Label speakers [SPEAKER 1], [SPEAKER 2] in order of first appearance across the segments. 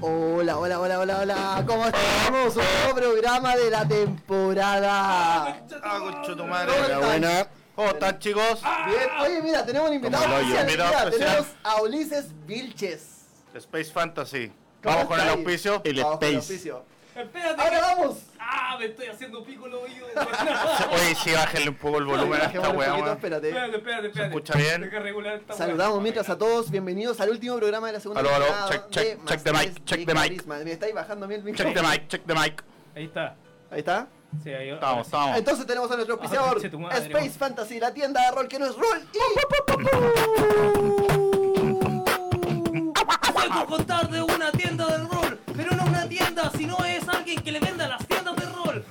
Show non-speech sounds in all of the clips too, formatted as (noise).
[SPEAKER 1] Hola, hola, hola, hola, hola. ¿Cómo estamos? Un nuevo programa de la temporada.
[SPEAKER 2] Ah, concho tu
[SPEAKER 1] ¿Cómo
[SPEAKER 2] madre.
[SPEAKER 1] están?
[SPEAKER 3] Buena.
[SPEAKER 2] ¿Cómo están, chicos?
[SPEAKER 1] Bien. Oye, mira, tenemos un invitado
[SPEAKER 3] Como el hoyo.
[SPEAKER 1] especial.
[SPEAKER 2] Invitado
[SPEAKER 1] Mira,
[SPEAKER 2] especial.
[SPEAKER 1] tenemos a Ulises Vilches.
[SPEAKER 2] Space Fantasy.
[SPEAKER 1] ¿Cómo
[SPEAKER 2] Vamos con el
[SPEAKER 1] estáis?
[SPEAKER 2] auspicio.
[SPEAKER 3] El
[SPEAKER 1] Abajo del
[SPEAKER 3] Space.
[SPEAKER 1] oficio.
[SPEAKER 4] Espérate.
[SPEAKER 1] Ahora
[SPEAKER 4] que-
[SPEAKER 1] vamos.
[SPEAKER 4] Ah, me estoy haciendo pico el
[SPEAKER 2] (laughs)
[SPEAKER 4] oído.
[SPEAKER 2] Oye, sí, bájenle un poco el volumen a esta
[SPEAKER 1] Bajémosle un
[SPEAKER 2] wea,
[SPEAKER 1] poquito,
[SPEAKER 2] weón.
[SPEAKER 1] espérate.
[SPEAKER 4] espérate, espérate, espérate.
[SPEAKER 2] escucha bien?
[SPEAKER 4] Deja regular esta weá.
[SPEAKER 1] Saludamos mientras a todos, bienvenidos al último programa de la segunda
[SPEAKER 2] Aló, aló,
[SPEAKER 1] temporada
[SPEAKER 2] check, check,
[SPEAKER 1] de
[SPEAKER 2] check the
[SPEAKER 1] Másteres
[SPEAKER 2] mic, check
[SPEAKER 1] de
[SPEAKER 2] the mic.
[SPEAKER 1] Carisma. Me estáis bajando a mí el
[SPEAKER 2] Check
[SPEAKER 1] micrófono.
[SPEAKER 2] the mic, check the mic.
[SPEAKER 4] Ahí está.
[SPEAKER 1] Ahí está.
[SPEAKER 4] Sí, ahí
[SPEAKER 2] Estamos, estamos.
[SPEAKER 1] Entonces tenemos a nuestro
[SPEAKER 4] Ah,
[SPEAKER 1] auspiciador
[SPEAKER 4] conche tu madre,
[SPEAKER 1] Space
[SPEAKER 4] weón.
[SPEAKER 1] Fantasy, la tienda de rol que no es rol. Y...
[SPEAKER 4] Puedo contar de una tienda de rol, pero no una tienda, sino es alguien que le venda las tiendas de rol.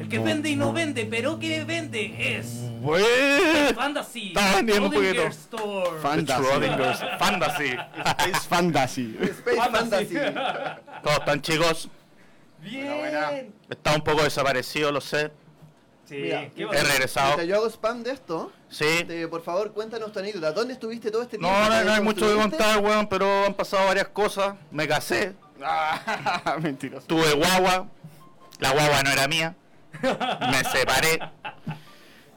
[SPEAKER 4] El que vende y no vende, pero que vende es
[SPEAKER 2] Wee-
[SPEAKER 4] Fantasy.
[SPEAKER 2] Está vendiendo un
[SPEAKER 4] Rodinger
[SPEAKER 2] poquito.
[SPEAKER 4] Store.
[SPEAKER 3] Fantasy.
[SPEAKER 2] Schrödinger's Fantasy. (laughs)
[SPEAKER 3] Es fantasy.
[SPEAKER 1] Space
[SPEAKER 4] Ah, (laughs)
[SPEAKER 1] Fantasy.
[SPEAKER 2] ¿Cómo están, chicos?
[SPEAKER 4] Bien.
[SPEAKER 2] Está un poco desaparecido, lo sé.
[SPEAKER 4] Sí,
[SPEAKER 1] Mira,
[SPEAKER 4] qué
[SPEAKER 2] He regresado.
[SPEAKER 1] Mientras yo hago spam de esto,
[SPEAKER 2] Sí.
[SPEAKER 1] te- por favor cuéntanos tu anécdota. ¿Dónde estuviste todo este
[SPEAKER 2] No,
[SPEAKER 1] tiempo?
[SPEAKER 2] no, no hay
[SPEAKER 1] ¿Dónde
[SPEAKER 2] mucho que
[SPEAKER 1] estuviste?
[SPEAKER 2] contar, weón, pero han pasado varias cosas. Me casé,
[SPEAKER 3] Ah, Mentiroso.
[SPEAKER 2] tuve guagua, la guagua no era mía, me separé.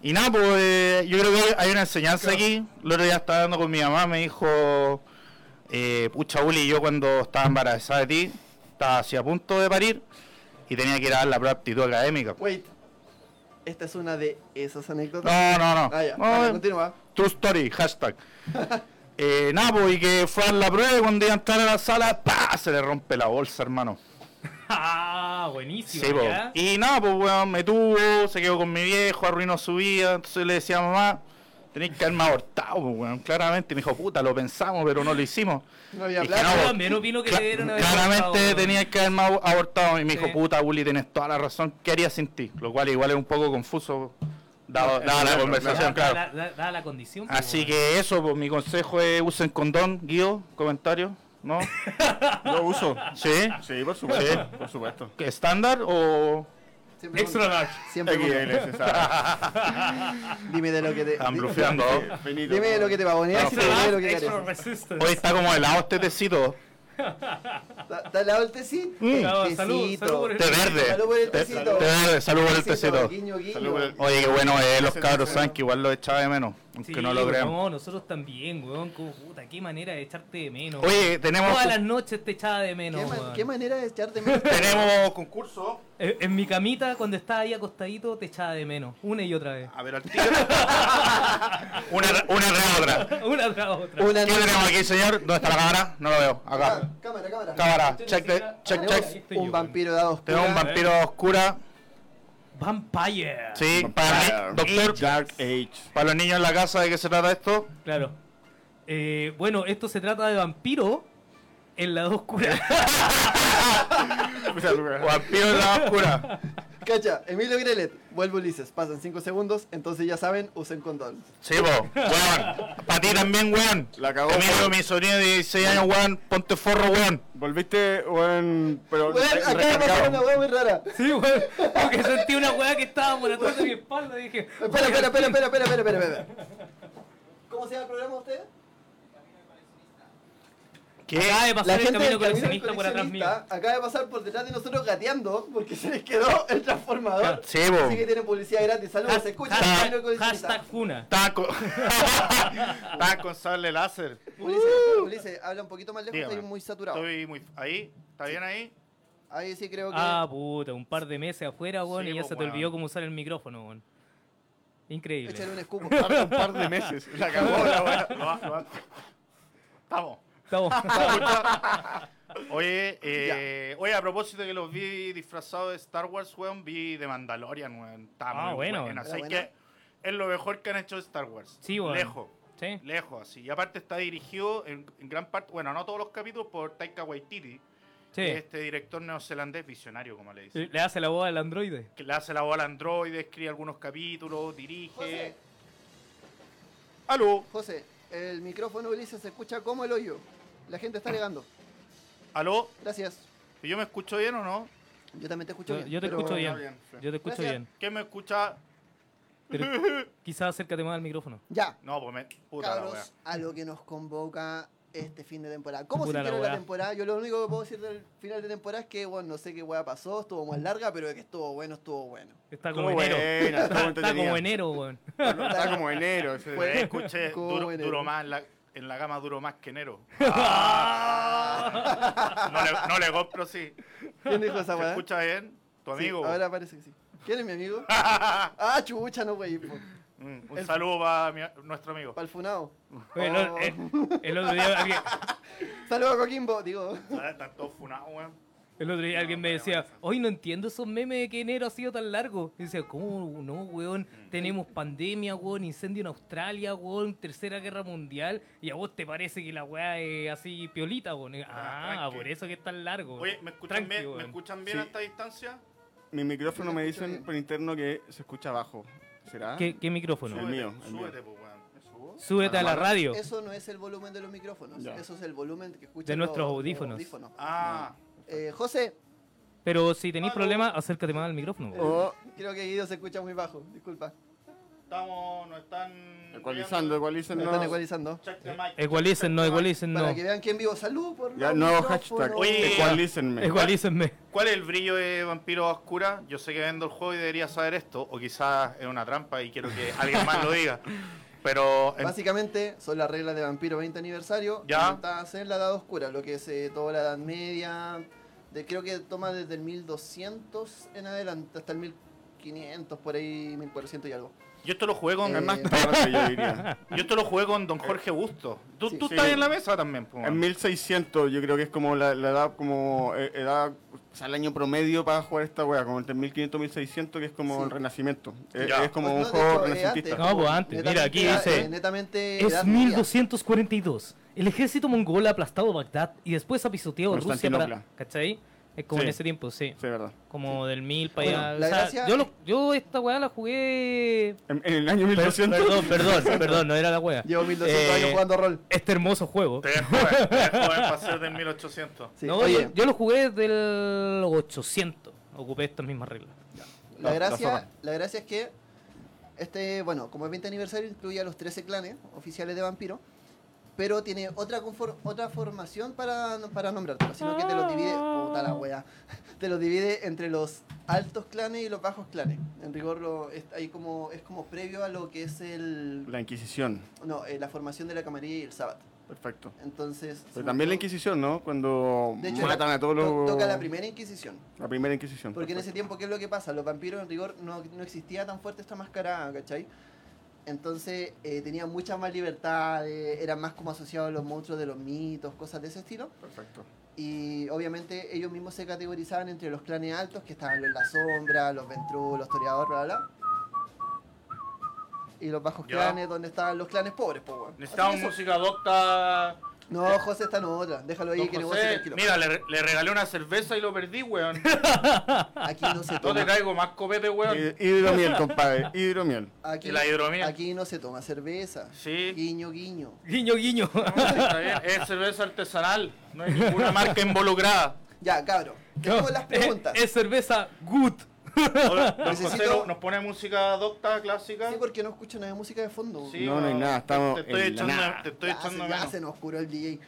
[SPEAKER 2] Y nada, pues eh, yo creo que hay una enseñanza aquí. El otro día estaba hablando con mi mamá, me dijo, eh, pucha Uli, yo cuando estaba embarazada de ti, estaba así a punto de parir y tenía que ir a dar la prueba de aptitud académica.
[SPEAKER 1] Wait. Esta es una de esas anécdotas.
[SPEAKER 2] No, no, no.
[SPEAKER 1] Ah, ya.
[SPEAKER 2] No,
[SPEAKER 1] Vale,
[SPEAKER 2] eh,
[SPEAKER 1] continúa.
[SPEAKER 2] True story, hashtag. Eh, nada, pues, y que fue a la prueba y cuando iba a entrar a la sala, ¡pa! se le rompe la bolsa, hermano.
[SPEAKER 4] Ah,
[SPEAKER 2] Sí,
[SPEAKER 4] buenísimo.
[SPEAKER 2] po.
[SPEAKER 4] ¿ya?
[SPEAKER 2] Y nada, pues weón, me tuvo, se quedó con mi viejo, arruinó su vida. Entonces le decía a mamá, tenéis que haberme abortado, pues, weón. Claramente, y me dijo, puta, lo pensamos, pero no lo hicimos.
[SPEAKER 1] No había
[SPEAKER 2] Es que
[SPEAKER 1] plata.
[SPEAKER 2] no,
[SPEAKER 4] Yo
[SPEAKER 2] po.
[SPEAKER 4] también opino que
[SPEAKER 2] Cla-
[SPEAKER 4] te dieron haber
[SPEAKER 2] claramente
[SPEAKER 4] pasado.
[SPEAKER 2] tenías que haberme abo- abortado. Y me dijo,
[SPEAKER 4] Sí.
[SPEAKER 2] puta, Willy, tienes toda la razón, ¿qué haría sin ti? Lo cual igual es un poco confuso, dado,
[SPEAKER 3] Eh,
[SPEAKER 2] dada la
[SPEAKER 3] claro,
[SPEAKER 4] Dada-
[SPEAKER 2] conversación, claro.
[SPEAKER 4] dada- dada- dada la condición. pues,
[SPEAKER 2] Así
[SPEAKER 4] weón.
[SPEAKER 2] que eso, pues mi consejo es usen condón, Guido, comentario,
[SPEAKER 4] (laughs)
[SPEAKER 2] ¿no?
[SPEAKER 3] Lo uso.
[SPEAKER 2] ¿Sí?
[SPEAKER 3] Sí, por supuesto. Por supuesto.
[SPEAKER 2] ¿Estándar o...?
[SPEAKER 1] Siempre
[SPEAKER 4] Extra
[SPEAKER 1] con-
[SPEAKER 4] large.
[SPEAKER 1] Siempre con-
[SPEAKER 3] XL, se sabe.
[SPEAKER 1] Dime de lo que te.
[SPEAKER 2] Están
[SPEAKER 1] di-
[SPEAKER 2] blufeando.
[SPEAKER 3] Finito.
[SPEAKER 1] Dime de lo que te vagoneas y te
[SPEAKER 4] Extra
[SPEAKER 1] diré de
[SPEAKER 4] large,
[SPEAKER 1] lo que
[SPEAKER 4] extra
[SPEAKER 1] querés.
[SPEAKER 4] resistance.
[SPEAKER 2] Hoy está como helado este tecito.
[SPEAKER 1] Da- Dale la vueltecita.
[SPEAKER 4] Salud, salud, salud por el-
[SPEAKER 2] Té verde.
[SPEAKER 1] Salud por el
[SPEAKER 2] Té-
[SPEAKER 1] tecito.
[SPEAKER 2] té verde, salud por el tecito.
[SPEAKER 1] Guiño, guiño.
[SPEAKER 3] Salud por el-
[SPEAKER 2] Oye, qué bueno, eh, los
[SPEAKER 3] Ese
[SPEAKER 2] cabros
[SPEAKER 3] tecito.
[SPEAKER 2] saben que igual lo echaba de menos, aunque
[SPEAKER 4] Sí,
[SPEAKER 2] no lo crean.
[SPEAKER 4] No, nosotros también, weón. Como, puta, qué manera de echarte de menos.
[SPEAKER 2] Oye, tenemos,
[SPEAKER 4] Todas las noches te echaba de menos,
[SPEAKER 1] ¿Qué, ma-
[SPEAKER 4] weón.
[SPEAKER 1] qué manera de echarte menos?
[SPEAKER 2] tenemos concurso.
[SPEAKER 4] Eh, en, mi camita, cuando estaba ahí acostadito, te echaba de menos. Una y otra vez. (laughs)
[SPEAKER 2] A ver, al
[SPEAKER 3] (laughs)
[SPEAKER 2] tiro. una, una tras otra.
[SPEAKER 4] Una tras otra.
[SPEAKER 1] Una
[SPEAKER 2] ¿Qué tenemos aquí, señor? ¿Dónde está la cámara? No lo veo. Acá.
[SPEAKER 1] Ah, Cámara, cámara.
[SPEAKER 2] Cámara. Check, de- check,
[SPEAKER 1] Tenemos
[SPEAKER 2] check.
[SPEAKER 4] Estoy yo,
[SPEAKER 1] Un
[SPEAKER 4] weón.
[SPEAKER 1] vampiro de dos.
[SPEAKER 2] Tenemos un vampiro oscura.
[SPEAKER 4] Vampire.
[SPEAKER 2] Sí, para mí, doctor.
[SPEAKER 3] Dark Age. (laughs)
[SPEAKER 2] Para los niños en la casa, ¿de qué se trata esto?
[SPEAKER 4] Claro. Eh, bueno, esto se trata de vampiro en la
[SPEAKER 2] (laughs)
[SPEAKER 4] oscura.
[SPEAKER 2] Vampiro en la oscura.
[SPEAKER 1] Cacha, Emilio Grelet. Vuelvo Ulises. Pasan 5 segundos. Entonces ya saben, usen condón.
[SPEAKER 2] Sí, po, weón. Para ti también, weón.
[SPEAKER 3] La cagó,
[SPEAKER 2] Emilio,
[SPEAKER 3] weón.
[SPEAKER 2] mi sobrino de 16 años, weón. Ponte forro, weón.
[SPEAKER 3] Volviste, weón. Pero.
[SPEAKER 1] Weón,
[SPEAKER 3] re-
[SPEAKER 1] acaba de pasar
[SPEAKER 3] recargado.
[SPEAKER 1] una hueá muy rara.
[SPEAKER 4] sí, weón. Porque sentí una weá que estaba por atrás de mi espalda y dije.
[SPEAKER 1] Espera, espera, espera, espera, espera, espera, espera, espera. ¿Cómo se llama el programa usted?
[SPEAKER 2] ¿Qué?
[SPEAKER 4] Acaba de pasar el camino
[SPEAKER 1] del camino
[SPEAKER 4] coleccionista
[SPEAKER 1] del
[SPEAKER 4] por atrás mío.
[SPEAKER 1] coleccionista acaba de pasar por detrás de nosotros gateando porque se les quedó el transformador.
[SPEAKER 2] Sí, po.
[SPEAKER 1] Así que tienen publicidad gratis. Saludos, se escucha. el camino del
[SPEAKER 4] Hashtag,
[SPEAKER 1] coleccionista.
[SPEAKER 4] hashtag Funa.
[SPEAKER 2] Estaba con... Estaba con sable láser.
[SPEAKER 4] Uh.
[SPEAKER 1] Ulises, Ulises, habla un poquito más lejos,
[SPEAKER 2] Dígame.
[SPEAKER 1] estoy muy saturado.
[SPEAKER 2] Estoy muy... ¿Ahí? ¿Está bien ahí?
[SPEAKER 1] Ahí sí creo que.
[SPEAKER 4] Ah, puta, un par de meses afuera, weón,
[SPEAKER 2] Sí,
[SPEAKER 4] y ya
[SPEAKER 2] po,
[SPEAKER 4] se te
[SPEAKER 2] weón.
[SPEAKER 4] olvidó cómo usar el micrófono, weón. Increíble.
[SPEAKER 1] échale un escupo.
[SPEAKER 2] (laughs)
[SPEAKER 3] Un par de
[SPEAKER 2] Ah,
[SPEAKER 3] meses. La cagó la weá.
[SPEAKER 2] Vamos.
[SPEAKER 1] (laughs)
[SPEAKER 4] Estamos-
[SPEAKER 2] Oye, eh, oye, a propósito que los vi disfrazados de Star Wars, weón, vi de Mandalorian, weón. Está
[SPEAKER 4] Ah,
[SPEAKER 2] muy
[SPEAKER 4] bueno.
[SPEAKER 2] buena.
[SPEAKER 1] Era
[SPEAKER 2] Así
[SPEAKER 1] buena.
[SPEAKER 2] que es lo mejor que han hecho de Star Wars.
[SPEAKER 4] Sí, weón.
[SPEAKER 2] Lejos.
[SPEAKER 4] Sí.
[SPEAKER 2] Lejos, así. Y aparte está dirigido en, en gran parte, bueno, no todos los capítulos, por Taika Waititi,
[SPEAKER 4] Sí.
[SPEAKER 2] que es este director neozelandés visionario, como le dicen.
[SPEAKER 4] Le hace la voz al androide.
[SPEAKER 2] Que le hace la bola al android, escribe algunos capítulos, dirige.
[SPEAKER 1] José,
[SPEAKER 2] Aló,
[SPEAKER 1] José, el micrófono Ulises se escucha como el hoyo. La gente está negando.
[SPEAKER 2] aló.
[SPEAKER 1] Gracias.
[SPEAKER 2] ¿Yo me escucho bien o no?
[SPEAKER 1] Yo también te escucho
[SPEAKER 4] Yo,
[SPEAKER 1] bien.
[SPEAKER 4] yo te
[SPEAKER 1] pero-
[SPEAKER 4] escucho
[SPEAKER 2] está
[SPEAKER 4] bien.
[SPEAKER 2] bien, sí.
[SPEAKER 4] Yo te escucho
[SPEAKER 1] Gracias.
[SPEAKER 4] bien.
[SPEAKER 2] ¿Quién me escucha?
[SPEAKER 1] (laughs)
[SPEAKER 4] Pero quizás acércate más al micrófono.
[SPEAKER 1] Ya,
[SPEAKER 2] No, pues me. Puta la wea.
[SPEAKER 1] cabros, a lo que nos convoca este fin de temporada. ¿Cómo
[SPEAKER 4] Puta la
[SPEAKER 1] sintieron la,
[SPEAKER 4] weá.
[SPEAKER 1] temporada? Yo lo único que puedo decir del final de temporada es que, bueno, no sé qué weá pasó, estuvo más larga, pero que estuvo bueno, estuvo bueno.
[SPEAKER 4] Está
[SPEAKER 3] Estuvo
[SPEAKER 4] como enero.
[SPEAKER 3] buena, estuvo
[SPEAKER 4] Está como
[SPEAKER 3] entretenida.
[SPEAKER 4] enero, weón.
[SPEAKER 3] Está como enero. ese-
[SPEAKER 1] Fue-
[SPEAKER 2] Eh,
[SPEAKER 1] (laughs)
[SPEAKER 2] escuché,
[SPEAKER 1] ¿Cómo
[SPEAKER 2] duro,
[SPEAKER 1] eres?
[SPEAKER 2] duró más en la, en la cama duró más
[SPEAKER 4] (laughs)
[SPEAKER 2] que enero. Ah. no, le, no le compro, sí.
[SPEAKER 1] ¿Quién dijo esa
[SPEAKER 2] ¿Se
[SPEAKER 1] weá?
[SPEAKER 2] escucha bien? Tu
[SPEAKER 1] Sí,
[SPEAKER 2] amigo.
[SPEAKER 1] ahora parece que sí. ¿Quién es mi amigo? ah, chucha, no wey.
[SPEAKER 2] (laughs) Mm, un saludo para mi- nuestro amigo.
[SPEAKER 1] Pa'l funao.
[SPEAKER 4] Oye, no,
[SPEAKER 1] Oh.
[SPEAKER 2] Oh.
[SPEAKER 4] eh, el, otro día alguien,
[SPEAKER 1] Saludos a Coquimbo, digo.
[SPEAKER 2] Ah, Están todos funados, weón.
[SPEAKER 4] el otro día alguien me
[SPEAKER 2] vale,
[SPEAKER 4] decía,
[SPEAKER 2] vale.
[SPEAKER 4] hoy no entiendo esos memes de que enero ha sido tan largo. Y decía, ¿cómo no, weón?
[SPEAKER 2] Mm.
[SPEAKER 4] Tenemos pandemia, weón, incendio en Australia, weón, tercera guerra mundial. Y a vos te parece que la weá es así piolita, weón. Y,
[SPEAKER 2] Ah,
[SPEAKER 4] Ah,
[SPEAKER 2] tranqui.
[SPEAKER 4] por eso que es tan largo. weón.
[SPEAKER 2] Oye, ¿me escuchan
[SPEAKER 4] Tranqui,
[SPEAKER 2] bien, ¿me
[SPEAKER 4] weón.
[SPEAKER 2] escuchan bien
[SPEAKER 3] Sí.
[SPEAKER 2] a esta distancia?
[SPEAKER 3] Mi micrófono me
[SPEAKER 1] escucho
[SPEAKER 3] dicen
[SPEAKER 1] bien.
[SPEAKER 3] por interno que se escucha abajo. ¿Será?
[SPEAKER 4] ¿Qué, qué micrófono?
[SPEAKER 2] súbete,
[SPEAKER 3] mío, el mío.
[SPEAKER 2] súbete, pues, weón. ¿Me subo?
[SPEAKER 4] Súbete a la radio.
[SPEAKER 1] Eso no es el volumen de los micrófonos,
[SPEAKER 3] Ya.
[SPEAKER 1] eso es el volumen que escuchan
[SPEAKER 4] De nuestros
[SPEAKER 1] los- los
[SPEAKER 4] audífonos.
[SPEAKER 2] Ah,
[SPEAKER 1] Eh, José,
[SPEAKER 4] Pero si tenéis
[SPEAKER 2] Aló.
[SPEAKER 4] problemas, acércate más al micrófono. weón.
[SPEAKER 1] Oh.
[SPEAKER 3] O
[SPEAKER 1] creo que Guido se escucha muy bajo, disculpa.
[SPEAKER 2] estamos, nos están...
[SPEAKER 3] ecualizando,
[SPEAKER 1] Me
[SPEAKER 3] ecualizando.
[SPEAKER 1] están ecualizando.
[SPEAKER 2] Check the mic,
[SPEAKER 4] Ecualicen, no,
[SPEAKER 2] check the mic.
[SPEAKER 4] ecualicen,
[SPEAKER 1] Para
[SPEAKER 4] no.
[SPEAKER 1] que vean que en vivo. Salud por
[SPEAKER 3] Ya,
[SPEAKER 1] los
[SPEAKER 3] nuevo
[SPEAKER 1] micrófonos.
[SPEAKER 3] hashtag.
[SPEAKER 2] Oye.
[SPEAKER 3] Ecualícenme.
[SPEAKER 4] Ecualícenme.
[SPEAKER 2] ¿Cuál es el brillo de Vampiro a Oscura? Yo sé que vendo el juego y debería saber esto, o quizás es una trampa y quiero que alguien más lo (laughs) diga. Pero en-
[SPEAKER 1] Básicamente son las reglas de Vampiro 20 aniversario.
[SPEAKER 2] Ya.
[SPEAKER 1] Inventadas en la Edad Oscura, lo que es eh, toda la Edad Media. de- creo que toma desde el 1200 en adelante hasta el 1500, por ahí 1400 y algo.
[SPEAKER 2] yo esto lo jugué con
[SPEAKER 1] Eh,
[SPEAKER 3] Más tarde, yo diría.
[SPEAKER 2] yo esto lo jugué con Don Jorge Busto. Tú,
[SPEAKER 1] Sí.
[SPEAKER 2] tú
[SPEAKER 3] Sí.
[SPEAKER 2] estás en la mesa también, pues, po,
[SPEAKER 3] En 1600, yo creo que es como la, la edad, como eh, edad, o sea, el año promedio para jugar esta wea, como entre 1500 y 1600, que es como
[SPEAKER 1] Sí.
[SPEAKER 3] el renacimiento. Eh,
[SPEAKER 2] Ya.
[SPEAKER 3] es como
[SPEAKER 1] Pues
[SPEAKER 3] un
[SPEAKER 1] no, de
[SPEAKER 3] juego
[SPEAKER 1] hecho, es
[SPEAKER 3] renacentista.
[SPEAKER 4] antes. No, pues antes. Mira,
[SPEAKER 1] Netamente
[SPEAKER 4] aquí
[SPEAKER 1] edad-
[SPEAKER 4] dice,
[SPEAKER 1] eh, netamente edad
[SPEAKER 4] Es
[SPEAKER 1] media.
[SPEAKER 4] 1242. El ejército mongol ha aplastado Bagdad y después ha pisoteado Rusia para...
[SPEAKER 3] Constantinopla.
[SPEAKER 4] ¿Cachai? Es como
[SPEAKER 3] Sí.
[SPEAKER 4] en ese tiempo, sí.
[SPEAKER 3] Sí, verdad.
[SPEAKER 4] Como del mil para
[SPEAKER 1] Bueno,
[SPEAKER 4] allá.
[SPEAKER 1] la
[SPEAKER 4] O sea,
[SPEAKER 1] gracia-
[SPEAKER 4] yo, lo- yo esta weá la jugué...
[SPEAKER 3] En, en el año
[SPEAKER 4] Per-
[SPEAKER 3] 1200.
[SPEAKER 4] perdón, perdón, perdón, no era la weá.
[SPEAKER 1] Llevo 1200 años
[SPEAKER 4] Eh,
[SPEAKER 1] jugando rol.
[SPEAKER 4] Este hermoso juego.
[SPEAKER 2] Te ves joven, te ves joven para
[SPEAKER 1] (laughs)
[SPEAKER 2] ser del 1800.
[SPEAKER 1] Sí,
[SPEAKER 4] No,
[SPEAKER 1] oye,
[SPEAKER 4] yo, yo lo jugué del 800. Ocupé estas mismas reglas.
[SPEAKER 1] la,
[SPEAKER 3] la- la
[SPEAKER 1] gracia,
[SPEAKER 3] zorra.
[SPEAKER 1] la gracia es que este, bueno, como el 20 aniversario incluye a los 13 clanes oficiales de vampiro, pero tiene otra confor- otra formación para, para nombrártelo, sino que te los divide, puta la wea, (laughs) te los divide entre los altos clanes y los bajos clanes. En rigor lo, es, ahí como, es como previo a lo que es el
[SPEAKER 3] La Inquisición.
[SPEAKER 1] no, eh, la formación de la camarilla y el sábado.
[SPEAKER 3] Perfecto.
[SPEAKER 1] Entonces,
[SPEAKER 3] Pero también la Inquisición, ¿no? Cuando
[SPEAKER 1] de hecho,
[SPEAKER 3] matan
[SPEAKER 1] la-
[SPEAKER 3] a todos
[SPEAKER 1] to-
[SPEAKER 3] los.
[SPEAKER 1] toca la primera Inquisición.
[SPEAKER 3] la primera Inquisición.
[SPEAKER 1] Porque en ese
[SPEAKER 3] perfecto.
[SPEAKER 1] tiempo, ¿qué es lo que pasa? Los vampiros en rigor no, no existía tan fuerte esta mascarada, ¿cachai? Entonces eh, tenían muchas más libertades, eran más como asociados a los monstruos de los mitos, cosas de ese estilo.
[SPEAKER 3] Perfecto.
[SPEAKER 1] Y obviamente ellos mismos se categorizaban entre los clanes altos, que estaban los La Sombra, los Ventru, los Toreador, bla, bla, bla. Y los bajos
[SPEAKER 2] Ya.
[SPEAKER 1] clanes, donde estaban los clanes pobres, pues, weón.
[SPEAKER 2] Necesitamos
[SPEAKER 1] Así que
[SPEAKER 2] música docta.
[SPEAKER 1] eso- No, José está en otra, déjalo ahí
[SPEAKER 2] Don
[SPEAKER 1] que negocie
[SPEAKER 2] José.
[SPEAKER 1] tranquilo.
[SPEAKER 2] Mira, le, le regalé una cerveza y lo perdí, weón.
[SPEAKER 1] Aquí no se
[SPEAKER 2] No
[SPEAKER 1] toma.
[SPEAKER 2] te traigo más copete, weón.
[SPEAKER 3] Hid- Hidromiel, compadre. Hidromiel.
[SPEAKER 1] Aquí,
[SPEAKER 2] Y la hidromiel.
[SPEAKER 1] aquí no se toma cerveza.
[SPEAKER 2] Sí.
[SPEAKER 1] Guiño, guiño.
[SPEAKER 4] Guiño, guiño.
[SPEAKER 2] Está bien, Es cerveza artesanal. No hay ninguna marca involucrada.
[SPEAKER 1] Ya, cabro.
[SPEAKER 4] (laughs)
[SPEAKER 1] Tenemos las preguntas.
[SPEAKER 4] eh, Es, es cerveza good.
[SPEAKER 2] Hola, Don
[SPEAKER 1] Necesito-
[SPEAKER 2] José, ¿no- ¿nos pone música docta, clásica?
[SPEAKER 1] Sí, porque no escucho nada de música de fondo.
[SPEAKER 2] Sí,
[SPEAKER 3] No, no hay nada, estamos
[SPEAKER 2] Te estoy
[SPEAKER 3] en la
[SPEAKER 2] echando,
[SPEAKER 3] nada.
[SPEAKER 2] Te estoy
[SPEAKER 1] ya, se,
[SPEAKER 2] echando
[SPEAKER 1] ya
[SPEAKER 2] menos.
[SPEAKER 1] se nos curó el DJ.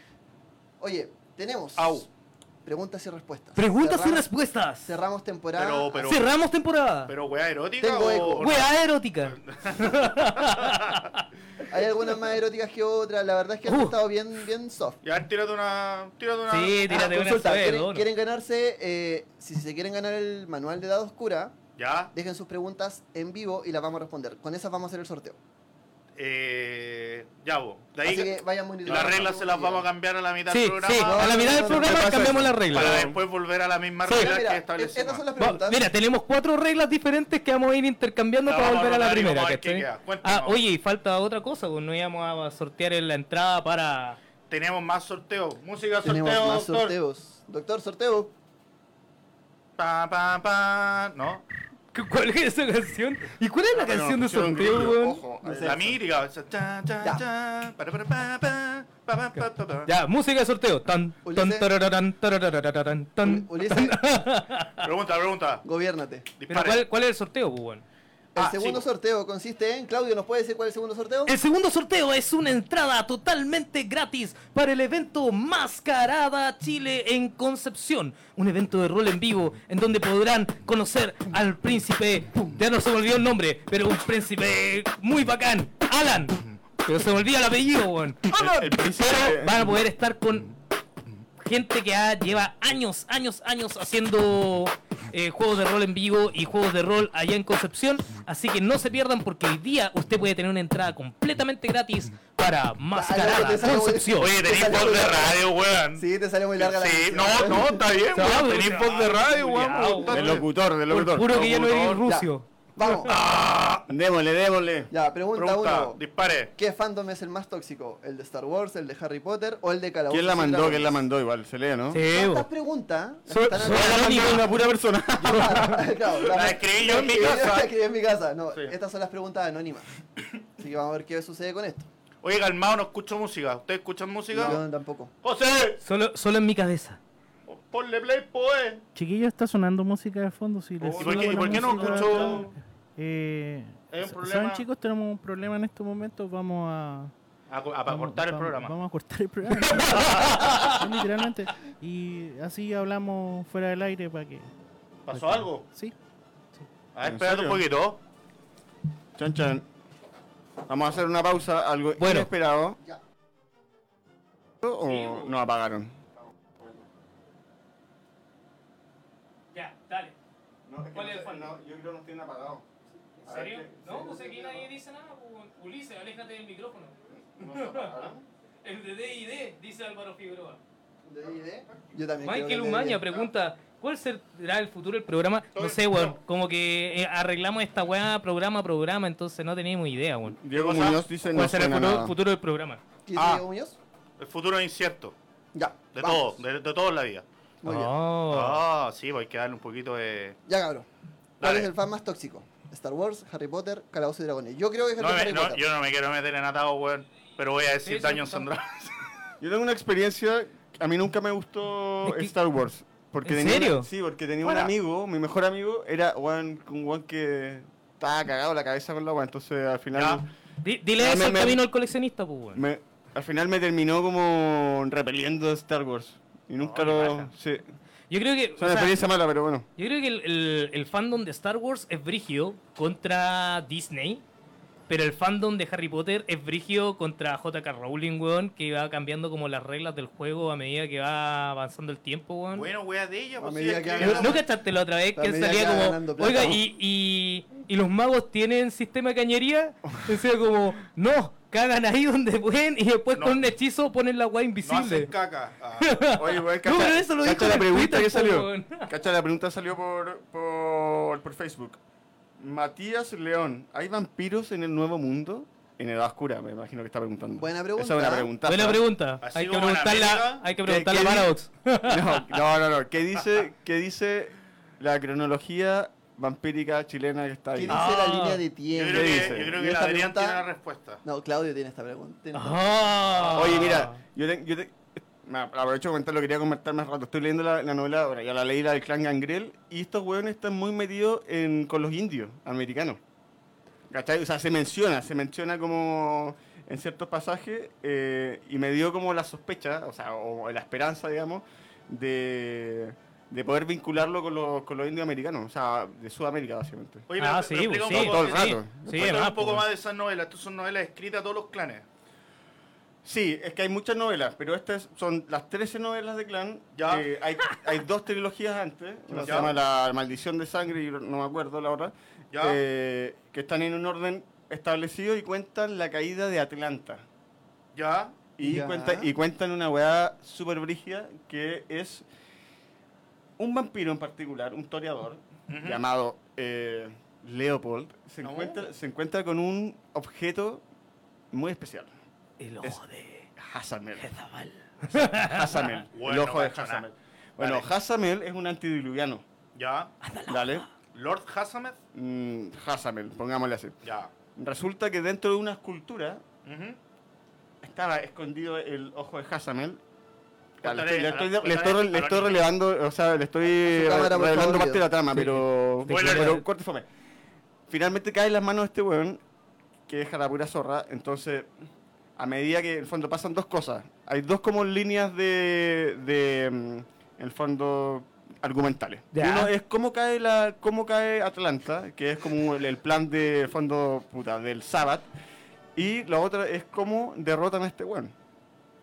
[SPEAKER 1] Oye, tenemos
[SPEAKER 2] Au.
[SPEAKER 1] preguntas y respuestas.
[SPEAKER 4] Preguntas y
[SPEAKER 1] Cerramos-
[SPEAKER 4] respuestas.
[SPEAKER 1] Cerramos temporada.
[SPEAKER 2] Pero, pues, pero,
[SPEAKER 4] Cerramos temporada.
[SPEAKER 2] pero weá erótica
[SPEAKER 1] Tengo
[SPEAKER 2] o-
[SPEAKER 1] eco.
[SPEAKER 2] o no?
[SPEAKER 4] Weá erótica.
[SPEAKER 1] Hay algunas más eróticas que otras. La verdad es que han
[SPEAKER 4] Uh.
[SPEAKER 1] estado bien, bien soft.
[SPEAKER 2] Ya, tírate una... Tírate una...
[SPEAKER 4] Sí,
[SPEAKER 1] Ah,
[SPEAKER 4] tírate una
[SPEAKER 1] consulta,
[SPEAKER 4] saber,
[SPEAKER 1] ¿quieren, quieren ganarse, eh, si se quieren ganar el manual de Dado Oscura,
[SPEAKER 2] Ya.
[SPEAKER 1] dejen sus preguntas en vivo y las vamos a responder. Con esas vamos a hacer el sorteo.
[SPEAKER 2] Eh, ya, vos. De ahí...
[SPEAKER 1] Así que vayan monitoreando.
[SPEAKER 2] las reglas se las vamos a cambiar a la mitad
[SPEAKER 4] Sí,
[SPEAKER 2] del
[SPEAKER 4] sí.
[SPEAKER 2] programa
[SPEAKER 4] A la mitad
[SPEAKER 1] No, no,
[SPEAKER 4] del
[SPEAKER 1] no,
[SPEAKER 4] programa
[SPEAKER 3] no, no,
[SPEAKER 4] cambiamos
[SPEAKER 3] no,
[SPEAKER 4] la
[SPEAKER 3] no,
[SPEAKER 4] regla.
[SPEAKER 2] para después volver a la misma
[SPEAKER 4] Sí.
[SPEAKER 2] regla
[SPEAKER 1] Mira,
[SPEAKER 2] que
[SPEAKER 1] mira,
[SPEAKER 2] establecimos.
[SPEAKER 1] estas son las
[SPEAKER 4] Va-
[SPEAKER 1] preguntas.
[SPEAKER 4] Mira, tenemos cuatro reglas diferentes que vamos a ir intercambiando
[SPEAKER 2] La
[SPEAKER 4] para
[SPEAKER 2] vamos a
[SPEAKER 4] volver a la
[SPEAKER 2] rotar y
[SPEAKER 4] primera.
[SPEAKER 2] vamos a ver qué
[SPEAKER 4] ¿cachai?
[SPEAKER 2] queda. Cuéntanos.
[SPEAKER 4] Ah, oye, y falta otra cosa, pues no íbamos a sortear en la entrada para. (laughs)
[SPEAKER 2] Tenemos más sorteos. Música sorteo,
[SPEAKER 1] Tenemos más
[SPEAKER 2] doctor.
[SPEAKER 1] sorteos. Doctor, sorteo.
[SPEAKER 2] Pa, pa, pa. No.
[SPEAKER 4] ¿Cu- ¿Cuál es esa canción? ¿Y cuál es la
[SPEAKER 3] Pero
[SPEAKER 4] canción de
[SPEAKER 3] nos pusieron
[SPEAKER 4] sorteo,
[SPEAKER 3] grillo,
[SPEAKER 4] weón?
[SPEAKER 3] ojo,
[SPEAKER 1] No sé.
[SPEAKER 2] eh, La mírica. esa, cha, cha,
[SPEAKER 1] Ya.
[SPEAKER 2] cha, para, para, pa, pa, pa, pa, pa, pa, pa.
[SPEAKER 4] Ya, música de sorteo. Tan, tan,
[SPEAKER 1] Ulises.
[SPEAKER 4] tarararán, tarararán, tan.
[SPEAKER 1] Ulises,
[SPEAKER 2] (laughs) Pregunta, pregunta.
[SPEAKER 1] gobiernate.
[SPEAKER 4] Pero
[SPEAKER 2] Dispare.
[SPEAKER 4] ¿cuál, ¿cuál es el sorteo, pues, weón?
[SPEAKER 1] El
[SPEAKER 3] Ah,
[SPEAKER 1] segundo
[SPEAKER 3] sí.
[SPEAKER 1] sorteo consiste en. Claudio, ¿nos puede decir cuál es el segundo sorteo?
[SPEAKER 4] El segundo sorteo es una entrada totalmente gratis para el evento Mascarada Chile en Concepción. Un evento de rol en vivo en donde podrán conocer al príncipe. Ya no se me olvidó el nombre, pero un príncipe muy bacán, Alan. Pero se me olvida el apellido, weón.
[SPEAKER 3] El, el príncipe-
[SPEAKER 4] Pero van a poder estar con gente que ha- lleva años, años, años haciendo eh, juegos de rol en vivo y juegos de rol allá en Concepción. Así que no se pierdan porque hoy día usted puede tener una entrada completamente gratis para
[SPEAKER 1] Ah, ya,
[SPEAKER 4] Mascarada
[SPEAKER 1] te salió,
[SPEAKER 4] Concepción.
[SPEAKER 2] Oye, tenéis
[SPEAKER 1] Esa
[SPEAKER 2] voz de
[SPEAKER 1] es la-
[SPEAKER 2] radio, weón.
[SPEAKER 1] Sí, te salió muy larga la
[SPEAKER 2] Sí,
[SPEAKER 1] canción.
[SPEAKER 2] no, no, está bien,
[SPEAKER 4] Ya,
[SPEAKER 2] weón.
[SPEAKER 4] pero
[SPEAKER 2] Tenéis
[SPEAKER 4] ya,
[SPEAKER 2] voz de radio,
[SPEAKER 4] culiao,
[SPEAKER 2] weón.
[SPEAKER 4] weón.
[SPEAKER 3] Del locutor, del locutor.
[SPEAKER 4] Puro que ya no eres
[SPEAKER 3] Locutor.
[SPEAKER 1] Ya,
[SPEAKER 4] rucio.
[SPEAKER 1] Vamos.
[SPEAKER 2] Ah,
[SPEAKER 3] Démosle, démosle.
[SPEAKER 1] Ya, pregunta, uno.
[SPEAKER 2] dispare.
[SPEAKER 1] ¿Qué fandom es el más tóxico? ¿El de Star Wars, el de Harry Potter o el de Calabozo?
[SPEAKER 3] ¿Quién la mandó? ¿Quién la mandó? Igual, se lee, ¿no?
[SPEAKER 4] Sí,
[SPEAKER 1] Estas
[SPEAKER 4] bo.
[SPEAKER 1] preguntas las
[SPEAKER 4] Soy-
[SPEAKER 1] están
[SPEAKER 4] soy
[SPEAKER 1] acá-
[SPEAKER 4] anónimo.
[SPEAKER 3] una pura persona.
[SPEAKER 1] Claro,
[SPEAKER 2] (laughs) La escribí yo en mi
[SPEAKER 1] escribí-
[SPEAKER 2] casa.
[SPEAKER 1] (laughs) la escribí en mi casa. No, estas son las preguntas anónimas. Así que vamos a ver qué sucede con esto.
[SPEAKER 2] Oye, calmado, no escucho música. ¿Ustedes escuchan música?
[SPEAKER 1] Yo tampoco.
[SPEAKER 2] José,
[SPEAKER 4] Solo, solo en mi cabeza.
[SPEAKER 2] ponle play, poe.
[SPEAKER 5] Chiquillo, está sonando música de fondo. Si les
[SPEAKER 2] Oh, ¿Y por qué,
[SPEAKER 5] suena
[SPEAKER 2] y por
[SPEAKER 5] la
[SPEAKER 2] qué no
[SPEAKER 5] música-
[SPEAKER 2] escucho?
[SPEAKER 5] Eh,
[SPEAKER 2] Hay un
[SPEAKER 5] sa-
[SPEAKER 2] problema.
[SPEAKER 5] ¿Saben, chicos? Tenemos un problema en estos momentos. Vamos a.
[SPEAKER 2] A, a- para
[SPEAKER 5] vamos-
[SPEAKER 2] cortar el
[SPEAKER 5] vamos-
[SPEAKER 2] programa.
[SPEAKER 5] Vamos a cortar el programa.
[SPEAKER 2] (laughs)
[SPEAKER 5] Sí, Literalmente. Y así hablamos fuera del aire para que.
[SPEAKER 2] ¿Pasó algo?
[SPEAKER 5] Sí.
[SPEAKER 2] A ver,
[SPEAKER 3] ¿En
[SPEAKER 2] espérate un
[SPEAKER 3] serio?
[SPEAKER 2] poquito.
[SPEAKER 3] Chan, chan. Vamos a hacer una pausa, algo
[SPEAKER 4] Bueno.
[SPEAKER 3] inesperado.
[SPEAKER 1] Ya.
[SPEAKER 3] ¿O no apagaron?
[SPEAKER 4] Ya, dale.
[SPEAKER 3] No,
[SPEAKER 4] ¿Cuál es el fondo?
[SPEAKER 3] yo creo que nos tienen apagado.
[SPEAKER 4] ¿En serio? No, pues aquí nadie dice nada. Ulises, aléjate del micrófono. El de DID, dice Álvaro Figueroa.
[SPEAKER 1] Yo también
[SPEAKER 4] Michael
[SPEAKER 1] creo que
[SPEAKER 4] Umaña
[SPEAKER 1] debería.
[SPEAKER 4] pregunta, ¿cuál será el futuro del programa? No sé, weón. Como que eh, arreglamos esta weá programa a programa, entonces no teníamos idea, weón.
[SPEAKER 3] Diego
[SPEAKER 2] ¿Qué cosa?
[SPEAKER 3] Muñoz dice no
[SPEAKER 4] ¿Cuál será el
[SPEAKER 3] suena
[SPEAKER 4] futuro,
[SPEAKER 3] nada.
[SPEAKER 4] futuro del programa?
[SPEAKER 1] ¿Quién
[SPEAKER 3] Ah.
[SPEAKER 1] es Diego Muñoz?
[SPEAKER 2] El futuro es incierto.
[SPEAKER 1] Ya.
[SPEAKER 2] De
[SPEAKER 1] vamos.
[SPEAKER 2] todo, de, de todo en la vida.
[SPEAKER 1] Muy bien.
[SPEAKER 4] Oh.
[SPEAKER 2] Ah, sí, pues hay que darle un poquito de.
[SPEAKER 1] Ya, cabrón. ¿Cuál
[SPEAKER 2] Dale.
[SPEAKER 1] es el fan más tóxico? Star Wars, Harry Potter, Calabozo y Dragones. Yo creo que es el
[SPEAKER 2] No
[SPEAKER 1] de
[SPEAKER 2] me-
[SPEAKER 1] Harry
[SPEAKER 2] no,
[SPEAKER 1] Potter.
[SPEAKER 2] yo no me quiero meter en atado, weón. Pero voy a
[SPEAKER 4] Sí,
[SPEAKER 2] decir
[SPEAKER 4] sí,
[SPEAKER 2] daño en
[SPEAKER 4] estamos-
[SPEAKER 2] Sandra.
[SPEAKER 3] Yo tengo una experiencia, a mí nunca me gustó
[SPEAKER 4] Es que-
[SPEAKER 3] Star Wars. Porque
[SPEAKER 4] ¿En
[SPEAKER 3] tenía una-
[SPEAKER 4] serio?
[SPEAKER 3] sí, porque tenía
[SPEAKER 2] Fuera.
[SPEAKER 3] un amigo, mi mejor amigo, era Juan, un Juan que estaba cagado la cabeza con la agua, entonces al final
[SPEAKER 4] Di- Dile
[SPEAKER 3] Ya,
[SPEAKER 4] eso
[SPEAKER 3] me-
[SPEAKER 4] al
[SPEAKER 3] me-
[SPEAKER 4] camino al coleccionista, pues, weón.
[SPEAKER 3] me, al final me terminó como repeliendo Star Wars. Y nunca
[SPEAKER 2] qué
[SPEAKER 3] lo...
[SPEAKER 2] paja.
[SPEAKER 3] Sí.
[SPEAKER 4] Yo creo que...
[SPEAKER 3] Es
[SPEAKER 4] o
[SPEAKER 3] una
[SPEAKER 4] sea,
[SPEAKER 3] experiencia mala, pero bueno.
[SPEAKER 4] Yo creo que el, el- el fandom de Star Wars es brigio contra Disney, pero el fandom de Harry Potter es brigio contra J.K. Rowling, weón, que va cambiando como las reglas del juego a medida que va avanzando el tiempo, weón.
[SPEAKER 2] Bueno, weón, de ella,
[SPEAKER 1] A
[SPEAKER 2] pues sí,
[SPEAKER 1] medida que
[SPEAKER 2] escribe-
[SPEAKER 1] hagan-
[SPEAKER 4] ¿No- ¿No cachaste la otra vez que
[SPEAKER 1] También ya
[SPEAKER 4] salía
[SPEAKER 1] queda
[SPEAKER 4] como,
[SPEAKER 1] ganando plata,
[SPEAKER 4] oiga,
[SPEAKER 1] ¿no?
[SPEAKER 4] y, y, y los magos tienen sistema de cañería? Decía como, no, cagan ahí donde pueden y después
[SPEAKER 2] No.
[SPEAKER 4] con un hechizo ponen la weá
[SPEAKER 2] No hacen
[SPEAKER 4] invisible. (laughs)
[SPEAKER 2] caca. Ah.
[SPEAKER 3] Oye, weón,
[SPEAKER 4] No, pero eso lo dijo
[SPEAKER 3] la
[SPEAKER 4] en
[SPEAKER 3] pregunta
[SPEAKER 4] Twitter,
[SPEAKER 3] que
[SPEAKER 4] po,
[SPEAKER 3] salió.
[SPEAKER 4] weón. (laughs)
[SPEAKER 3] Cacha, la pregunta salió por, por, por Facebook. Matías León, ¿hay vampiros en el nuevo mundo? En Edad Oscura, me imagino que está preguntando.
[SPEAKER 1] Buena
[SPEAKER 3] Esa
[SPEAKER 1] pregunta. ¿eh?
[SPEAKER 3] es una pregunta.
[SPEAKER 4] Buena pregunta.
[SPEAKER 2] Así
[SPEAKER 4] Hay que
[SPEAKER 2] como en América,
[SPEAKER 4] preguntarla, hay que
[SPEAKER 3] ¿qué-
[SPEAKER 4] preguntarla a
[SPEAKER 3] qué di-
[SPEAKER 4] Paradox.
[SPEAKER 3] No, (laughs) no, no, no. ¿Qué dice, qué dice la cronología vampírica chilena que está
[SPEAKER 1] ¿Qué
[SPEAKER 3] ahí?
[SPEAKER 1] dice
[SPEAKER 4] Ah.
[SPEAKER 1] la línea de
[SPEAKER 2] Yo
[SPEAKER 1] tiempo?
[SPEAKER 2] creo que,
[SPEAKER 3] dice?
[SPEAKER 2] yo creo
[SPEAKER 1] ¿Y
[SPEAKER 2] que el
[SPEAKER 1] esta
[SPEAKER 2] Adrián
[SPEAKER 1] pregunta?
[SPEAKER 2] tiene la respuesta.
[SPEAKER 1] No, Claudio tiene esta pregunta. Tiene esta-
[SPEAKER 4] Ah.
[SPEAKER 3] Oye, mira, yo, te- yo te- me aprovecho de comentar, lo quería comentar más rato. Estoy leyendo la, la novela, ahora ya la leí, la del clan Gangrel, y estos hueones están muy metidos en, con los indios americanos. ¿Cachai? O sea, se menciona, se menciona como en ciertos pasajes, eh, y me dio como la sospecha, o sea, o la esperanza, digamos, de, de poder vincularlo con los, con los indios americanos, o sea, de Sudamérica, básicamente.
[SPEAKER 2] Oye, pero-
[SPEAKER 4] Ah,
[SPEAKER 2] pero
[SPEAKER 4] sí,
[SPEAKER 2] explica
[SPEAKER 4] sí.
[SPEAKER 2] un poco-
[SPEAKER 3] Todo el rato.
[SPEAKER 4] Sí,
[SPEAKER 2] Cuéntame
[SPEAKER 4] además,
[SPEAKER 2] un poco
[SPEAKER 4] pues.
[SPEAKER 2] más de esas novelas. Estas son novelas escritas a todos los clanes.
[SPEAKER 3] Sí, es que hay muchas novelas, pero estas son las 13 novelas de Clan.
[SPEAKER 2] Ya.
[SPEAKER 3] Eh, hay, hay dos trilogías antes, una se
[SPEAKER 2] Ya.
[SPEAKER 3] llama La Maldición de Sangre, y no me acuerdo la otra,
[SPEAKER 2] Ya.
[SPEAKER 3] eh, que están en un orden establecido y cuentan la caída de Atlanta.
[SPEAKER 2] Ya.
[SPEAKER 3] Y,
[SPEAKER 1] Ya.
[SPEAKER 3] cuenta- y cuentan una weá súper brígida que es un vampiro en particular, un toreador,
[SPEAKER 2] Ujú.
[SPEAKER 3] llamado eh, Leopold, se,
[SPEAKER 2] No.
[SPEAKER 3] encuentra, se encuentra con un objeto muy especial.
[SPEAKER 4] El ojo de
[SPEAKER 3] Hazamel.
[SPEAKER 4] Zaval.
[SPEAKER 3] Hazamel. el
[SPEAKER 2] Bueno,
[SPEAKER 3] ojo de
[SPEAKER 2] cacho,
[SPEAKER 3] Hazamel.
[SPEAKER 2] nada.
[SPEAKER 3] Bueno,
[SPEAKER 2] Vale.
[SPEAKER 3] Hazamel es un antidiluviano.
[SPEAKER 2] Ya.
[SPEAKER 3] ¿Vale?
[SPEAKER 2] Lord Hazameth.
[SPEAKER 3] Mm, Hazamel, pongámosle así.
[SPEAKER 2] Ya.
[SPEAKER 3] Resulta que dentro de una escultura
[SPEAKER 2] Ujú.
[SPEAKER 3] estaba escondido el ojo de Hazamel. Ya, Ah, Le
[SPEAKER 2] Contaré-
[SPEAKER 3] estoy, le estoy-
[SPEAKER 2] contaré
[SPEAKER 3] le estoy-
[SPEAKER 2] a
[SPEAKER 3] le
[SPEAKER 2] los
[SPEAKER 3] estoy
[SPEAKER 2] niños.
[SPEAKER 3] relevando, o sea, le estoy
[SPEAKER 1] cámara, por
[SPEAKER 3] revelando
[SPEAKER 1] favor,
[SPEAKER 3] parte de la trama,
[SPEAKER 4] Sí.
[SPEAKER 3] pero.
[SPEAKER 4] Sí,
[SPEAKER 3] pero-
[SPEAKER 4] claro.
[SPEAKER 3] pero corte y fome. Finalmente cae en las manos de este weón, que deja la pura zorra. Entonces, a medida que en el fondo pasan dos cosas. Hay dos como líneas de, de mm, en el fondo argumentales.
[SPEAKER 4] Ya.
[SPEAKER 3] Uno es cómo cae la cómo cae Atlanta, que es como el, el plan de fondo puta del Sabbath, y la otra es cómo derrotan a este weón.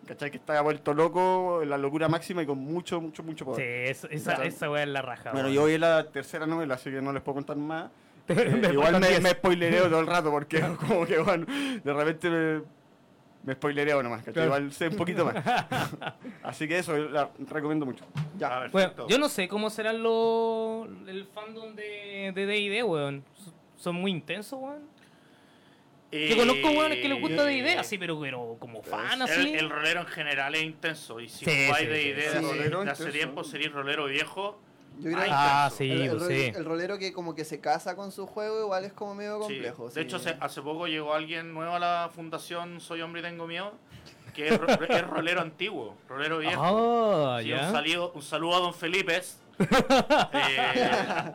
[SPEAKER 3] ¿Cachai? Que está vuelto loco, la locura máxima y con mucho, mucho, mucho
[SPEAKER 4] Sí,
[SPEAKER 3] poder.
[SPEAKER 4] eso- esa, esa weá es la raja.
[SPEAKER 3] Bueno,
[SPEAKER 4] weón. (laughs)
[SPEAKER 3] yo vi la tercera novela, así que no les puedo contar más.
[SPEAKER 4] Te-
[SPEAKER 3] Eh,
[SPEAKER 4] (laughs) me
[SPEAKER 3] igual
[SPEAKER 4] faltan
[SPEAKER 3] me,
[SPEAKER 4] diez.
[SPEAKER 3] me spoilereo todo el
[SPEAKER 4] (laughs)
[SPEAKER 3] rato porque como que bueno, de repente me, me spoilereo nomás, ¿cachai?
[SPEAKER 4] Claro.
[SPEAKER 3] igual sé un
[SPEAKER 4] (laughs)
[SPEAKER 3] poquito más. Así que eso, la recomiendo mucho.
[SPEAKER 1] Ya.
[SPEAKER 4] Bueno, yo no sé cómo serán los el fandom de de D&D, weón. S- Son muy intensos, weón. Yo conozco weones que les gusta D&D, así, pero, pero como fan, así.
[SPEAKER 2] Eh, El, el rolero en general es intenso. Y si
[SPEAKER 4] Sí, sí,
[SPEAKER 2] jugáis de
[SPEAKER 4] sí,
[SPEAKER 2] idea
[SPEAKER 1] sí.
[SPEAKER 2] de,
[SPEAKER 3] Rolero
[SPEAKER 2] de hace
[SPEAKER 3] intenso.
[SPEAKER 2] tiempo, seréis rolero viejo.
[SPEAKER 1] Yo creo
[SPEAKER 2] Ay,
[SPEAKER 1] que
[SPEAKER 4] Ah,
[SPEAKER 2] intenso.
[SPEAKER 4] sí,
[SPEAKER 1] el, el
[SPEAKER 4] pues,
[SPEAKER 1] rol-
[SPEAKER 4] sí.
[SPEAKER 1] el rolero que como que se casa con su juego igual es como medio
[SPEAKER 2] Sí.
[SPEAKER 1] complejo.
[SPEAKER 2] De
[SPEAKER 1] sí.
[SPEAKER 2] hecho, se- hace poco llegó alguien nuevo a la fundación Soy Hombre y Tengo Miedo,
[SPEAKER 4] (laughs)
[SPEAKER 2] que es, ro- es rolero antiguo, rolero viejo.
[SPEAKER 4] Ah,
[SPEAKER 2] Sí, un,
[SPEAKER 4] ya.
[SPEAKER 2] salido- un saludo a
[SPEAKER 4] (laughs)
[SPEAKER 2] don Felipe. Eh,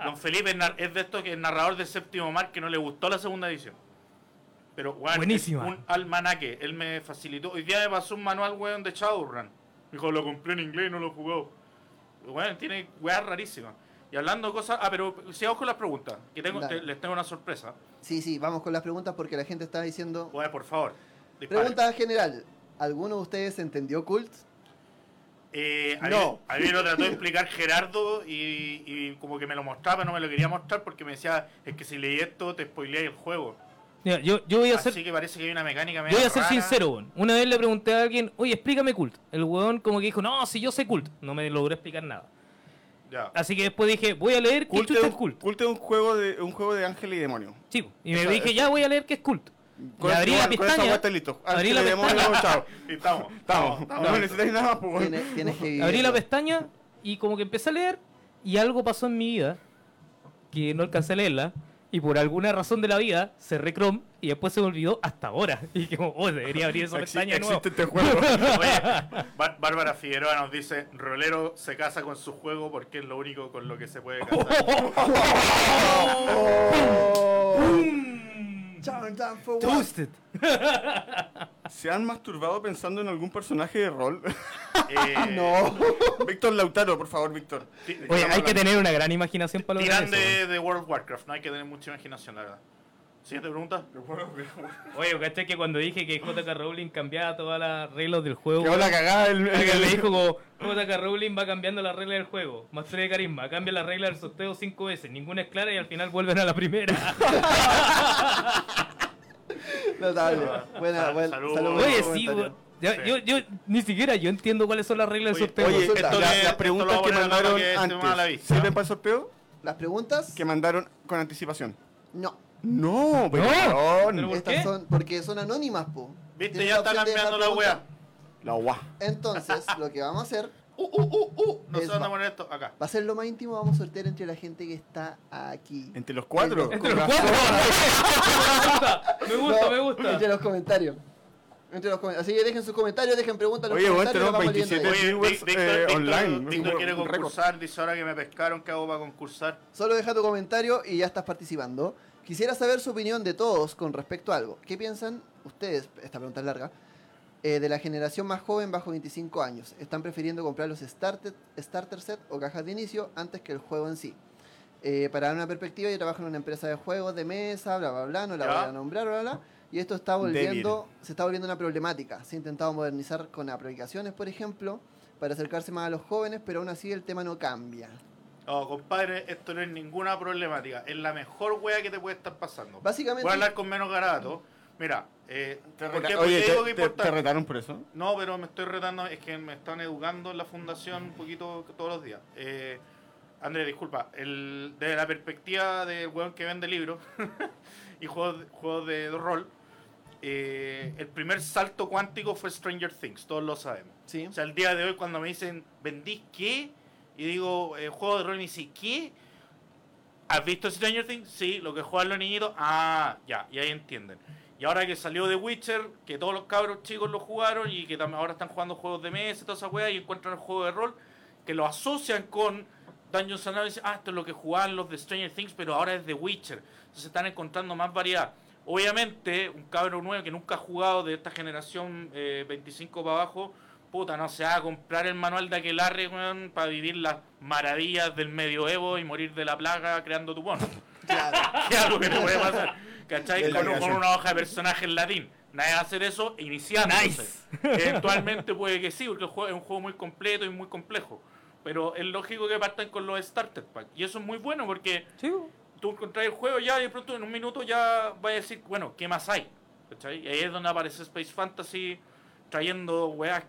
[SPEAKER 2] don Felipe es nar- es de estos que es narrador de séptimo mar que no le gustó la segunda edición. Pero, weón,
[SPEAKER 4] Buenísima.
[SPEAKER 2] es un almanaque. Él me facilitó. Hoy día me pasó un manual, weón, de Shadowrun. Me dijo, lo compré en inglés y no lo jugó. Weón, tiene weas rarísimas. Y hablando de cosas. Ah, pero sigamos con las preguntas. Que tengo,
[SPEAKER 1] Dale.
[SPEAKER 2] te- les tengo una sorpresa.
[SPEAKER 1] Sí, sí, vamos con las preguntas porque la gente está diciendo...
[SPEAKER 2] Weón, por favor. dispara.
[SPEAKER 1] Pregunta general. ¿Alguno de ustedes entendió Cult?
[SPEAKER 2] Eh, a,
[SPEAKER 1] No.
[SPEAKER 2] mí, a mí me lo trató de explicar Gerardo y, y como que me lo mostraba, pero no me lo quería mostrar porque me decía, es que si leí esto te spoileé el juego.
[SPEAKER 4] Mira, yo, yo voy a
[SPEAKER 2] Así
[SPEAKER 4] ser,
[SPEAKER 2] que parece que hay una mecánica
[SPEAKER 4] yo
[SPEAKER 2] medio
[SPEAKER 4] voy a ser
[SPEAKER 2] rara.
[SPEAKER 4] sincero, weón. Una vez le pregunté a alguien, oye, explícame cult. El weón como que dijo, no, si yo sé cult. No me logró explicar nada.
[SPEAKER 2] Ya.
[SPEAKER 4] Así que después dije, voy a leer qué
[SPEAKER 3] Cult
[SPEAKER 4] chucha
[SPEAKER 3] es un,
[SPEAKER 4] es cult.
[SPEAKER 3] Cult es un juego de un juego de ángel y demonio.
[SPEAKER 4] Chico. Y me
[SPEAKER 3] Eso-
[SPEAKER 4] dije,
[SPEAKER 3] eso-
[SPEAKER 4] ya voy a leer qué es cult. Y
[SPEAKER 3] Con-
[SPEAKER 4] abrí la
[SPEAKER 3] con- con esa
[SPEAKER 4] pestaña.
[SPEAKER 3] guata listo.
[SPEAKER 4] abrí la
[SPEAKER 3] Ángel y demonio,
[SPEAKER 4] pestaña. (laughs)
[SPEAKER 3] chao.
[SPEAKER 2] Y estamos,
[SPEAKER 3] Estamos,
[SPEAKER 2] estamos,
[SPEAKER 3] estamos. No necesitáis nada más, pues, weón.
[SPEAKER 1] Tienes, tienes que vivir.
[SPEAKER 4] Abrí la pestaña y como que empecé a leer y algo pasó en mi vida que no alcancé a leerla y por alguna razón de la vida cerré Chrome y después se me olvidó hasta ahora. (laughs) Y como, oh, debería abrir esa
[SPEAKER 3] Exi-
[SPEAKER 4] pestaña de nuevo. (laughs)
[SPEAKER 3] existe este juego.
[SPEAKER 2] Oye, Bár- Bárbara Figueroa nos dice, Rolero se casa con su juego porque es lo único con lo que se puede
[SPEAKER 4] (laughs)
[SPEAKER 2] casar.
[SPEAKER 4] ¡Oh!
[SPEAKER 1] Turn down for what?
[SPEAKER 4] Toasted.
[SPEAKER 3] ¿Se han masturbado pensando en algún personaje de rol? (laughs)
[SPEAKER 2] Eh,
[SPEAKER 1] No.
[SPEAKER 3] Víctor Lautaro, por favor, Víctor.
[SPEAKER 2] ti-
[SPEAKER 4] Oye, hay que tener una gran imaginación para lograr
[SPEAKER 2] Tiran
[SPEAKER 4] eso. weón.
[SPEAKER 2] de, de World of Warcraft, no hay que tener mucha imaginación, la verdad. ¿Siguiente pregunta?
[SPEAKER 4] Oye, ¿cachai que cuando dije que JK Rowling cambiaba todas las reglas del juego?
[SPEAKER 3] Quedó la cagada el, el-
[SPEAKER 4] (laughs) Que le dijo como, JK Rowling va cambiando las reglas del juego. Más tres de carisma, cambia las reglas del sorteo cinco veces. Ninguna es clara y al final vuelven a la
[SPEAKER 3] (laughs)
[SPEAKER 4] primera.
[SPEAKER 1] No, dale. Buena,
[SPEAKER 2] Sal-
[SPEAKER 1] buena.
[SPEAKER 2] saludos.
[SPEAKER 1] saludos,
[SPEAKER 4] Oye,
[SPEAKER 1] buen
[SPEAKER 4] sí,
[SPEAKER 1] comentario.
[SPEAKER 4] weón. Ya,
[SPEAKER 2] Sí.
[SPEAKER 4] Yo, yo ni siquiera yo entiendo cuáles son las reglas
[SPEAKER 2] Oye,
[SPEAKER 4] del sorteo. (laughs)
[SPEAKER 3] Oye,
[SPEAKER 1] Consulta.
[SPEAKER 3] esto
[SPEAKER 2] Ya, ya,
[SPEAKER 3] le- pues, las
[SPEAKER 2] esto
[SPEAKER 3] preguntas
[SPEAKER 2] lo
[SPEAKER 3] que este
[SPEAKER 2] voy a poner
[SPEAKER 3] mandaron
[SPEAKER 2] en la que se llama la
[SPEAKER 3] antes.
[SPEAKER 2] vista.
[SPEAKER 3] ¿Sirven para el sorteo?
[SPEAKER 1] Las preguntas.
[SPEAKER 3] Que mandaron con anticipación.
[SPEAKER 1] No.
[SPEAKER 3] No, pero
[SPEAKER 4] Pero bueno.
[SPEAKER 3] weón.
[SPEAKER 4] ¿Por
[SPEAKER 1] Estas
[SPEAKER 4] qué?
[SPEAKER 1] son. Porque son anónimas, po.
[SPEAKER 2] Viste,
[SPEAKER 1] Tienes la
[SPEAKER 2] ya está
[SPEAKER 1] opción de dejar
[SPEAKER 2] cambiando la
[SPEAKER 1] preguntas.
[SPEAKER 2] wea.
[SPEAKER 3] La guá.
[SPEAKER 1] Entonces, lo que vamos a hacer.
[SPEAKER 2] Uh, uh, uh, uh. No
[SPEAKER 1] Es
[SPEAKER 2] sé dónde
[SPEAKER 1] va-
[SPEAKER 2] poner esto. Acá.
[SPEAKER 1] Para hacerlo más íntimo, vamos a sortear entre la gente que está aquí.
[SPEAKER 3] Entre los cuatro.
[SPEAKER 4] Entre los cuatro.
[SPEAKER 3] (laughs)
[SPEAKER 4] me gusta,
[SPEAKER 1] No,
[SPEAKER 4] me gusta, me
[SPEAKER 1] Entre
[SPEAKER 4] gusta.
[SPEAKER 1] los comentarios. Entre los comen- Así que dejen sus comentarios, dejen preguntas. en los
[SPEAKER 3] Oye, weón,
[SPEAKER 1] comentarios,
[SPEAKER 3] tenemos
[SPEAKER 1] vamos leyendo ahí.
[SPEAKER 3] 27
[SPEAKER 2] Oye, Vic-
[SPEAKER 3] viewers,
[SPEAKER 2] Víctor,
[SPEAKER 3] eh,
[SPEAKER 2] Víctor-
[SPEAKER 3] online.
[SPEAKER 2] Víctor
[SPEAKER 3] Un
[SPEAKER 2] quiere
[SPEAKER 3] récord.
[SPEAKER 2] concursar. Dice ahora que me pescaron, ¿qué hago para concursar?
[SPEAKER 1] Solo deja tu comentario y ya estás participando. Quisiera saber su opinión de todos con respecto a algo. ¿Qué piensan ustedes, esta pregunta es larga, eh, de la generación más joven bajo 25 años? ¿Están prefiriendo comprar los starter, starter set o cajas de inicio antes que el juego en sí? Eh, para dar una perspectiva, yo trabajo en una empresa de juegos de mesa, bla, bla, bla, no la
[SPEAKER 2] Ya.
[SPEAKER 1] voy a nombrar, bla, bla. Y esto está volviendo, se está volviendo una problemática. Se ha intentado modernizar con aplicaciones, por ejemplo, para acercarse más a los jóvenes, pero aún así el tema no cambia.
[SPEAKER 2] No, compadre, esto no es ninguna problemática. Es la mejor wea que te puede estar pasando.
[SPEAKER 1] Básicamente-
[SPEAKER 2] Voy a hablar con menos garato. Mira, eh,
[SPEAKER 3] Te
[SPEAKER 2] ¿por qué?
[SPEAKER 3] reta-
[SPEAKER 2] ¿Por
[SPEAKER 3] Oye,
[SPEAKER 2] qué digo que
[SPEAKER 3] te- te-
[SPEAKER 2] importa?
[SPEAKER 3] te retaron por eso.
[SPEAKER 2] No, pero me estoy retando, es que me están educando en la fundación un poquito todos los días. Eh, Andrés, disculpa, el, desde la perspectiva del weón que vende libros (laughs) y juegos, de- juegos de rol, eh, el primer salto cuántico fue Stranger Things, todos lo sabemos.
[SPEAKER 1] ¿Sí?
[SPEAKER 2] O sea, el día de hoy cuando me dicen, ¿vendí qué? Y digo, eh, juego de rol, y me dice, ¿qué? ¿Has visto Stranger Things? Sí, lo que juegan los niñitos. Ah, ya, y ahí entienden. Y ahora que salió The Witcher, que todos los cabros chicos lo jugaron y que tam- ahora están jugando juegos de mesa y toda esa weá y encuentran el juego de rol, que lo asocian con
[SPEAKER 6] Dungeons and Dragons, ah, esto es lo que jugaban los de Stranger Things, pero ahora es de Witcher. Entonces están encontrando más variedad. Obviamente, un cabro nuevo que nunca ha jugado de esta generación eh, 25 para abajo, puta, no se va a comprar el manual de Aquelarre, weón, para vivir las maravillas del medioevo y morir de la plaga creando tu bono. (laughs)
[SPEAKER 1] Claro.
[SPEAKER 6] Que es algo que no puede pasar. ¿Cachai?
[SPEAKER 3] Es la
[SPEAKER 6] Con, un- con
[SPEAKER 3] obligación.
[SPEAKER 6] una hoja de personaje en latín. Nadie va a hacer eso iniciándose. (laughs)
[SPEAKER 4] (laughs)
[SPEAKER 6] Eventualmente puede que sí, porque el juego es un juego muy completo y muy complejo. Pero es lógico que partan con los starter pack. Y eso es muy bueno porque tú encontrás el juego ya y de pronto en un minuto ya vas a decir, bueno, ¿qué más hay? ¿Cachai? Y ahí es donde aparece Space Fantasy trayendo weas.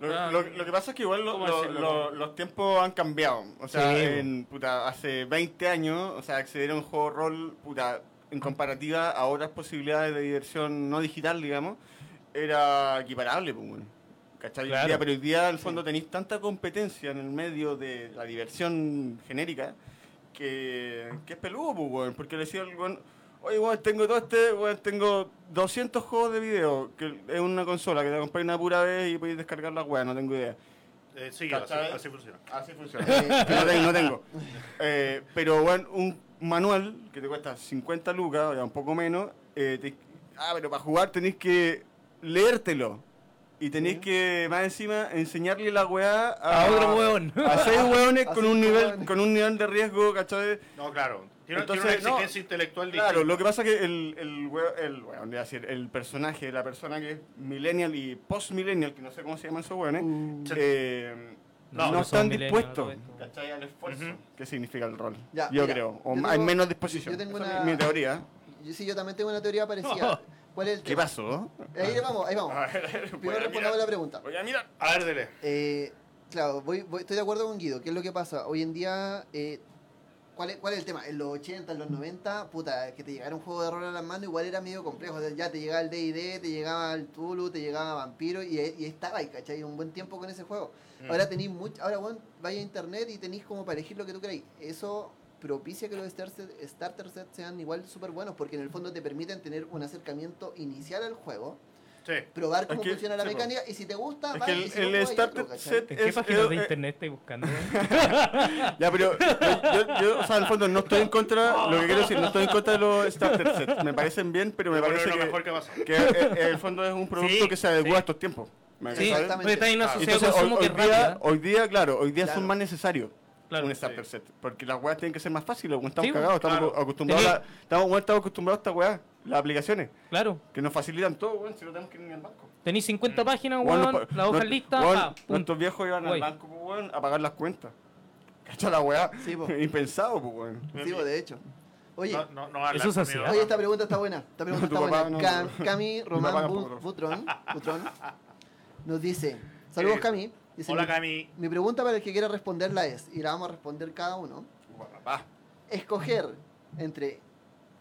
[SPEAKER 3] Lo, lo- lo que pasa es que igual
[SPEAKER 6] Ah,
[SPEAKER 3] lo-
[SPEAKER 6] ¿Cómo
[SPEAKER 3] lo-
[SPEAKER 6] decirlo?
[SPEAKER 3] lo- los tiempos han cambiado. O sea,
[SPEAKER 2] Sí.
[SPEAKER 3] en, puta, hace 20 años, o sea, acceder a un juego rol, puta, en comparativa a otras posibilidades de diversión no digital, digamos, era equiparable, pues, bueno. ¿Cachai? Hoy
[SPEAKER 2] Claro.
[SPEAKER 3] día, pero hoy día, al fondo, tenéis tanta competencia en el medio de la diversión genérica que, que es peludo, pues, weón, Porque le decía al weón, oye, weón, tengo todo este, weón, tengo 200 juegos de video, que es una consola que te compré una pura vez y podéis descargar la weá, no tengo idea.
[SPEAKER 7] Eh, sí, así,
[SPEAKER 3] ¿Cachai?
[SPEAKER 7] así funciona.
[SPEAKER 3] Así funciona. no tengo, no tengo. Eh, pero, weón, un manual que te cuesta 50 lucas, o sea, un poco menos, eh, te- ah, pero para jugar tenéis que leértelo. Y tenéis que, más encima, enseñarle la weá a,
[SPEAKER 4] A otro hueón.
[SPEAKER 3] A (laughs) seis weones
[SPEAKER 1] A
[SPEAKER 3] con
[SPEAKER 1] seis
[SPEAKER 3] un nivel
[SPEAKER 1] hueones.
[SPEAKER 3] con un nivel de riesgo, ¿cachai?
[SPEAKER 7] No, claro. Tiene, tiene
[SPEAKER 3] Entonces,
[SPEAKER 7] una
[SPEAKER 3] no.
[SPEAKER 7] exigencia intelectual
[SPEAKER 3] Claro,
[SPEAKER 7] distinta.
[SPEAKER 3] lo que pasa es que el, el, hue- el, bueno, voy a decir, el personaje, la persona que es millennial y post-millennial, que no sé cómo se llaman esos hueones, eh,
[SPEAKER 4] No,
[SPEAKER 3] no,
[SPEAKER 4] no son
[SPEAKER 3] están
[SPEAKER 4] millennial,
[SPEAKER 3] dispuestos.
[SPEAKER 4] todo esto.
[SPEAKER 3] ¿Cachai? Al esfuerzo. ¿Qué significa el rol?
[SPEAKER 1] Ya,
[SPEAKER 3] yo
[SPEAKER 1] mira,
[SPEAKER 3] creo. O
[SPEAKER 1] yo
[SPEAKER 3] hay
[SPEAKER 1] tengo-
[SPEAKER 3] menos disposición.
[SPEAKER 1] yo tengo
[SPEAKER 3] Esa
[SPEAKER 1] una-
[SPEAKER 3] es mi, mi teoría.
[SPEAKER 1] Yo, sí, yo también tengo una teoría
[SPEAKER 3] (laughs)
[SPEAKER 1] parecida. ¿Cuál es el
[SPEAKER 3] ¿Qué
[SPEAKER 1] tema?
[SPEAKER 3] pasó?
[SPEAKER 1] Ahí vamos, ahí vamos.
[SPEAKER 3] A ver, a ver, voy a
[SPEAKER 1] Primero respondamos
[SPEAKER 3] mirar.
[SPEAKER 1] la pregunta.
[SPEAKER 3] Voy a mirar.
[SPEAKER 7] A ver, dele.
[SPEAKER 1] Eh, claro, voy, voy- estoy de acuerdo con Guido. ¿Qué es lo que pasa? Hoy en día, eh, ¿cuál, es, ¿cuál es el tema? En los 80, en los 90, puta, que te llegara un juego de rol a las manos igual era medio complejo. O sea, ya te llegaba el D&D, te llegaba el Tulu, te llegaba Vampiro y, y estaba ahí, ¿cachai? Un buen tiempo con ese juego. Ahora tenéis mucho... Ahora, bueno, vaya a internet y tenéis como para elegir lo que tú queráis. Eso propicia que los starter set- starter sets sean igual súper buenos porque en el fondo te permiten tener un acercamiento inicial al juego,
[SPEAKER 7] Sí.
[SPEAKER 1] probar cómo
[SPEAKER 3] que-
[SPEAKER 1] funciona la
[SPEAKER 3] sí, po.
[SPEAKER 1] mecánica y si te gusta,
[SPEAKER 3] Es
[SPEAKER 1] vaya,
[SPEAKER 3] que
[SPEAKER 1] y
[SPEAKER 3] el,
[SPEAKER 1] si no,
[SPEAKER 3] el
[SPEAKER 1] vaya
[SPEAKER 3] starter
[SPEAKER 1] otro, ¿cachai?
[SPEAKER 3] set
[SPEAKER 4] ¿En
[SPEAKER 3] es. eh,
[SPEAKER 4] qué páginas de
[SPEAKER 3] es-
[SPEAKER 4] internet estáis buscando?
[SPEAKER 3] (laughs) Ya, pero yo, yo- yo, o sea, al fondo no estoy en contra, lo que quiero decir, no estoy en contra de los starter sets. Me parecen bien, pero me
[SPEAKER 7] Bueno,
[SPEAKER 3] parece
[SPEAKER 7] lo
[SPEAKER 3] que,
[SPEAKER 7] mejor que pasó.
[SPEAKER 3] que eh, en el fondo es un producto
[SPEAKER 4] Sí,
[SPEAKER 3] que se adecua
[SPEAKER 4] sí.
[SPEAKER 3] a estos tiempos. ¿me
[SPEAKER 4] Sí,
[SPEAKER 3] cachai?
[SPEAKER 1] Exactamente.
[SPEAKER 4] porque está en una
[SPEAKER 7] Ah,
[SPEAKER 4] sociedad de
[SPEAKER 3] Entonces, hoy,
[SPEAKER 4] consumo pues, que
[SPEAKER 3] hoy
[SPEAKER 4] es
[SPEAKER 3] día,
[SPEAKER 4] rápida.
[SPEAKER 3] hoy día, claro, hoy día
[SPEAKER 1] Claro.
[SPEAKER 3] son más necesarios
[SPEAKER 4] Claro.
[SPEAKER 3] un starter set. Porque las weas tienen que ser más fáciles, weón, estamos
[SPEAKER 4] Sí, pues,
[SPEAKER 3] cagados, estamos
[SPEAKER 7] claro.
[SPEAKER 3] acostumbrados, a la- estamos, weón, estamos acostumbrados a estas weas, las aplicaciones,
[SPEAKER 4] Claro,
[SPEAKER 3] que nos facilitan todo, weón, si no tenemos que ir ni al banco.
[SPEAKER 4] tenéis 50 páginas,
[SPEAKER 3] Weón,
[SPEAKER 4] weón,
[SPEAKER 3] no pa-
[SPEAKER 4] la hoja
[SPEAKER 3] Mm. pues, no-
[SPEAKER 4] lista,
[SPEAKER 3] weón,
[SPEAKER 4] pa, punto.
[SPEAKER 3] nuestros viejos iban al
[SPEAKER 4] Wey.
[SPEAKER 3] banco, pues, weón, a pagar las cuentas. ¿Cacha la wea?
[SPEAKER 1] Sí, po.
[SPEAKER 3] (laughs) Impensado, pues, weón.
[SPEAKER 1] Sí, pues, de hecho. Oye,
[SPEAKER 7] No, no, no habla
[SPEAKER 4] Eso es
[SPEAKER 7] conmigo,
[SPEAKER 4] así. ¿eh?
[SPEAKER 7] mamá.
[SPEAKER 1] oye, esta pregunta está buena. Esta
[SPEAKER 3] (laughs)
[SPEAKER 1] pregunta
[SPEAKER 3] tu
[SPEAKER 1] está
[SPEAKER 3] papá
[SPEAKER 1] buena.
[SPEAKER 3] (laughs) no.
[SPEAKER 1] Cam- Cami
[SPEAKER 3] papá
[SPEAKER 1] Román Bu-
[SPEAKER 3] tampoco.
[SPEAKER 1] Butrón,
[SPEAKER 3] (laughs)
[SPEAKER 1] Butrón nos dice, saludos
[SPEAKER 7] Eh,
[SPEAKER 1] Cami. Dice,
[SPEAKER 7] Hola,
[SPEAKER 1] mi,
[SPEAKER 7] Cami.
[SPEAKER 1] mi pregunta para el que quiera responderla es, y la vamos a responder cada uno,
[SPEAKER 3] Papá.
[SPEAKER 1] escoger entre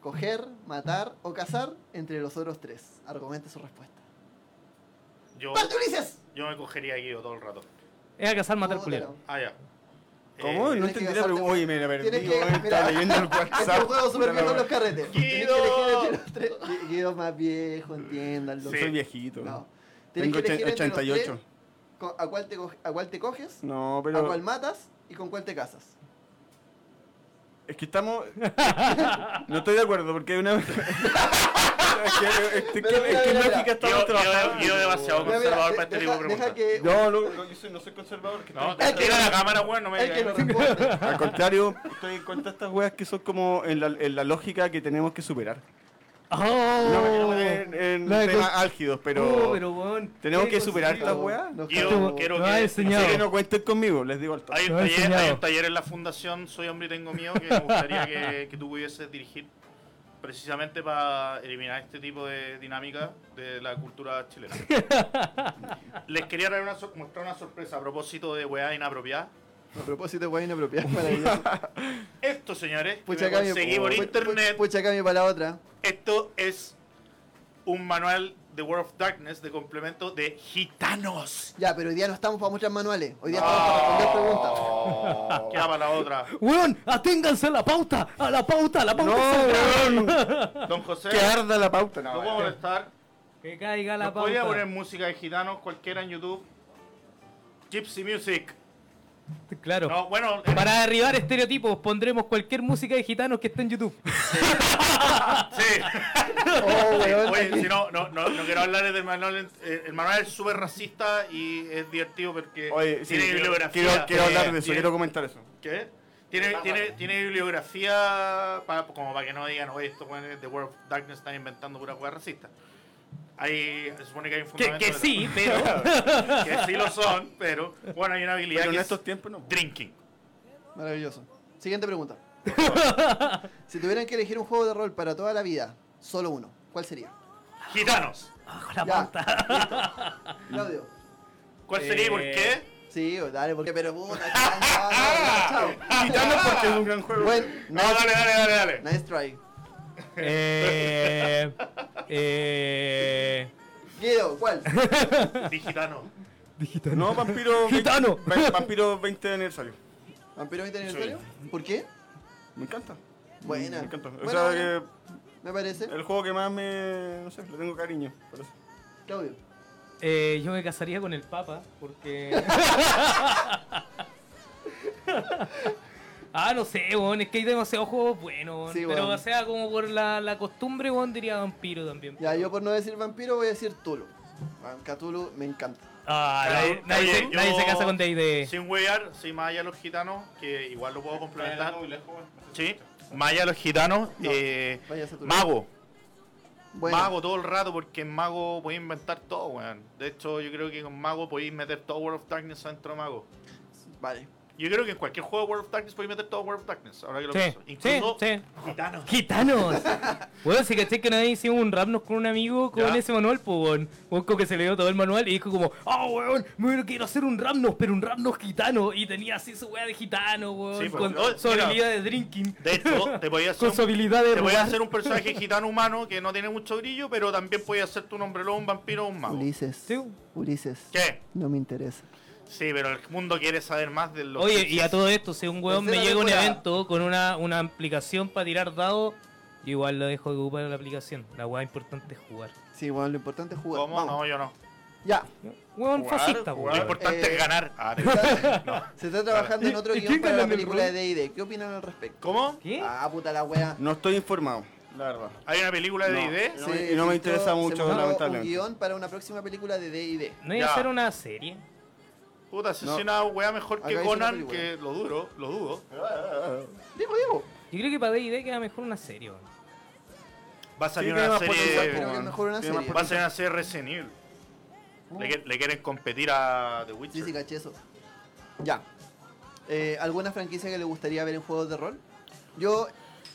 [SPEAKER 1] coger, matar o cazar entre los otros tres. Argumente su respuesta.
[SPEAKER 7] Yo,
[SPEAKER 1] ¡Parte Ulises!
[SPEAKER 7] yo me cogería a Guido todo el rato.
[SPEAKER 4] Es a cazar, matar,
[SPEAKER 1] Puta,
[SPEAKER 4] culiar.
[SPEAKER 1] no.
[SPEAKER 7] Ah, ya.
[SPEAKER 3] ¿Cómo?
[SPEAKER 7] Eh,
[SPEAKER 3] no
[SPEAKER 1] tienes que
[SPEAKER 3] entendí la pregunta.
[SPEAKER 1] casarte-
[SPEAKER 3] Oye, me la perdí,
[SPEAKER 1] tienes que-
[SPEAKER 3] weón,
[SPEAKER 1] mira,
[SPEAKER 3] estaba leyendo el WhatsApp.
[SPEAKER 1] (laughs) Este juego
[SPEAKER 3] Puta
[SPEAKER 1] súper
[SPEAKER 3] la
[SPEAKER 1] bien con
[SPEAKER 3] wea.
[SPEAKER 1] los carretes. Tenés
[SPEAKER 7] Guido.
[SPEAKER 1] que elegir entre los tres. Gui- Guido más viejo, entiéndanlo.
[SPEAKER 7] Sí.
[SPEAKER 3] Soy viejito.
[SPEAKER 1] No. Tenés
[SPEAKER 3] Tengo
[SPEAKER 1] que elegir entre los
[SPEAKER 3] 88.
[SPEAKER 1] tres, co- ¿A cuál te, co- a cuál te coges?
[SPEAKER 3] No,
[SPEAKER 1] ¿A
[SPEAKER 3] pero.
[SPEAKER 1] Ah, cuál matas? ¿Y con cuál te casas?
[SPEAKER 3] Es que estamos. Eh, no estoy de acuerdo porque hay una. es que, (laughs) es que-
[SPEAKER 1] Pero mira,
[SPEAKER 3] es que
[SPEAKER 1] mira,
[SPEAKER 3] lógica
[SPEAKER 1] mira.
[SPEAKER 3] estamos
[SPEAKER 7] Guido-
[SPEAKER 3] trabajando.
[SPEAKER 7] Guido- Guido demasiado
[SPEAKER 1] Mira, mira,
[SPEAKER 7] conservador
[SPEAKER 1] de-
[SPEAKER 7] para este tipo
[SPEAKER 1] deja,
[SPEAKER 7] de
[SPEAKER 1] deja
[SPEAKER 7] preguntas.
[SPEAKER 1] que
[SPEAKER 3] No, no, no, yo soy- no soy conservador. que
[SPEAKER 7] No,
[SPEAKER 3] estoy-
[SPEAKER 1] el que-
[SPEAKER 7] tira la cámara, weón, no me
[SPEAKER 1] el que nos
[SPEAKER 7] digas.
[SPEAKER 1] responde.
[SPEAKER 3] Al contrario, estoy en contra de estas weas que son como en la, en la lógica que tenemos que superar. No me quiero
[SPEAKER 4] ¡Oh!
[SPEAKER 2] Eh,
[SPEAKER 3] poner en, en
[SPEAKER 4] La de
[SPEAKER 3] temas
[SPEAKER 4] cons-
[SPEAKER 3] álgidos, pero.
[SPEAKER 4] Oh, pero weón,
[SPEAKER 3] tenemos
[SPEAKER 4] qué
[SPEAKER 3] que superar
[SPEAKER 4] consentido.
[SPEAKER 3] estas weas.
[SPEAKER 1] Nos
[SPEAKER 7] Guido,
[SPEAKER 1] jugamos.
[SPEAKER 7] quiero
[SPEAKER 4] Lo
[SPEAKER 7] que.
[SPEAKER 4] ha
[SPEAKER 3] Así
[SPEAKER 4] diseñado.
[SPEAKER 3] que no cuenten conmigo, les digo al toque.
[SPEAKER 7] Hay un,
[SPEAKER 4] Lo ha
[SPEAKER 7] taller, hay
[SPEAKER 4] enseñado.
[SPEAKER 7] un taller en la Fundación Soy Hombre y Tengo Miedo que me gustaría que, que tú pudieses dirigir precisamente para eliminar este tipo de dinámica de la cultura
[SPEAKER 4] (laughs)
[SPEAKER 7] chilena. Les quería traer una sor- mostrar una sorpresa a propósito de weá inapropiada.
[SPEAKER 1] A propósito, guay inapropiada.
[SPEAKER 7] (laughs)
[SPEAKER 1] Maravilloso.
[SPEAKER 7] Esto, señores, que
[SPEAKER 1] Pucha
[SPEAKER 7] me
[SPEAKER 1] cambio.
[SPEAKER 7] conseguí por
[SPEAKER 1] pu- pu-
[SPEAKER 7] internet,
[SPEAKER 1] Pucha cambio para la otra.
[SPEAKER 7] esto es un manual de World of Darkness de complemento de gitanos.
[SPEAKER 1] Ya, pero hoy día no estamos para mostrar manuales. Hoy día estamos para responder preguntas.
[SPEAKER 3] Oh.
[SPEAKER 7] Queda para la otra.
[SPEAKER 4] Weón, aténganse a la pauta, a la pauta, a la pauta.
[SPEAKER 3] No, weón,
[SPEAKER 7] Don José,
[SPEAKER 3] que arda la pauta.
[SPEAKER 7] no
[SPEAKER 3] No,
[SPEAKER 7] puedo molestar.
[SPEAKER 4] Que caiga la
[SPEAKER 7] Nos podría
[SPEAKER 4] pauta.
[SPEAKER 7] poner música de gitanos cualquiera en YouTube. Gypsy Music.
[SPEAKER 4] Claro.
[SPEAKER 8] No, bueno, eh,
[SPEAKER 4] Para derribar estereotipos, pondremos cualquier música de gitanos que está en YouTube.
[SPEAKER 3] (laughs)
[SPEAKER 8] sí.
[SPEAKER 1] Oh, weón.
[SPEAKER 2] Oye, si no, no, no, no quiero hablar del manual. eh, El manual es súper racista y es divertido porque
[SPEAKER 3] Oye, sí,
[SPEAKER 2] tiene
[SPEAKER 3] quiero,
[SPEAKER 2] bibliografía.
[SPEAKER 3] quiero- quiero hablar de eso,
[SPEAKER 2] tiene-
[SPEAKER 3] quiero comentar eso.
[SPEAKER 2] ¿Qué? Tiene, tiene, tiene bibliografía pa- como para que no digan, oye, estos weones de World of Darkness están inventando pura hueá racista. Hay, se supone que hay un
[SPEAKER 4] Que,
[SPEAKER 2] fundamento.
[SPEAKER 4] que
[SPEAKER 2] detrás.
[SPEAKER 4] sí, pero.
[SPEAKER 2] (laughs) que sí lo son, pero bueno, hay una habilidad
[SPEAKER 3] Pero en
[SPEAKER 2] que
[SPEAKER 3] estos
[SPEAKER 2] es
[SPEAKER 3] tiempos no.
[SPEAKER 2] drinking.
[SPEAKER 1] Maravilloso. Siguiente pregunta. si tuvieran que elegir un juego de rol para toda la vida, solo uno, ¿cuál sería?
[SPEAKER 2] Gitanos.
[SPEAKER 1] Ya.
[SPEAKER 4] la pauta.
[SPEAKER 1] Claudio.
[SPEAKER 2] ¿Cuál sería y por
[SPEAKER 4] Eh,
[SPEAKER 2] qué?
[SPEAKER 1] Sí, dale, porque pero puta, chao, no, no, no, chao.
[SPEAKER 3] Gitanos porque es un gran juego.
[SPEAKER 1] Buen,
[SPEAKER 2] No, dale, dale, dale, dale.
[SPEAKER 1] nice try.
[SPEAKER 4] Eh, eh,
[SPEAKER 1] Guido, ¿cuál?
[SPEAKER 4] (laughs)
[SPEAKER 2] Di gitano.
[SPEAKER 3] No, vampiro.
[SPEAKER 4] Gitano.
[SPEAKER 3] 20, vampiro 20 de aniversario.
[SPEAKER 1] ¿Vampiro 20 aniversario? ¿Por qué?
[SPEAKER 3] Me encanta.
[SPEAKER 1] Buena.
[SPEAKER 3] Me encanta. O
[SPEAKER 1] Buena,
[SPEAKER 3] sea, que
[SPEAKER 1] Me parece.
[SPEAKER 3] el juego que más me. No sé, le tengo cariño. por eso.
[SPEAKER 1] Claudio.
[SPEAKER 4] eh, yo me casaría con el Papa porque. ah, no sé, weón. Es que hay demasiados juegos buenos, weón.
[SPEAKER 1] Sí,
[SPEAKER 4] pero
[SPEAKER 1] weón.
[SPEAKER 4] o sea como por la, la costumbre, weón, diría vampiro también.
[SPEAKER 1] Ya, yo por no decir vampiro voy a decir Tulu. Cthulhu me encanta.
[SPEAKER 4] Ah,
[SPEAKER 2] Claro,
[SPEAKER 4] nadie, nadie
[SPEAKER 2] oye,
[SPEAKER 4] se,
[SPEAKER 2] yo-
[SPEAKER 4] nadie se casa con D&D.
[SPEAKER 2] Sin wear, sin más allá de los gitanos, que igual lo puedo complementar.
[SPEAKER 8] Sí. Maya los gitanos.
[SPEAKER 1] No.
[SPEAKER 8] eh,
[SPEAKER 1] Vaya a
[SPEAKER 8] mago.
[SPEAKER 1] Bueno,
[SPEAKER 2] Mago todo el rato, porque en Mago podéis inventar todo, weón. De hecho, yo creo que con Mago podéis meter todo World of Darkness dentro de Mago.
[SPEAKER 1] Vale.
[SPEAKER 2] Yo creo que en cualquier juego de World of Darkness podéis meter todo World of Darkness, ahora que lo
[SPEAKER 4] Sí,
[SPEAKER 2] pienso.
[SPEAKER 4] sí,
[SPEAKER 2] Incluso
[SPEAKER 4] sí.
[SPEAKER 2] gitanos. (laughs)
[SPEAKER 4] ¡Gitanos! Weón, si caché que una vez hicimos un rapnos con un amigo con
[SPEAKER 2] Ya.
[SPEAKER 4] ese manual, pues, weón. Weón, como que se le dio todo el manual y dijo como, ¡Ah, weón! Me quiero hacer un rapnos, pero un rapnos gitano. Y tenía así su weá de gitano, weón.
[SPEAKER 2] Sí, pues,
[SPEAKER 4] con
[SPEAKER 2] no,
[SPEAKER 4] su
[SPEAKER 2] mira.
[SPEAKER 4] habilidad de drinking.
[SPEAKER 2] De hecho, te
[SPEAKER 4] (laughs)
[SPEAKER 2] podéis hacer
[SPEAKER 4] con su
[SPEAKER 2] un,
[SPEAKER 4] habilidad de
[SPEAKER 2] te podéis
[SPEAKER 4] robar.
[SPEAKER 2] hacer un personaje gitano humano que no tiene mucho brillo, pero también podías hacerte un hombre lobo, un vampiro o un mago.
[SPEAKER 1] Ulises.
[SPEAKER 4] Sí.
[SPEAKER 1] Ulises.
[SPEAKER 2] ¿Qué?
[SPEAKER 1] No me interesa.
[SPEAKER 2] Sí, pero el mundo quiere saber más de los.
[SPEAKER 4] Oye, y a todo esto, si un weón me
[SPEAKER 1] Tercera
[SPEAKER 4] llega a un
[SPEAKER 1] temporada.
[SPEAKER 4] evento con una, una aplicación para tirar dados, yo igual lo dejo de ocupar la aplicación. La weá importante es jugar.
[SPEAKER 1] Sí, bueno, lo importante es jugar.
[SPEAKER 2] ¿Cómo?
[SPEAKER 1] Vamos.
[SPEAKER 2] No, yo no.
[SPEAKER 1] Ya.
[SPEAKER 4] Weón
[SPEAKER 3] Jugar,
[SPEAKER 4] fascista,
[SPEAKER 3] jugar.
[SPEAKER 4] weón.
[SPEAKER 2] Importante
[SPEAKER 1] Eh,
[SPEAKER 2] es ganar. (laughs) Ah, te-
[SPEAKER 1] Se está trabajando en otro
[SPEAKER 4] ¿Y
[SPEAKER 1] guión
[SPEAKER 4] quién
[SPEAKER 1] para
[SPEAKER 4] gana
[SPEAKER 1] la
[SPEAKER 4] en el
[SPEAKER 1] película
[SPEAKER 4] rol?
[SPEAKER 1] de D&D. E. ¿Qué opinan al respecto?
[SPEAKER 2] ¿Cómo?
[SPEAKER 4] ¿Qué?
[SPEAKER 1] Ah, puta la wea.
[SPEAKER 3] No estoy informado, la verdad.
[SPEAKER 2] ¿Hay una película de
[SPEAKER 3] No.
[SPEAKER 2] ID?
[SPEAKER 3] Y no me- y no me interesa
[SPEAKER 1] se
[SPEAKER 3] mucho,
[SPEAKER 1] mostró
[SPEAKER 3] lamentablemente.
[SPEAKER 1] un guión para una próxima película de D&D.
[SPEAKER 4] ¿No iba
[SPEAKER 2] Ya.
[SPEAKER 4] a ser una serie?
[SPEAKER 2] Puta, si es una weá mejor
[SPEAKER 1] Acá
[SPEAKER 2] que
[SPEAKER 1] dice
[SPEAKER 2] Conan,
[SPEAKER 1] una película.
[SPEAKER 2] que lo duro, lo dudo.
[SPEAKER 1] Digo, digo.
[SPEAKER 4] Yo creo que para D&D queda mejor una serie, weón.
[SPEAKER 2] Va a salir
[SPEAKER 3] tiene
[SPEAKER 2] una
[SPEAKER 3] más
[SPEAKER 2] serie.
[SPEAKER 3] potencial,
[SPEAKER 1] Creo que es mejor una
[SPEAKER 3] Tiene más
[SPEAKER 1] serie.
[SPEAKER 2] Va a salir una serie Resident Evil. Le, que- le quieren competir a The
[SPEAKER 1] Sí,
[SPEAKER 2] Witcher.
[SPEAKER 1] Uh. sí, caché eso. Ya. Eh, ¿Alguna franquicia que le gustaría ver en juegos de rol? Yo,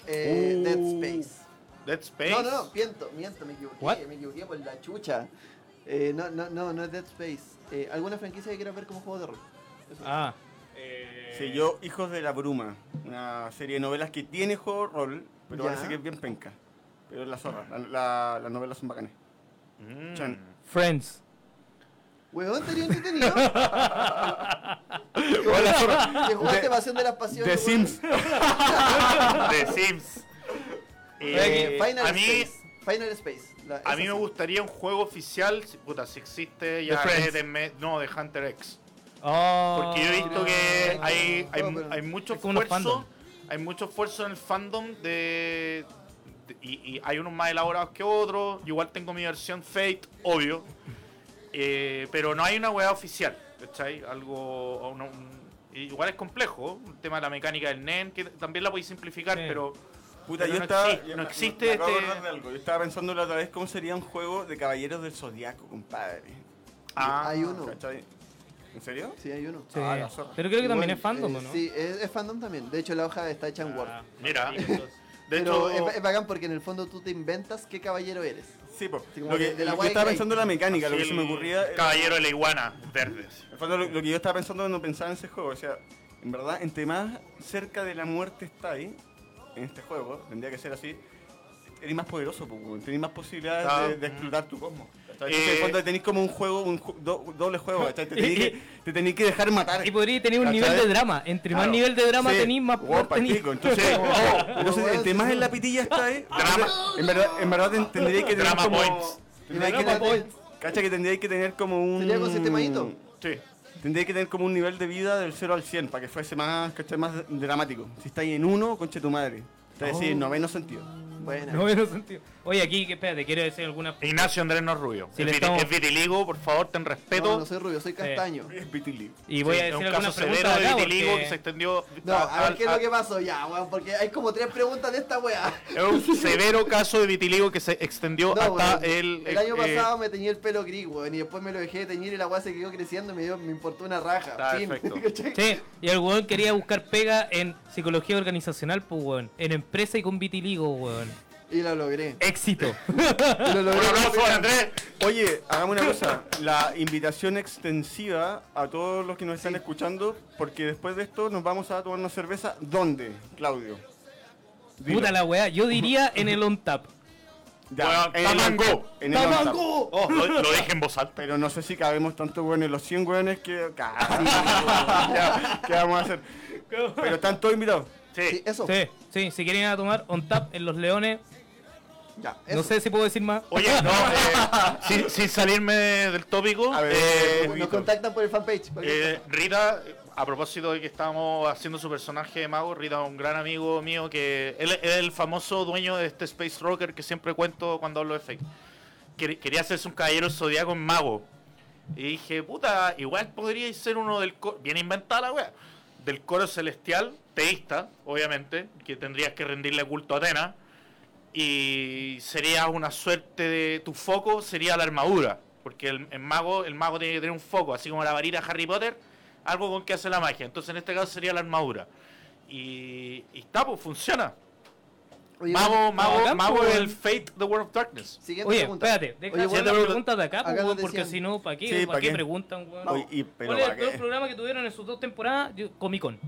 [SPEAKER 1] eh,
[SPEAKER 3] Uh,
[SPEAKER 1] Dead Space.
[SPEAKER 2] Dead Space.
[SPEAKER 1] No, no, no, miento, miento, me equivoqué.
[SPEAKER 4] What?
[SPEAKER 1] Me equivoqué por la chucha. Eh, no, no, no, no es Dead Space. Eh, ¿Alguna franquicia que quieras ver como juego de rol?
[SPEAKER 4] Ah,
[SPEAKER 3] Sí, yo, Hijos de la Bruma, una serie de novelas que tiene juego de rol, pero
[SPEAKER 1] Ya.
[SPEAKER 3] parece que es bien penca. Pero es la zorra, la- la- las novelas son bacanes.
[SPEAKER 2] Mm.
[SPEAKER 3] Chan.
[SPEAKER 4] Friends.
[SPEAKER 1] Weón, estaría
[SPEAKER 3] (laughs)
[SPEAKER 1] entretenido.
[SPEAKER 3] Hola, zorra.
[SPEAKER 1] (laughs) Que jugaste
[SPEAKER 3] De-
[SPEAKER 1] Pasión de las Pasiones.
[SPEAKER 3] The
[SPEAKER 1] weón.
[SPEAKER 3] Sims.
[SPEAKER 2] The Sims.
[SPEAKER 1] Eh,
[SPEAKER 2] Eh,
[SPEAKER 1] Final
[SPEAKER 2] a mí,
[SPEAKER 1] Space. Final Space. la-
[SPEAKER 2] a
[SPEAKER 1] esa
[SPEAKER 2] mí me
[SPEAKER 1] sí.
[SPEAKER 2] gustaría un juego oficial. si- Puta, si existe ya.
[SPEAKER 9] The Friends.
[SPEAKER 2] de- no, de Hunter X.
[SPEAKER 4] Oh,
[SPEAKER 2] Porque yo he visto que
[SPEAKER 1] Ah,
[SPEAKER 2] hay, hay,
[SPEAKER 1] no, pero-
[SPEAKER 2] hay mucho
[SPEAKER 4] Es como unos fandom.
[SPEAKER 2] esfuerzo. Hay mucho esfuerzo en el fandom de. de- y, y hay unos más elaborados que otros. Yo Igual tengo mi versión Fate, obvio. Eh, pero no hay una weá oficial. ¿Cachai? Algo. o no- un- igual es complejo. El tema de la mecánica del NEN, que también la podéis simplificar,
[SPEAKER 4] Sí.
[SPEAKER 2] pero.
[SPEAKER 3] Puta,
[SPEAKER 2] Pero
[SPEAKER 3] yo
[SPEAKER 2] no
[SPEAKER 3] estaba.
[SPEAKER 2] exi-
[SPEAKER 3] yo
[SPEAKER 2] no
[SPEAKER 3] me-
[SPEAKER 2] existe
[SPEAKER 3] me acabo de
[SPEAKER 2] este-
[SPEAKER 3] acordar de algo. Yo estaba pensando la otra vez cómo sería un juego de Caballeros del Zodiaco, compadre.
[SPEAKER 2] Ah,
[SPEAKER 1] Hay uno.
[SPEAKER 3] ¿Cachai? ¿En serio?
[SPEAKER 1] Sí, hay uno.
[SPEAKER 4] Sí.
[SPEAKER 3] Ah, la zorra.
[SPEAKER 4] Pero creo que también
[SPEAKER 1] Igual,
[SPEAKER 4] es fandom,
[SPEAKER 1] eh,
[SPEAKER 4] ¿o ¿no?
[SPEAKER 1] Sí, es, es fandom también. De hecho, la hoja está hecha en Word.
[SPEAKER 2] mira. De
[SPEAKER 1] Pero
[SPEAKER 2] Ah. hecho,
[SPEAKER 1] es, ba- es bacán porque en el fondo tú te inventas qué caballero eres.
[SPEAKER 3] Sí, pues.
[SPEAKER 1] Sí, como
[SPEAKER 3] Lo
[SPEAKER 1] de-
[SPEAKER 3] que,
[SPEAKER 1] de la
[SPEAKER 3] lo que
[SPEAKER 1] guay
[SPEAKER 3] estaba
[SPEAKER 1] que hay.
[SPEAKER 3] pensando en la mecánica, lo que
[SPEAKER 2] así
[SPEAKER 3] se me
[SPEAKER 2] el
[SPEAKER 3] ocurría. eh, era-
[SPEAKER 2] Caballero de la iguana, verdes.
[SPEAKER 3] En fondo, lo, lo que yo estaba pensando cuando pensaba en ese juego, o sea, en verdad, entre más cerca de la muerte estáis en este juego, tendría que ser así, eres más poderoso, pues, weón, tenés más posibilidades
[SPEAKER 2] Ah.
[SPEAKER 3] de, de explotar tu cosmos. ¿cachai?
[SPEAKER 2] Eh.
[SPEAKER 3] Entonces, en fondo, tenés como un juego, un ju- do- doble juego,
[SPEAKER 2] (laughs)
[SPEAKER 3] ¿cachai? Te tenés, que, te tenés que dejar matar.
[SPEAKER 4] Y podría tener un
[SPEAKER 3] ¿Cachai?
[SPEAKER 4] nivel de drama. Entre más
[SPEAKER 3] Claro.
[SPEAKER 4] nivel de drama
[SPEAKER 3] Sí,
[SPEAKER 4] tenís, más
[SPEAKER 3] weón,
[SPEAKER 4] poder tenís.
[SPEAKER 3] palpico, Entonces, oh, entonces,
[SPEAKER 1] weón,
[SPEAKER 3] entre
[SPEAKER 1] sí,
[SPEAKER 3] más
[SPEAKER 1] sí.
[SPEAKER 3] en la pitilla estáis,
[SPEAKER 2] Drama.
[SPEAKER 3] en verdad, en verdad ten- tendríais que tener
[SPEAKER 2] Ah, Drama
[SPEAKER 3] como...
[SPEAKER 2] points.
[SPEAKER 3] tendríais que
[SPEAKER 1] Imagínate,
[SPEAKER 3] tener- ¿Cachai? Que tendríais que tener como un...
[SPEAKER 1] Sería con sistemadito.
[SPEAKER 2] Sí.
[SPEAKER 3] Tendría que tener como un nivel de vida del 0 al 100 para que fuese más, ¿cachai? más dramático. Si estáis en 1, conche tu madre. Te decís, no noveno sentido.
[SPEAKER 1] Buena.
[SPEAKER 4] (laughs) No veo sentido. Oye, aquí, que espérate, quiero decir alguna.
[SPEAKER 10] Ignacio Andrés no es rubio.
[SPEAKER 4] Sí,
[SPEAKER 10] es,
[SPEAKER 4] le
[SPEAKER 10] viti-
[SPEAKER 4] estamos-
[SPEAKER 10] es vitiligo, por favor, ten respeto.
[SPEAKER 1] No, no soy rubio, soy
[SPEAKER 2] (laughs)
[SPEAKER 1] castaño.
[SPEAKER 3] Es vitiligo.
[SPEAKER 4] Y voy
[SPEAKER 10] Sí,
[SPEAKER 4] a
[SPEAKER 10] es
[SPEAKER 4] decir
[SPEAKER 10] un
[SPEAKER 4] alguna
[SPEAKER 10] caso
[SPEAKER 4] pregunta.
[SPEAKER 10] severo de
[SPEAKER 4] acá,
[SPEAKER 10] vitiligo
[SPEAKER 4] porque-
[SPEAKER 10] que se extendió.
[SPEAKER 1] No,
[SPEAKER 10] a-
[SPEAKER 1] a ver
[SPEAKER 10] a-
[SPEAKER 1] qué es
[SPEAKER 10] a-
[SPEAKER 1] lo que pasó ya, weón, porque hay como tres preguntas de esta weá.
[SPEAKER 10] Es
[SPEAKER 1] (laughs)
[SPEAKER 10] un severo caso de vitiligo que se extendió
[SPEAKER 1] No,
[SPEAKER 10] hasta
[SPEAKER 1] weón,
[SPEAKER 10] el.
[SPEAKER 1] el año
[SPEAKER 10] eh,
[SPEAKER 1] pasado me teñí el pelo gris, weón, y después me lo dejé de teñir y la weá se quedó creciendo y me, dio, me importó una raja.
[SPEAKER 10] Está
[SPEAKER 1] Fin.
[SPEAKER 10] perfecto.
[SPEAKER 1] (laughs) ¿Cachai?
[SPEAKER 4] Sí, y el weón quería buscar pega en psicología organizacional, pues weón. En empresa y con vitiligo, weón.
[SPEAKER 1] Y lo logré.
[SPEAKER 4] Éxito.
[SPEAKER 1] Y lo
[SPEAKER 10] (laughs)
[SPEAKER 1] logré.
[SPEAKER 10] Un aplauso para Andrés.
[SPEAKER 3] Oye, hagamos una cosa. La invitación extensiva a todos los que nos están escuchando, porque después de esto nos vamos a tomar una cerveza. ¿Dónde, Claudio? Dilo.
[SPEAKER 4] Puta la weá. Yo diría en el on tap.
[SPEAKER 3] Ya,
[SPEAKER 10] Weón,
[SPEAKER 3] en el
[SPEAKER 10] Tamango.
[SPEAKER 3] Onta- en el Onta.
[SPEAKER 10] ¡Tamango! Oh, lo, lo dije en voz alta.
[SPEAKER 3] Pero no sé si cabemos tantos hueones, los 100 hueones que. Ya, ¿Qué vamos a hacer? Pero están todos invitados.
[SPEAKER 1] Sí,
[SPEAKER 10] Oh,
[SPEAKER 1] eso.
[SPEAKER 4] Sí, sí, si quieren ir a tomar on tap en los leones.
[SPEAKER 1] Ya,
[SPEAKER 4] No
[SPEAKER 1] eso.
[SPEAKER 4] sé si puedo decir más.
[SPEAKER 10] Oye, no, eh, sin, sin salirme del tópico,
[SPEAKER 3] A ver,
[SPEAKER 10] eh,
[SPEAKER 1] Nos contactan por el fanpage. porque-
[SPEAKER 2] Eh, Rita, a propósito de que estábamos haciendo su personaje de mago, Rita es un gran amigo mío que él es el famoso dueño de este Space Rocker que siempre cuento cuando hablo de fake. Quer- Quería hacerse un caballero zodiaco en mago. Y dije, puta, igual podría ser uno del coro. Bien inventada la wea. Del coro celestial, teísta, obviamente, que tendrías que rendirle culto a Atena. Y sería una suerte de. Tu foco sería la armadura. Porque el, el mago, el mago tiene que tener un foco, así como la varita Harry Potter, algo con que hace la magia. Entonces en este caso sería la armadura. Y, y está, pues funciona.
[SPEAKER 1] Oye,
[SPEAKER 2] Mago, mago,
[SPEAKER 4] bacán,
[SPEAKER 2] mago
[SPEAKER 4] pues.
[SPEAKER 2] es el Fate the World of Darkness.
[SPEAKER 1] Siguiente
[SPEAKER 4] Oye,
[SPEAKER 1] pregunta.
[SPEAKER 4] espérate, deja
[SPEAKER 1] Oye,
[SPEAKER 4] hacer
[SPEAKER 1] bueno,
[SPEAKER 4] las preguntas de acá,
[SPEAKER 1] acá
[SPEAKER 4] pues,
[SPEAKER 1] nos
[SPEAKER 4] weón, porque
[SPEAKER 1] decían-
[SPEAKER 4] si no, ¿para qué?
[SPEAKER 3] Sí,
[SPEAKER 4] ¿Para
[SPEAKER 3] ¿pa'
[SPEAKER 4] qué
[SPEAKER 3] qué?
[SPEAKER 4] preguntan, weón?
[SPEAKER 3] Oye, y- pero
[SPEAKER 4] ¿Cuál es
[SPEAKER 3] ¿pa'
[SPEAKER 4] el peor
[SPEAKER 3] qué?
[SPEAKER 4] programa que tuvieron en sus dos temporadas? Yo- Comic Con.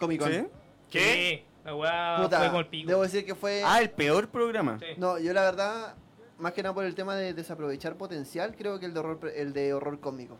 [SPEAKER 1] Comic Con.
[SPEAKER 3] ¿Sí?
[SPEAKER 2] ¿Qué?
[SPEAKER 4] Sí, la weá Ah, fue
[SPEAKER 1] Puta,
[SPEAKER 4] con el pico.
[SPEAKER 1] debo decir que fue...
[SPEAKER 3] Ah, el peor programa.
[SPEAKER 4] Sí.
[SPEAKER 1] No, yo la verdad, más que nada por el tema de desaprovechar potencial, creo que el de horror, pre- el de horror Eh, cósmico.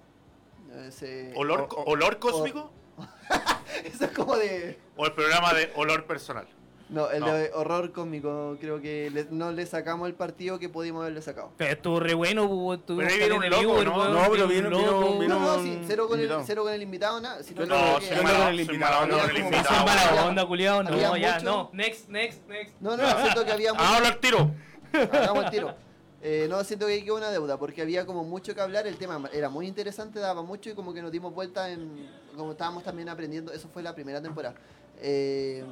[SPEAKER 1] Ese,
[SPEAKER 2] ¿Olor,
[SPEAKER 1] o- o-
[SPEAKER 2] olor cósmico?
[SPEAKER 1] (laughs) Eso es como de...
[SPEAKER 2] ¿O el programa de olor personal?
[SPEAKER 1] No, el
[SPEAKER 2] No.
[SPEAKER 1] de horror cósmico, creo que le- no le sacamos el partido que pudimos haberle sacado.
[SPEAKER 4] Pero estuvo re bueno, weón. Estuvo
[SPEAKER 2] Pero ahí
[SPEAKER 4] caleta
[SPEAKER 2] viene un
[SPEAKER 4] de
[SPEAKER 2] loco,
[SPEAKER 4] viewer,
[SPEAKER 2] ¿no?
[SPEAKER 4] weón,
[SPEAKER 3] No, pero
[SPEAKER 4] un
[SPEAKER 3] viene- viene
[SPEAKER 4] loco.
[SPEAKER 3] un- viene
[SPEAKER 1] No,
[SPEAKER 3] un-
[SPEAKER 1] no, sí, cero con, el,
[SPEAKER 3] invitado.
[SPEAKER 1] cero con el invitado, nada. sino
[SPEAKER 3] Yo
[SPEAKER 1] que-
[SPEAKER 3] no,
[SPEAKER 2] No,
[SPEAKER 1] que-
[SPEAKER 2] soy
[SPEAKER 3] yo
[SPEAKER 2] mala
[SPEAKER 3] no-
[SPEAKER 2] onda,
[SPEAKER 3] soy
[SPEAKER 2] soy mala onda con el
[SPEAKER 1] había-
[SPEAKER 4] No
[SPEAKER 2] invitado.
[SPEAKER 4] sean mala
[SPEAKER 1] Había-
[SPEAKER 4] onda, culiao. No,
[SPEAKER 1] había
[SPEAKER 4] ya,
[SPEAKER 1] mucho-
[SPEAKER 4] no. Next, next, next.
[SPEAKER 1] No, no, siento que había
[SPEAKER 2] Ah, olor tiro.
[SPEAKER 1] Hagamos el tiro. Eh, no, siento que ahí quedó una deuda, porque había como mucho que hablar, el tema era muy interesante, daba mucho y como que nos dimos vuelta en... Como estábamos también aprendiendo, eso fue la primera temporada. Eh,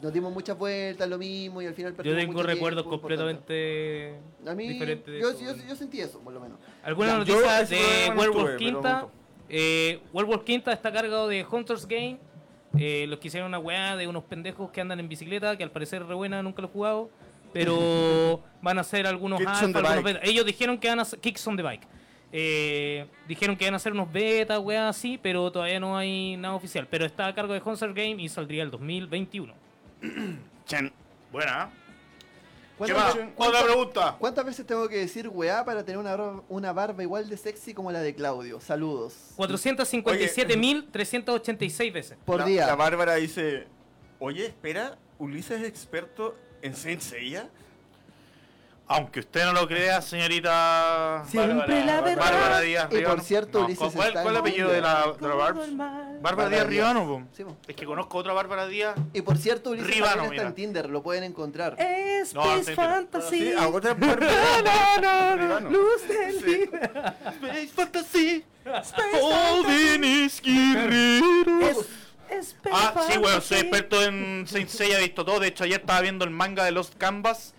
[SPEAKER 1] nos dimos muchas vueltas, lo mismo, y al final
[SPEAKER 4] Yo
[SPEAKER 1] perdimos
[SPEAKER 4] tengo
[SPEAKER 1] mucho
[SPEAKER 4] recuerdos
[SPEAKER 1] tiempo, por
[SPEAKER 4] completamente
[SPEAKER 1] tanto. A mí,
[SPEAKER 4] diferentes. de
[SPEAKER 1] yo,
[SPEAKER 4] eso,
[SPEAKER 1] yo,
[SPEAKER 4] weón.
[SPEAKER 1] yo sentí eso, por lo menos.
[SPEAKER 4] Algunas
[SPEAKER 3] Ya, yo
[SPEAKER 4] noticias
[SPEAKER 3] ese
[SPEAKER 4] de
[SPEAKER 3] programa no
[SPEAKER 4] Werewolf
[SPEAKER 3] estuve, pero me
[SPEAKER 4] Quinta.
[SPEAKER 3] gustó.
[SPEAKER 4] Eh, Werewolf Quinta está cargado de Hunters Game. Eh, los que hicieron una weá de unos pendejos que andan en bicicleta, que al parecer es re buena, nunca lo he jugado.
[SPEAKER 3] (laughs)
[SPEAKER 4] Pero van a hacer algunos
[SPEAKER 3] Kicks
[SPEAKER 4] alfa,
[SPEAKER 3] on the
[SPEAKER 4] algunos
[SPEAKER 3] bike.
[SPEAKER 4] beta. Ellos dijeron que van a hacer Kicks on the Bike. Eh, dijeron que van a hacer unos beta, weá así, pero todavía no hay nada oficial. Pero está a cargo de Hunters Game y saldría el 2021.
[SPEAKER 3] Chen.
[SPEAKER 2] Buena. ¿Qué
[SPEAKER 1] ¿Cuántas,
[SPEAKER 2] más?
[SPEAKER 1] veces-
[SPEAKER 2] Otra
[SPEAKER 1] cuántas-
[SPEAKER 2] pregunta.
[SPEAKER 1] cuántas veces tengo que decir weá para tener una, ro- una barba igual de sexy como la de Claudio? Saludos.
[SPEAKER 4] 457.386 veces.
[SPEAKER 1] Por
[SPEAKER 3] la,
[SPEAKER 1] día.
[SPEAKER 3] La Bárbara dice: Oye, espera, Ulises es experto en Senseiya.
[SPEAKER 2] Aunque usted no lo crea, señorita.
[SPEAKER 4] Siempre la
[SPEAKER 2] Bárbara Díaz
[SPEAKER 1] Y
[SPEAKER 2] Rivano.
[SPEAKER 1] por cierto, Ulises
[SPEAKER 2] ¿Cuál
[SPEAKER 1] está
[SPEAKER 2] cuál es el
[SPEAKER 1] en
[SPEAKER 2] apellido
[SPEAKER 1] Tinder.
[SPEAKER 2] de la, de la Barb? Bárbara Díaz Rivano, po.
[SPEAKER 1] Sí, po.
[SPEAKER 2] Es que conozco otra Bárbara Díaz.
[SPEAKER 1] Y por cierto, Ulises
[SPEAKER 2] Rivano,
[SPEAKER 1] también está
[SPEAKER 2] mira.
[SPEAKER 1] en Tinder, lo pueden encontrar.
[SPEAKER 2] No, Ah, Space
[SPEAKER 3] Sí, a otra Bárbara. Rivano.
[SPEAKER 2] Space Fantasy. Holden is guerreros. Ah, sí, weón, soy experto en Saint Seiya, he visto todo. De hecho, ayer estaba viendo el manga de Lost Canvas,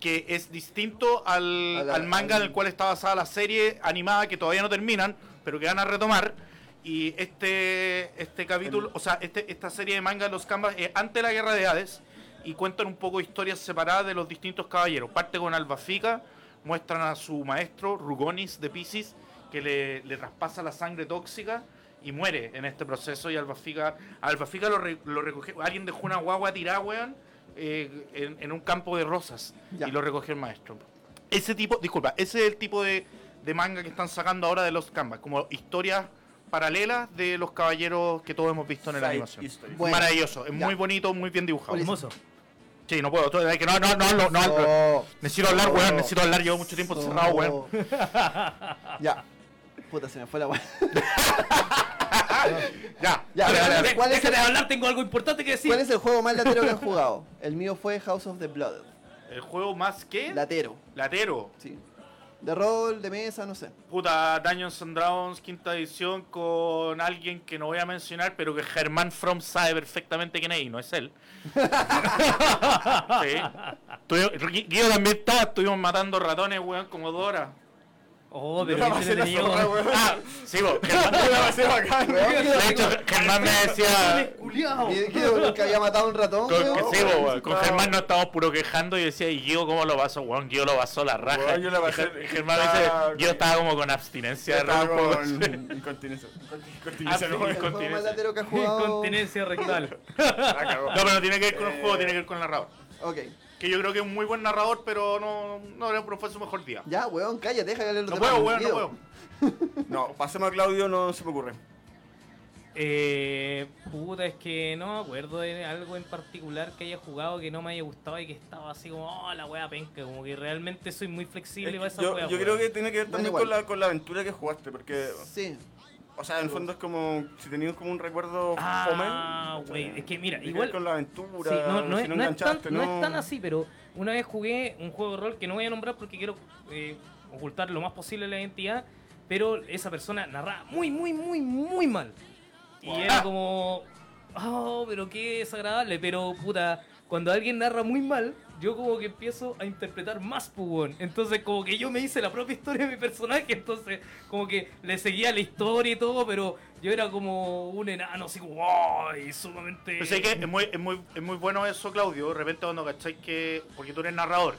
[SPEAKER 2] que es distinto al,
[SPEAKER 1] A la-
[SPEAKER 2] al manga
[SPEAKER 1] al-
[SPEAKER 2] en el cual está basada la serie animada que todavía no terminan, pero que van a retomar. Y este, este capítulo, o sea, este, esta serie de manga de Lost Canvas es ante la guerra de Hades y cuentan un poco historias separadas de los distintos caballeros. Parte con Albafica, muestran a su maestro, Rugonis de Pisces, que le, le traspasa la sangre tóxica y muere en este proceso. Y Albafica, Albafica lo, re- lo recogió, alguien dejó una guagua tirada, weón, eh, en, en un campo de rosas
[SPEAKER 1] Ya.
[SPEAKER 2] y lo recogió el maestro. Ese tipo, disculpa, ese es el tipo de, de manga que están sacando ahora de los Canvas, como historias paralelas de los caballeros que todos hemos visto en la
[SPEAKER 3] Side
[SPEAKER 2] animación.
[SPEAKER 3] history.
[SPEAKER 1] Bueno,
[SPEAKER 2] Maravilloso, es
[SPEAKER 1] ya.
[SPEAKER 2] muy bonito, muy bien dibujado.
[SPEAKER 4] Hermoso.
[SPEAKER 2] Sí, no puedo. todo- es que No, no, no, no, no,
[SPEAKER 1] Oh,
[SPEAKER 2] Necesito hablar,
[SPEAKER 1] oh,
[SPEAKER 2] weón. Necesito hablar. Llevo mucho tiempo
[SPEAKER 1] oh.
[SPEAKER 2] cerrado, weón.
[SPEAKER 1] Ya. Puta, se me fue la weón.
[SPEAKER 11] Ya,
[SPEAKER 1] Ya,
[SPEAKER 11] dale, dale,
[SPEAKER 1] pero-
[SPEAKER 11] dale.
[SPEAKER 1] ¿cuál es
[SPEAKER 4] Déjame
[SPEAKER 1] el-
[SPEAKER 4] hablar, tengo algo importante que decir.
[SPEAKER 1] ¿Cuál es el juego más latero que han jugado? El mío fue House of the Blood.
[SPEAKER 2] El juego más que.
[SPEAKER 1] Latero,
[SPEAKER 2] Latero.
[SPEAKER 1] sí. De rol, de mesa, no sé.
[SPEAKER 2] Puta, Dungeons and Dragons, quinta edición, con alguien que no voy a mencionar, pero que Germán From sabe perfectamente quién es y no es
[SPEAKER 3] (laughs)
[SPEAKER 2] él. sí. Estuvimos- Gui- Guido también está, estuvimos matando ratones, weón, como dos horas.
[SPEAKER 4] Oh, pero qué entretenido.
[SPEAKER 2] Ah, sí, vos,
[SPEAKER 3] (laughs)
[SPEAKER 2] Germán. De hecho, Germán me decía.
[SPEAKER 4] Culeado.
[SPEAKER 1] Y que, que había matado a un ratón,
[SPEAKER 2] Con,
[SPEAKER 1] weón.
[SPEAKER 2] que sí, po, weón. Con Germán nos estábamos puro quejando y decía, ¿y Guido cómo lo pasó? Weón, Guido lo pasó la raja.
[SPEAKER 3] Weón, yo la
[SPEAKER 2] Y
[SPEAKER 3] pasé-
[SPEAKER 2] Ger- y Germán
[SPEAKER 3] estaba-
[SPEAKER 2] dice, yo estaba como con abstinencia de
[SPEAKER 3] Estaba
[SPEAKER 2] ropa, weón.
[SPEAKER 3] con incontinencia.
[SPEAKER 4] Ah,
[SPEAKER 2] (laughs)
[SPEAKER 3] Incontinencia, no,
[SPEAKER 1] El juego más latero que han jugado.
[SPEAKER 4] Incontinencia rectal.
[SPEAKER 3] la cagó.
[SPEAKER 2] No, pero no tiene que ver con
[SPEAKER 1] Eh.
[SPEAKER 2] el juego, tiene que ver con el narrador.
[SPEAKER 1] Ok.
[SPEAKER 2] Que yo creo que es un muy buen narrador, pero no, no, no fue su mejor día.
[SPEAKER 1] Ya, weón, cállate, déjale los
[SPEAKER 2] No
[SPEAKER 1] demás,
[SPEAKER 2] puedo, weón, no
[SPEAKER 1] Guido.
[SPEAKER 2] puedo.
[SPEAKER 3] No, pasemos a Claudio, no se me ocurre.
[SPEAKER 4] Eh, puta, es que no me acuerdo de algo en particular que haya jugado que no me haya gustado y que estaba así como, oh, la wea penca. Como que realmente soy muy
[SPEAKER 3] Es
[SPEAKER 4] flexible
[SPEAKER 3] que
[SPEAKER 4] para esa
[SPEAKER 3] yo
[SPEAKER 4] wea.
[SPEAKER 3] yo
[SPEAKER 4] weón.
[SPEAKER 3] creo que tiene que ver también
[SPEAKER 1] igual.
[SPEAKER 3] con la, con la aventura que jugaste, porque,
[SPEAKER 1] Sí.
[SPEAKER 3] o sea, en el fondo es como si tenías como un recuerdo
[SPEAKER 4] Ah,
[SPEAKER 3] fome.
[SPEAKER 4] güey, es que mira,
[SPEAKER 3] Tiene que
[SPEAKER 4] igual.
[SPEAKER 3] ver con la aventura,
[SPEAKER 4] Sí, no, no
[SPEAKER 3] si
[SPEAKER 4] es, no es tan,
[SPEAKER 3] enganchaste,
[SPEAKER 4] no es tan así, pero una vez jugué un juego de rol que no voy a nombrar porque quiero eh, ocultar lo más posible la identidad, pero esa persona narraba muy, muy, muy, muy mal. Y era como, oh, pero qué desagradable, pero puta, cuando alguien narra muy mal, yo como que empiezo a interpretar más pugón. Entonces como que yo me hice la propia historia de mi personaje, entonces como que le seguía la historia y todo, pero yo era como un enano así como, ay, sumamente...
[SPEAKER 2] Pero sé que es muy, es, muy, es muy bueno eso, Claudio. De repente cuando cacháis que... Porque tú eres narrador.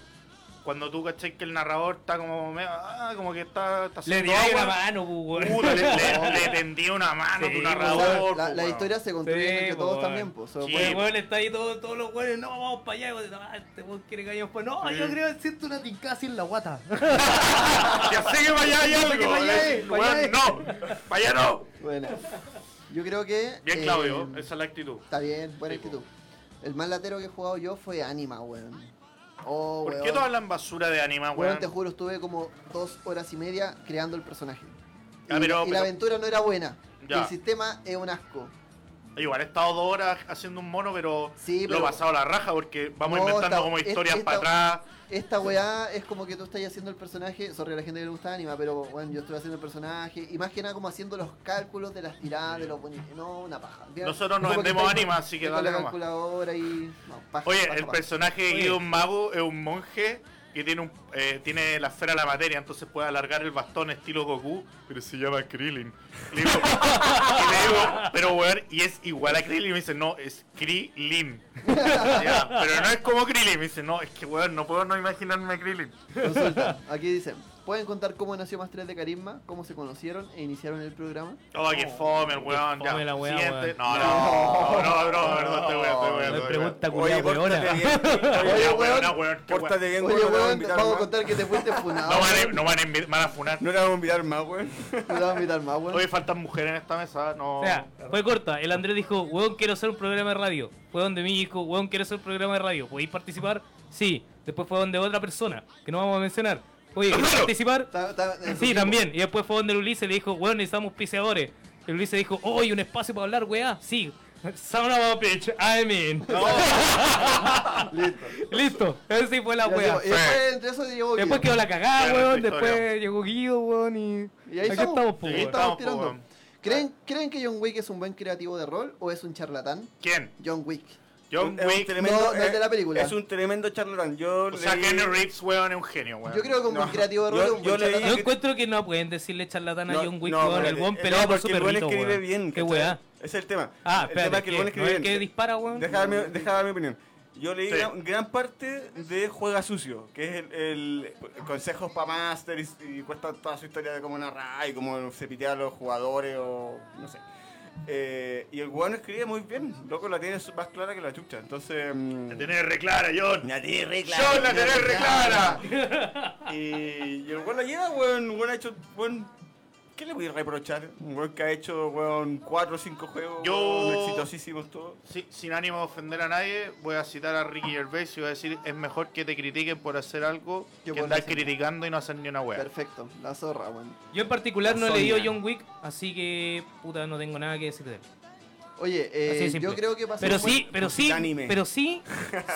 [SPEAKER 2] Cuando tú cacháis que el narrador está como... medio- ah, como que está... está
[SPEAKER 4] Le di
[SPEAKER 2] haciendo
[SPEAKER 4] ahí
[SPEAKER 2] agua.
[SPEAKER 4] una mano, pues, weón.
[SPEAKER 2] Puta, le, le- le tendí una mano
[SPEAKER 4] Sí,
[SPEAKER 2] tu
[SPEAKER 1] O
[SPEAKER 2] narrador.
[SPEAKER 1] sea,
[SPEAKER 2] po,
[SPEAKER 1] la, la
[SPEAKER 2] weón.
[SPEAKER 1] historia se construye
[SPEAKER 4] Sí,
[SPEAKER 1] entre
[SPEAKER 4] po,
[SPEAKER 1] todos
[SPEAKER 4] weón.
[SPEAKER 1] también, pues.
[SPEAKER 2] Sí,
[SPEAKER 4] Pues, el (laughs) weón está ahí todo- todos los weones, no, vamos para allá. y weón, ah, este weón quiere que vayamos para No, yo creo que siento una tincada así en la guata.
[SPEAKER 2] Ya sé que para allá hay algo. eh,
[SPEAKER 4] para allá
[SPEAKER 2] weón.
[SPEAKER 4] es, para allá es.
[SPEAKER 2] no, para allá no.
[SPEAKER 1] Bueno. Yo creo que.
[SPEAKER 2] Bien,
[SPEAKER 1] eh,
[SPEAKER 2] Claudio, esa es la actitud.
[SPEAKER 1] Está bien, buena
[SPEAKER 2] Sí, po.
[SPEAKER 1] actitud. El más latero que he jugado yo fue Anima, weón. Oh,
[SPEAKER 2] ¿Por
[SPEAKER 1] weón.
[SPEAKER 2] qué todos hablan basura de anima,
[SPEAKER 1] Weón,
[SPEAKER 2] weón?
[SPEAKER 1] te juro, estuve como dos horas y media creando el personaje. Y,
[SPEAKER 2] Ya, Ah, pero-
[SPEAKER 1] y la
[SPEAKER 2] pero-
[SPEAKER 1] aventura no era buena.
[SPEAKER 2] Ya.
[SPEAKER 1] El sistema es un asco.
[SPEAKER 2] Igual he estado dos horas haciendo un mono, pero
[SPEAKER 1] Sí,
[SPEAKER 2] lo
[SPEAKER 1] pero-
[SPEAKER 2] he pasado a la raja porque vamos
[SPEAKER 1] No,
[SPEAKER 2] inventando
[SPEAKER 1] está-
[SPEAKER 2] como
[SPEAKER 1] es-
[SPEAKER 2] historias
[SPEAKER 1] esta-
[SPEAKER 2] para atrás.
[SPEAKER 1] Esta weá es como que tú estás haciendo el personaje. Sorry a la gente que le gusta Anima, pero bueno, yo estoy haciendo el personaje. Y más que nada, como haciendo los cálculos de las tiradas, de los boni- No, una paja. Bien,
[SPEAKER 2] Nosotros no
[SPEAKER 1] como que
[SPEAKER 2] vendemos
[SPEAKER 1] estáis-
[SPEAKER 2] Anima, así que
[SPEAKER 1] estáis con
[SPEAKER 2] dale
[SPEAKER 1] la
[SPEAKER 2] nomás.
[SPEAKER 1] calculadora y. No, paja,
[SPEAKER 2] Oye,
[SPEAKER 1] paja,
[SPEAKER 2] el
[SPEAKER 1] paja.
[SPEAKER 2] personaje de Guido un Mago es un monje que tiene un, eh, tiene la esfera de la materia, entonces puede alargar el bastón estilo Goku, pero se llama Krillin. Le digo- (laughs) y le digo, pero weón, y es igual a Krillin. Y me dice, no, es Krillin. (laughs) Ya, pero no es como Krillin. Me dice, no, es que weón, no puedo no imaginarme a Krillin.
[SPEAKER 1] Consulta. Aquí dicen: ¿Pueden contar cómo nació Más 3 de Carisma? ¿Cómo se conocieron e iniciaron el programa?
[SPEAKER 2] Oh, que fome el weón.
[SPEAKER 4] fome
[SPEAKER 2] ya,
[SPEAKER 4] la weá,
[SPEAKER 2] siguiente.
[SPEAKER 4] weón.
[SPEAKER 2] No, no, no, no, no, no, estoy weón, estoy weón,
[SPEAKER 4] Me
[SPEAKER 2] estoy weón.
[SPEAKER 4] pregunta culiao, (laughs)
[SPEAKER 3] pórtate
[SPEAKER 4] weón.
[SPEAKER 3] bien, oye,
[SPEAKER 2] Ya,
[SPEAKER 1] Oye,
[SPEAKER 2] weón,
[SPEAKER 1] weón,
[SPEAKER 2] no, weón, qué weón.
[SPEAKER 3] pórtate bien,
[SPEAKER 1] Oye,
[SPEAKER 3] weón, no te van a
[SPEAKER 1] weón, te
[SPEAKER 3] invitar
[SPEAKER 1] vamos a
[SPEAKER 3] más.
[SPEAKER 1] contar que te fuiste funado.
[SPEAKER 2] (laughs) No van a,
[SPEAKER 1] weón.
[SPEAKER 2] no van a invi- van a funar.
[SPEAKER 3] No le vamos a invitar más, weón.
[SPEAKER 1] No te vamos a invitar más, weón.
[SPEAKER 2] Oye, faltan mujeres en esta mesa, no.
[SPEAKER 4] O sea, fue corta. El Andrés dijo, weón, quiero hacer un programa de radio. Fue donde mí dijo, weón, quiero hacer un programa de radio. ¿Podéis participar? Sí. Después fue donde otra persona, que no vamos a mencionar. Oye, ¿quieres participar?
[SPEAKER 1] Ta- ta- en tu
[SPEAKER 4] Sí,
[SPEAKER 1] tiempo.
[SPEAKER 4] también. Y después fue donde el Ulises le dijo, weón, necesitamos piseadores. El Ulises dijo, oh, hay un espacio para hablar, weá. Sí. Son of a bitch, I mean.
[SPEAKER 1] Listo.
[SPEAKER 4] Listo. Esa fue la
[SPEAKER 1] Ya,
[SPEAKER 4] weá.
[SPEAKER 1] Y después, entre eso llegó Guido.
[SPEAKER 4] Después quedó la cagada,
[SPEAKER 2] Ya,
[SPEAKER 4] weón.
[SPEAKER 2] nuestra historia.
[SPEAKER 4] Después llegó Guido, weón. Y,
[SPEAKER 1] Y ahí
[SPEAKER 4] aquí
[SPEAKER 1] estamos.
[SPEAKER 4] estamos, po,
[SPEAKER 2] Sí,
[SPEAKER 1] estamos
[SPEAKER 4] weón.
[SPEAKER 2] estamos, po,
[SPEAKER 1] tirando.
[SPEAKER 2] weón.
[SPEAKER 1] ¿Creen, ¿Creen que John Wick es un buen creativo de rol o es un charlatán?
[SPEAKER 2] ¿Quién?
[SPEAKER 1] John Wick.
[SPEAKER 2] John
[SPEAKER 3] Es un
[SPEAKER 2] Wick.
[SPEAKER 3] tremendo-
[SPEAKER 1] No, no es de la
[SPEAKER 3] eh,
[SPEAKER 1] película.
[SPEAKER 3] Es un tremendo charlatán. Yo
[SPEAKER 2] O sea,
[SPEAKER 3] leí-
[SPEAKER 2] Kenny Reeves, weón, es un genio, weón.
[SPEAKER 1] Yo creo que un buen
[SPEAKER 3] No,
[SPEAKER 1] creativo de rol
[SPEAKER 3] yo-
[SPEAKER 1] es un
[SPEAKER 3] yo
[SPEAKER 1] buen
[SPEAKER 3] leí-
[SPEAKER 1] charlatán.
[SPEAKER 4] Yo encuentro que no pueden decirle charlatán a John Wick,
[SPEAKER 3] no,
[SPEAKER 4] weón. El
[SPEAKER 3] espérate.
[SPEAKER 4] weón
[SPEAKER 3] Eh,
[SPEAKER 4] pelado
[SPEAKER 3] no,
[SPEAKER 4] por
[SPEAKER 3] porque
[SPEAKER 4] su
[SPEAKER 3] el weón
[SPEAKER 4] perrito,
[SPEAKER 3] escribe
[SPEAKER 4] weón.
[SPEAKER 3] bien,
[SPEAKER 4] Qué
[SPEAKER 3] ¿cachai?
[SPEAKER 4] weá.
[SPEAKER 3] Ese es el tema.
[SPEAKER 4] Ah,
[SPEAKER 3] el tema
[SPEAKER 4] espérate,
[SPEAKER 3] es que el weón
[SPEAKER 4] ¿qué? ¿no es
[SPEAKER 3] escribe
[SPEAKER 4] el que
[SPEAKER 3] bien.
[SPEAKER 4] dispara, weón?
[SPEAKER 3] Deja mi, deja mi opinión. Yo leí
[SPEAKER 2] Sí.
[SPEAKER 3] gran, gran parte de Juega Sucio, que es el, el- consejos para Master y, y cuesta toda su historia de cómo narrar y cómo se pitea a los jugadores o no sé. Eh, y el weón escribe muy bien, loco, la tiene más clara que la chucha. Entonces. mm,
[SPEAKER 2] La tenés reclara, John.
[SPEAKER 3] la tiene re clara.
[SPEAKER 2] John, la tenés reclara.
[SPEAKER 3] (laughs) Y, y el weón la lleva, weón. weón ha hecho. Weón, ¿Qué le voy a reprochar? Un weón que ha hecho, weón, 4 o 5 juegos.
[SPEAKER 2] Yo-
[SPEAKER 3] weón, exitosísimos todos.
[SPEAKER 2] Sí, sin ánimo de ofender a nadie, voy a citar a Ricky Gervais y voy a decir: es mejor que te critiquen por hacer algo
[SPEAKER 1] Yo
[SPEAKER 2] que
[SPEAKER 1] por
[SPEAKER 2] andar
[SPEAKER 1] hacer-
[SPEAKER 2] criticando y no hacer ni una weá.
[SPEAKER 1] Perfecto, la zorra, weón.
[SPEAKER 4] Yo en particular no he
[SPEAKER 3] Sonia.
[SPEAKER 4] leído John Wick, así que puta, no tengo nada que decir de él.
[SPEAKER 1] Oye,
[SPEAKER 4] Así de
[SPEAKER 1] eh,
[SPEAKER 4] simple.
[SPEAKER 1] yo creo que pasó
[SPEAKER 4] Pero
[SPEAKER 1] un buen-
[SPEAKER 4] sí, pero sí,
[SPEAKER 3] anime.
[SPEAKER 4] pero
[SPEAKER 3] (laughs)
[SPEAKER 4] sí,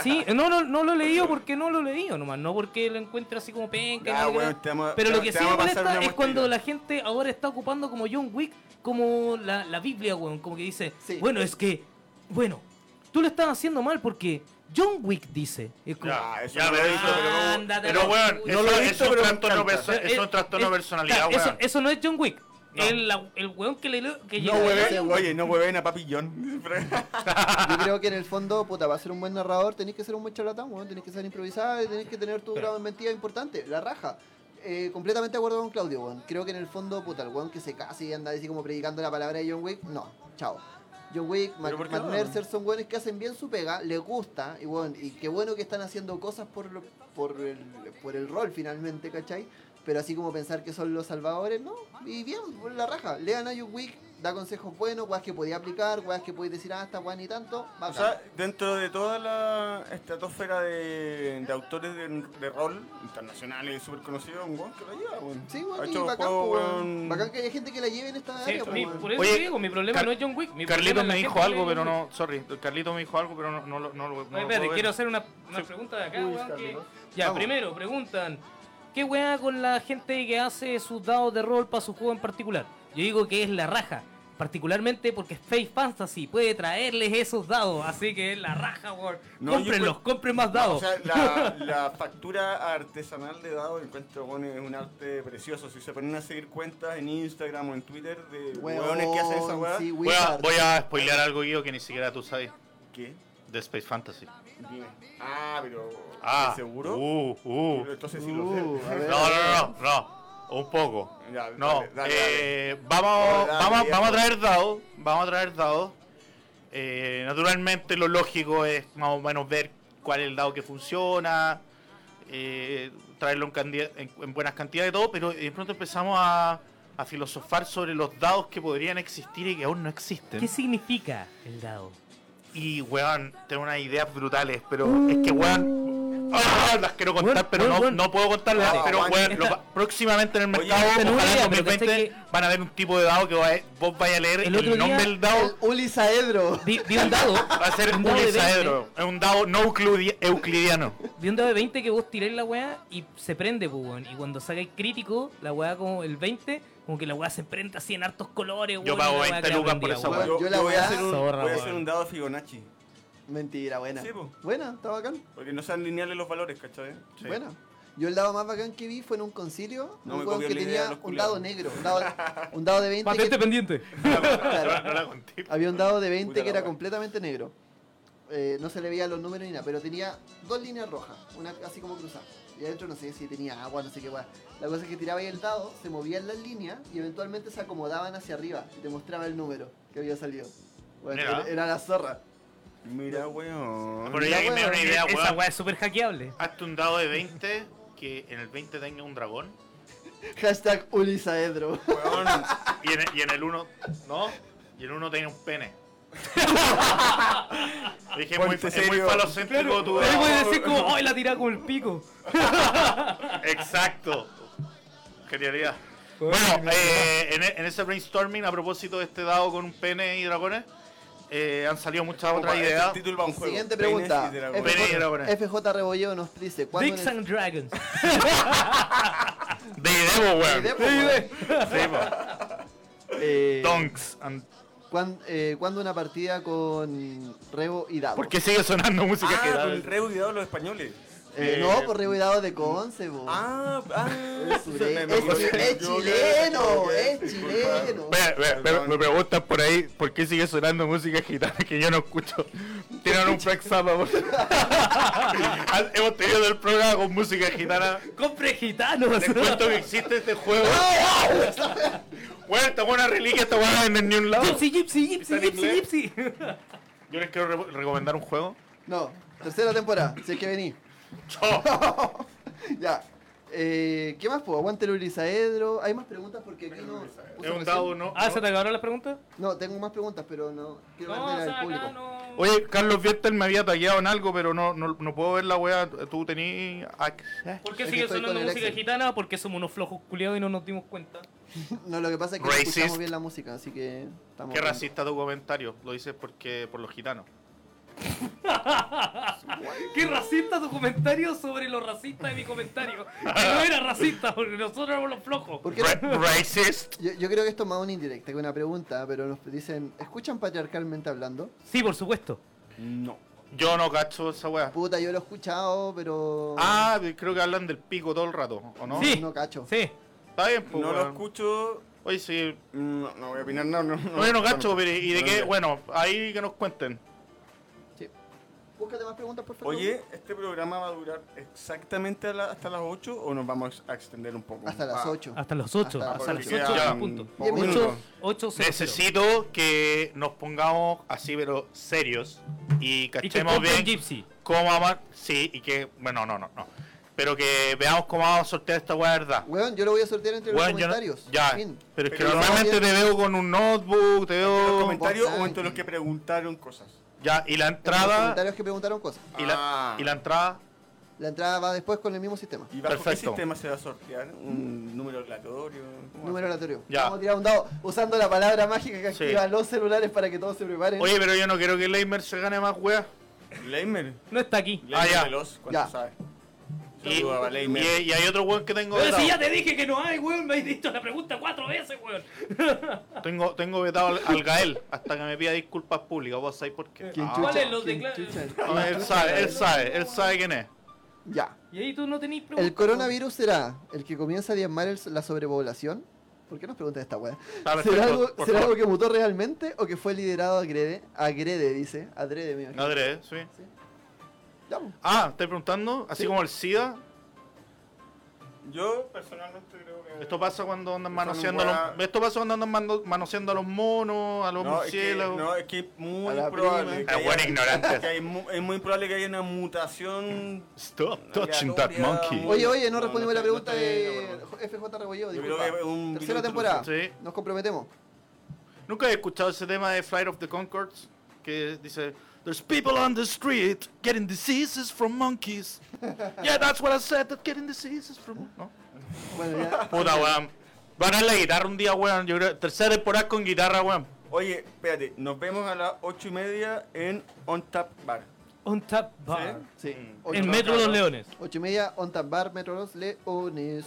[SPEAKER 4] sí. No, no, no lo he leído porque no lo he leído nomás, no porque lo encuentro así como penca. y
[SPEAKER 3] Ya,
[SPEAKER 4] no creo-
[SPEAKER 3] Ah, weón, te vamos a-
[SPEAKER 4] pero lo
[SPEAKER 3] te-
[SPEAKER 4] que
[SPEAKER 3] te
[SPEAKER 4] sí
[SPEAKER 3] vamos
[SPEAKER 4] me
[SPEAKER 3] a pasar una
[SPEAKER 4] molesta es
[SPEAKER 3] muestra.
[SPEAKER 4] cuando la gente ahora está ocupando como John Wick, como la, la Biblia, weón. Como que dice,
[SPEAKER 1] Sí.
[SPEAKER 4] bueno, es que, bueno, tú lo estás haciendo mal porque John Wick dice. Es como,
[SPEAKER 3] Ya, eso
[SPEAKER 6] Ya,
[SPEAKER 3] no lo
[SPEAKER 6] pero
[SPEAKER 3] he visto, pero vamos-
[SPEAKER 4] ándate
[SPEAKER 6] Pero,
[SPEAKER 4] la
[SPEAKER 6] weón,
[SPEAKER 4] chucha.
[SPEAKER 6] eso,
[SPEAKER 3] lo he
[SPEAKER 6] es
[SPEAKER 3] visto,
[SPEAKER 6] un
[SPEAKER 3] pero me
[SPEAKER 6] trastorno,
[SPEAKER 3] encanta.
[SPEAKER 6] perso- es
[SPEAKER 4] Eh,
[SPEAKER 6] un trastorno
[SPEAKER 4] eh,
[SPEAKER 6] de personalidad,
[SPEAKER 4] claro, eso,
[SPEAKER 6] weón.
[SPEAKER 4] eso no es John Wick.
[SPEAKER 6] No.
[SPEAKER 4] El, la- el weón que le que
[SPEAKER 3] No
[SPEAKER 4] llega-
[SPEAKER 3] hueven, oye, no hueven a Papi
[SPEAKER 4] (laughs)
[SPEAKER 3] John. (laughs)
[SPEAKER 1] Yo creo que en el fondo, puta, para ser un buen narrador tenés que ser un buen charlatán, weón, tenés que ser improvisado, tenés que tener tu grado de mentira importante, la raja. Eh, completamente de acuerdo con Claudio, weón. Creo que en el fondo, puta, el weón que se casa y anda así como predicando la palabra de John Wick, no, chao. John Wick, Matt,
[SPEAKER 3] por qué
[SPEAKER 1] Matt
[SPEAKER 3] no?
[SPEAKER 1] Mercer son weones que hacen bien su pega, les gusta, y weón, y qué bueno que están haciendo cosas por, lo- por, el, por el rol finalmente, ¿cachai? Pero así como pensar que son los salvadores, no. Y bien, por la raja. Lean a John Wick, da consejos buenos, weas que podía aplicar, weas que podéis decir, ah, esta weá ni tanto.
[SPEAKER 3] O
[SPEAKER 1] bacán.
[SPEAKER 3] sea, dentro de toda la estratosfera de, de autores de, de rol internacionales súper conocidos, un weón que la lleva, weón.
[SPEAKER 1] sí,
[SPEAKER 3] Ha
[SPEAKER 1] weón, y
[SPEAKER 3] hecho
[SPEAKER 1] bacán,
[SPEAKER 3] juegos,
[SPEAKER 1] po, weón.
[SPEAKER 3] weón.
[SPEAKER 1] Bacán que haya gente que la lleve en esta
[SPEAKER 4] Sí,
[SPEAKER 1] área, po,
[SPEAKER 4] mi-
[SPEAKER 1] weón.
[SPEAKER 4] por eso
[SPEAKER 6] Oye,
[SPEAKER 4] te digo, mi problema
[SPEAKER 6] Car-
[SPEAKER 4] no es John Wick. mi problema
[SPEAKER 6] Carlitos
[SPEAKER 4] es la
[SPEAKER 6] me dijo
[SPEAKER 4] gente que
[SPEAKER 6] algo,
[SPEAKER 4] lee
[SPEAKER 6] pero
[SPEAKER 4] John Wick.
[SPEAKER 6] no. Sorry, Carlitos me dijo algo, pero no, no, lo- no, lo- no,
[SPEAKER 4] Oye,
[SPEAKER 6] lo
[SPEAKER 4] espérate,
[SPEAKER 6] puedo
[SPEAKER 4] quiero
[SPEAKER 6] ver.
[SPEAKER 4] hacer una, una pregunta de acá,
[SPEAKER 1] Uy,
[SPEAKER 4] weón, que-
[SPEAKER 1] Carlos.
[SPEAKER 4] Ya,
[SPEAKER 1] Vamos.
[SPEAKER 4] primero, preguntan, ¿qué weá con la gente que hace sus dados de rol para su juego en particular? Yo digo que es la raja, particularmente porque Space Fantasy puede traerles esos dados, así que es la raja, weón.
[SPEAKER 3] No, yo
[SPEAKER 4] Cómprenlos,
[SPEAKER 3] encuent-
[SPEAKER 4] compren más
[SPEAKER 3] No, o
[SPEAKER 4] dados.
[SPEAKER 3] sea, la, la factura artesanal de dados encuentro weón, es un arte precioso. Si se ponen a seguir cuentas en Instagram o en Twitter de weones que hacen esa weá,
[SPEAKER 1] sí,
[SPEAKER 6] Voy a,
[SPEAKER 1] Wizard.
[SPEAKER 6] voy a spoilear algo, Guido, que ni siquiera tú sabes.
[SPEAKER 3] ¿qué?
[SPEAKER 6] De Space Fantasy.
[SPEAKER 3] Dime. Ah, pero
[SPEAKER 6] Ah,
[SPEAKER 3] ¿seguro?
[SPEAKER 6] Uh, uh.
[SPEAKER 3] Entonces sí lo sé.
[SPEAKER 1] Uh, a ver.
[SPEAKER 6] No, no, no, no. Un poco.
[SPEAKER 3] (laughs) Ya,
[SPEAKER 2] No,
[SPEAKER 3] dale, dale, dale.
[SPEAKER 2] eh, vamos,
[SPEAKER 3] Dale,
[SPEAKER 2] vamos,
[SPEAKER 3] viejo.
[SPEAKER 2] vamos a traer dados, vamos a traer dados. Eh, naturalmente lo lógico es más o menos ver cuál es el dado que funciona, eh, traerlo en, candi- en- en buenas cantidades y todo, pero de pronto empezamos a, a filosofar sobre los dados que podrían existir y que aún no existen.
[SPEAKER 4] ¿Qué significa el dado?
[SPEAKER 2] Y, weón, tengo unas ideas brutales, pero es que, weón... ¡ah! las quiero contar,
[SPEAKER 4] Weón,
[SPEAKER 2] pero
[SPEAKER 4] weón,
[SPEAKER 2] no,
[SPEAKER 4] weón.
[SPEAKER 2] no puedo contarlas.
[SPEAKER 3] Ah,
[SPEAKER 2] pero,
[SPEAKER 3] weón,
[SPEAKER 2] weón,
[SPEAKER 4] esta-
[SPEAKER 2] lo va- próximamente en el
[SPEAKER 3] Oye,
[SPEAKER 2] mercado,
[SPEAKER 4] esta no
[SPEAKER 2] ojalá en
[SPEAKER 4] idea, pero
[SPEAKER 2] 2020,
[SPEAKER 4] caché que-
[SPEAKER 2] van a ver un tipo de dado que va- vos vayas a leer
[SPEAKER 4] El
[SPEAKER 2] el,
[SPEAKER 4] otro día-
[SPEAKER 2] nombre del dado.
[SPEAKER 1] El Ulisaedro.
[SPEAKER 4] Vi, vi un dado.
[SPEAKER 2] Va a ser
[SPEAKER 4] un
[SPEAKER 2] un
[SPEAKER 4] dado de
[SPEAKER 2] hexaedro, es un dado no euclidi- euclidiano.
[SPEAKER 4] Vi un dado de 20 que vos tiráis la weá y se prende, pues, weón. Y cuando sacáis crítico, la weá como el 20, como que la weá se prende así en hartos colores, weón.
[SPEAKER 2] Yo
[SPEAKER 4] y
[SPEAKER 2] pago
[SPEAKER 4] la weá
[SPEAKER 2] 20
[SPEAKER 4] queda
[SPEAKER 2] lucas por
[SPEAKER 4] prendida,
[SPEAKER 2] esa
[SPEAKER 4] weón.
[SPEAKER 1] weá.
[SPEAKER 3] Yo,
[SPEAKER 1] Yo la
[SPEAKER 3] yo voy a
[SPEAKER 1] weá-
[SPEAKER 3] hacer un,
[SPEAKER 4] Zorra,
[SPEAKER 3] voy a
[SPEAKER 4] weón.
[SPEAKER 3] hacer un dado Fibonacci.
[SPEAKER 1] (laughs) Mentira, buena.
[SPEAKER 3] Sí, po.
[SPEAKER 1] buena, está bacán.
[SPEAKER 3] Porque no sean lineales los valores, ¿cachai?
[SPEAKER 1] Buena. Yo el dado más bacán que vi fue en un concilio,
[SPEAKER 3] No me
[SPEAKER 1] un weón
[SPEAKER 3] copió
[SPEAKER 1] que
[SPEAKER 3] la idea de
[SPEAKER 1] tenía
[SPEAKER 3] los
[SPEAKER 1] un
[SPEAKER 3] culiados.
[SPEAKER 1] dado negro, un dado, un dado de 20
[SPEAKER 4] Patente (laughs)
[SPEAKER 1] que,
[SPEAKER 4] pendiente.
[SPEAKER 1] claro,
[SPEAKER 6] No la conté.
[SPEAKER 1] había un dado de 20
[SPEAKER 3] Puta
[SPEAKER 1] que
[SPEAKER 3] la
[SPEAKER 1] era
[SPEAKER 3] wea.
[SPEAKER 1] completamente negro. Eh, no se le veían los números ni nada, pero tenía dos líneas rojas, una así como cruzada. Y adentro no sé si tenía agua, no sé qué weá. La cosa es que tiraba ahí el dado, se movían las líneas y eventualmente se acomodaban hacia arriba y te mostraba el número que había salido. Bueno,
[SPEAKER 6] Mira.
[SPEAKER 1] era, era la zorra. (laughs)
[SPEAKER 3] Mira, weón.
[SPEAKER 6] Pero ya que me da una idea,
[SPEAKER 4] Esa
[SPEAKER 6] weón.
[SPEAKER 4] weá es súper hackeable.
[SPEAKER 6] Hazte un dado de 20, que en el 20 tenga un dragón.
[SPEAKER 1] Hashtag Ulisaedro.
[SPEAKER 3] Weón.
[SPEAKER 6] Y en, el- y en el 1, ¿no? Y en el 1 tenga un
[SPEAKER 3] (laughs)
[SPEAKER 6] pene. Dije, es muy,
[SPEAKER 3] Ponte
[SPEAKER 6] es muy
[SPEAKER 3] serio.
[SPEAKER 6] falocéntrico tu
[SPEAKER 4] Ahí
[SPEAKER 6] dado.
[SPEAKER 4] puedes decir como, ¡ay, la tirada con el pico!
[SPEAKER 6] Exacto. Genialidad. Bueno, eh, en, e- en ese brainstorming, a propósito de este dado con un pene y dragones, eh, han salido muchas otras
[SPEAKER 3] Opa,
[SPEAKER 6] ideas.
[SPEAKER 3] este título va a un
[SPEAKER 1] (laughs)
[SPEAKER 3] juego.
[SPEAKER 1] Siguiente
[SPEAKER 3] Peines
[SPEAKER 1] pregunta.
[SPEAKER 3] y dragones.
[SPEAKER 6] Peines y
[SPEAKER 1] FJ,
[SPEAKER 6] dragones.
[SPEAKER 1] FJ Rebolledo nos dice: ¿Cuándo
[SPEAKER 4] Dicks
[SPEAKER 1] en el-
[SPEAKER 4] and Dragons.
[SPEAKER 2] De Idebo,
[SPEAKER 1] Sí, de-
[SPEAKER 2] weón.
[SPEAKER 6] Sí, po.
[SPEAKER 1] (laughs) Eh,
[SPEAKER 2] Donks. and-
[SPEAKER 1] ¿cuán- eh, ¿Cuándo una partida con Rebo y Dado?
[SPEAKER 2] ¿Por qué sigue sonando música
[SPEAKER 3] Ah,
[SPEAKER 2] que da?
[SPEAKER 3] con el rebo y dado de los españoles.
[SPEAKER 1] Eh,
[SPEAKER 6] Eh,
[SPEAKER 1] no, por Rebo y Dado de Conce, bo.
[SPEAKER 3] (laughs) Ah, ah.
[SPEAKER 1] Es sure-
[SPEAKER 3] Me- me
[SPEAKER 1] es-
[SPEAKER 3] equivoqué,
[SPEAKER 1] es
[SPEAKER 3] me equivoqué.
[SPEAKER 1] chileno, es
[SPEAKER 3] Disculpa.
[SPEAKER 1] chileno.
[SPEAKER 2] Ve, ve, ve, me preguntan por ahí por qué sigue sonando música gitana que yo no escucho. Tienen un Frank Zappa,
[SPEAKER 7] (laughs)
[SPEAKER 2] por Han- Hemos tenido el programa con música gitana.
[SPEAKER 4] ¡Compre gitanos!
[SPEAKER 2] Te cuento que existe este juego. bueno, esta buena reliquia, esta buena en ningún lado.
[SPEAKER 4] ¡Gypsy, gypsy, gypsy,
[SPEAKER 2] en
[SPEAKER 4] gypsy,
[SPEAKER 2] inglés?
[SPEAKER 4] gypsy! (laughs)
[SPEAKER 2] Yo les quiero re- recomendar un juego.
[SPEAKER 1] No, tercera temporada, si es que vení. (laughs) ya. Eh, ¿Qué más, po? Aguante el Ulisaedro. Hay más preguntas porque aquí no.
[SPEAKER 6] Es un dado, ¿no?
[SPEAKER 4] Ah, ¿se te acabaron las preguntas?
[SPEAKER 1] No, tengo más preguntas, pero no. Quiero
[SPEAKER 4] No, o
[SPEAKER 1] verlas
[SPEAKER 4] sea,
[SPEAKER 1] al público.
[SPEAKER 4] acá no...
[SPEAKER 2] Oye, Carlos Viertel me había tagueado en algo, pero no, no, no puedo ver la wea. Tú tenías acceso.
[SPEAKER 4] ¿Por qué
[SPEAKER 1] Es que
[SPEAKER 4] sigue
[SPEAKER 1] estoy
[SPEAKER 4] sonando
[SPEAKER 1] con el
[SPEAKER 4] música
[SPEAKER 1] Excel.
[SPEAKER 4] gitana? Porque somos unos flojos culiados y no nos dimos cuenta.
[SPEAKER 1] (laughs) No, lo que pasa es que no
[SPEAKER 2] Racist.
[SPEAKER 1] escuchamos bien la música, así que estamos.
[SPEAKER 7] Qué
[SPEAKER 1] hablando.
[SPEAKER 7] racista tu comentario. Lo dices porque por los gitanos.
[SPEAKER 4] Qué racista tu comentario sobre lo racista de mi comentario. Que no era racista, porque nosotros éramos los flojos.
[SPEAKER 1] ¿Por qué no?
[SPEAKER 2] Ra- racist.
[SPEAKER 1] Yo, yo creo que esto es más una indirecta que una pregunta, pero nos dicen, ¿escuchan patriarcalmente hablando?
[SPEAKER 4] Sí, por supuesto.
[SPEAKER 3] No.
[SPEAKER 7] Yo no cacho esa weá.
[SPEAKER 1] Puta, yo lo he escuchado, pero
[SPEAKER 7] Ah, creo que hablan del pico todo el rato, ¿o no?
[SPEAKER 4] Sí.
[SPEAKER 1] no cacho.
[SPEAKER 4] Sí.
[SPEAKER 7] Está bien, pues.
[SPEAKER 3] No lo
[SPEAKER 7] weón.
[SPEAKER 3] escucho.
[SPEAKER 7] Oye, sí.
[SPEAKER 3] No, no voy a opinar, no, no. no
[SPEAKER 7] No, yo no cacho,
[SPEAKER 3] tampoco.
[SPEAKER 7] pero ¿y de
[SPEAKER 3] No,
[SPEAKER 7] qué?
[SPEAKER 3] no.
[SPEAKER 7] Bueno, ahí que nos cuenten.
[SPEAKER 1] Búscate más preguntas, por favor.
[SPEAKER 3] Oye, ¿este programa va a durar exactamente a la- hasta las 8 o nos vamos a extender un poco?
[SPEAKER 1] Hasta las
[SPEAKER 3] Ah,
[SPEAKER 1] 8.
[SPEAKER 4] Hasta las 8.
[SPEAKER 1] Hasta-
[SPEAKER 4] Hasta,
[SPEAKER 3] porque
[SPEAKER 4] las 8
[SPEAKER 3] quedan
[SPEAKER 4] en punto.
[SPEAKER 3] pocos
[SPEAKER 1] Diez
[SPEAKER 3] minutos.
[SPEAKER 4] 8
[SPEAKER 2] Necesito que nos pongamos así, pero serios. Y
[SPEAKER 4] Y que
[SPEAKER 2] cachemos
[SPEAKER 4] compren
[SPEAKER 2] bien
[SPEAKER 4] Gypsy.
[SPEAKER 2] cómo vamos. a- Sí, y que. Bueno, no, no, no. Pero que veamos cómo vamos a sortear esta weá, de ¿verdad?
[SPEAKER 1] Weón, yo lo voy a sortear entre
[SPEAKER 2] Weón,
[SPEAKER 1] los
[SPEAKER 2] yo no-
[SPEAKER 1] comentarios.
[SPEAKER 2] ya,
[SPEAKER 1] Fin.
[SPEAKER 2] pero es que
[SPEAKER 1] Pero
[SPEAKER 2] normalmente
[SPEAKER 1] no-
[SPEAKER 2] te veo con un notebook, te
[SPEAKER 3] Los
[SPEAKER 2] veo.
[SPEAKER 3] comentarios o
[SPEAKER 1] Importante.
[SPEAKER 3] entre los que preguntaron cosas.
[SPEAKER 2] Ya, y la
[SPEAKER 1] En los
[SPEAKER 2] entrada.
[SPEAKER 1] comentarios que preguntaron cosas.
[SPEAKER 2] Y la,
[SPEAKER 3] Ah.
[SPEAKER 2] y la entrada.
[SPEAKER 1] La entrada va después con el mismo sistema.
[SPEAKER 3] ¿Y bajo qué
[SPEAKER 2] Perfecto.
[SPEAKER 3] sistema se va a sortear? ¿Un número aleatorio? ¿Cómo
[SPEAKER 1] Número
[SPEAKER 3] va a ser?
[SPEAKER 1] aleatorio.
[SPEAKER 2] Ya.
[SPEAKER 1] Vamos a tirar un dado usando la palabra mágica que
[SPEAKER 2] Sí.
[SPEAKER 1] activa los celulares para que todos se preparen.
[SPEAKER 2] Oye, pero yo no quiero que Leimer se gane más weá.
[SPEAKER 3] Leimer.
[SPEAKER 4] No está aquí.
[SPEAKER 3] Leimer
[SPEAKER 2] ya.
[SPEAKER 3] Veloz, ¿cuánto
[SPEAKER 1] Ya.
[SPEAKER 3] sabe?
[SPEAKER 2] Y,
[SPEAKER 3] Saludos a Leimer.
[SPEAKER 2] y- y hay otro weón que tengo
[SPEAKER 4] Pero
[SPEAKER 2] vetado.
[SPEAKER 4] si ya te dije que no hay, weón. Me has dicho la pregunta cuatro veces, weón.
[SPEAKER 2] Tengo, tengo vetado al, al Gael hasta que me pida disculpas públicas. ¿Vos sabés por qué?
[SPEAKER 1] ¿Quién
[SPEAKER 2] Ah,
[SPEAKER 4] Eh, ¿Cuál
[SPEAKER 1] chucha?
[SPEAKER 4] es lo
[SPEAKER 1] ¿Quién
[SPEAKER 4] declara-
[SPEAKER 1] chucha?
[SPEAKER 2] no, él sabe, él sabe, él sabe quién es.
[SPEAKER 1] Ya.
[SPEAKER 4] Y ahí tú no tenés pregunta.
[SPEAKER 1] ¿El coronavirus será el que comienza a diezmar el- la sobrepoblación? ¿Por qué nos preguntan esta weá?
[SPEAKER 2] Está perfecto,
[SPEAKER 1] ¿Será, algo,
[SPEAKER 2] Ah, por
[SPEAKER 1] será algo
[SPEAKER 2] favor.
[SPEAKER 1] que mutó realmente o que fue liderado agrede? Agrede, dice. Adrede, me imagino.
[SPEAKER 2] Adrede, sí.
[SPEAKER 1] Ya, po.
[SPEAKER 2] Ah, ¿estás preguntando? Así
[SPEAKER 1] Sí.
[SPEAKER 2] como el SIDA.
[SPEAKER 3] Yo personalmente creo que.
[SPEAKER 2] Esto pasa cuando andan manoseando a
[SPEAKER 3] Son
[SPEAKER 2] los,
[SPEAKER 3] weá-
[SPEAKER 2] esto pasa cuando andan mando- manoseando a los monos, a los
[SPEAKER 3] No, es que,
[SPEAKER 2] murciélagos.
[SPEAKER 3] no, es que es muy
[SPEAKER 1] A la
[SPEAKER 3] probable.
[SPEAKER 1] prima.
[SPEAKER 3] que
[SPEAKER 2] Es bueno
[SPEAKER 3] haya-
[SPEAKER 2] ignorante.
[SPEAKER 3] que hay mu- es muy probable que haya una mutación.
[SPEAKER 2] Stop
[SPEAKER 3] touching that monkey.
[SPEAKER 1] Oye, oye, no
[SPEAKER 3] No,
[SPEAKER 1] respondimos
[SPEAKER 3] no
[SPEAKER 1] la
[SPEAKER 3] estoy- no
[SPEAKER 1] pregunta
[SPEAKER 3] estoy de
[SPEAKER 1] de FJ Rebolledo.
[SPEAKER 3] Yo
[SPEAKER 1] disculpa.
[SPEAKER 3] creo que es un
[SPEAKER 1] Tercera
[SPEAKER 3] virus
[SPEAKER 1] temporada.
[SPEAKER 2] Sí.
[SPEAKER 1] Nos comprometemos.
[SPEAKER 2] Nunca he escuchado ese tema de Flight of the Concords que dice There's people on the street getting diseases from monkeys. Yeah, that's what I said, that getting diseases from ¿no?
[SPEAKER 1] Bueno,
[SPEAKER 3] (laughs)
[SPEAKER 1] ya.
[SPEAKER 2] Puta weón. Van a la guitarra un día, weón. Yo creo, tercera temporada con guitarra, weón.
[SPEAKER 3] Oye, espérate, nos vemos a las 8 y media en On Tap Bar.
[SPEAKER 4] On Tap
[SPEAKER 3] Ah.
[SPEAKER 4] Bar.
[SPEAKER 1] Sí. Ocho,
[SPEAKER 4] En Metro Los Leones.
[SPEAKER 1] ocho y media, on tap bar, Metro Los Leones.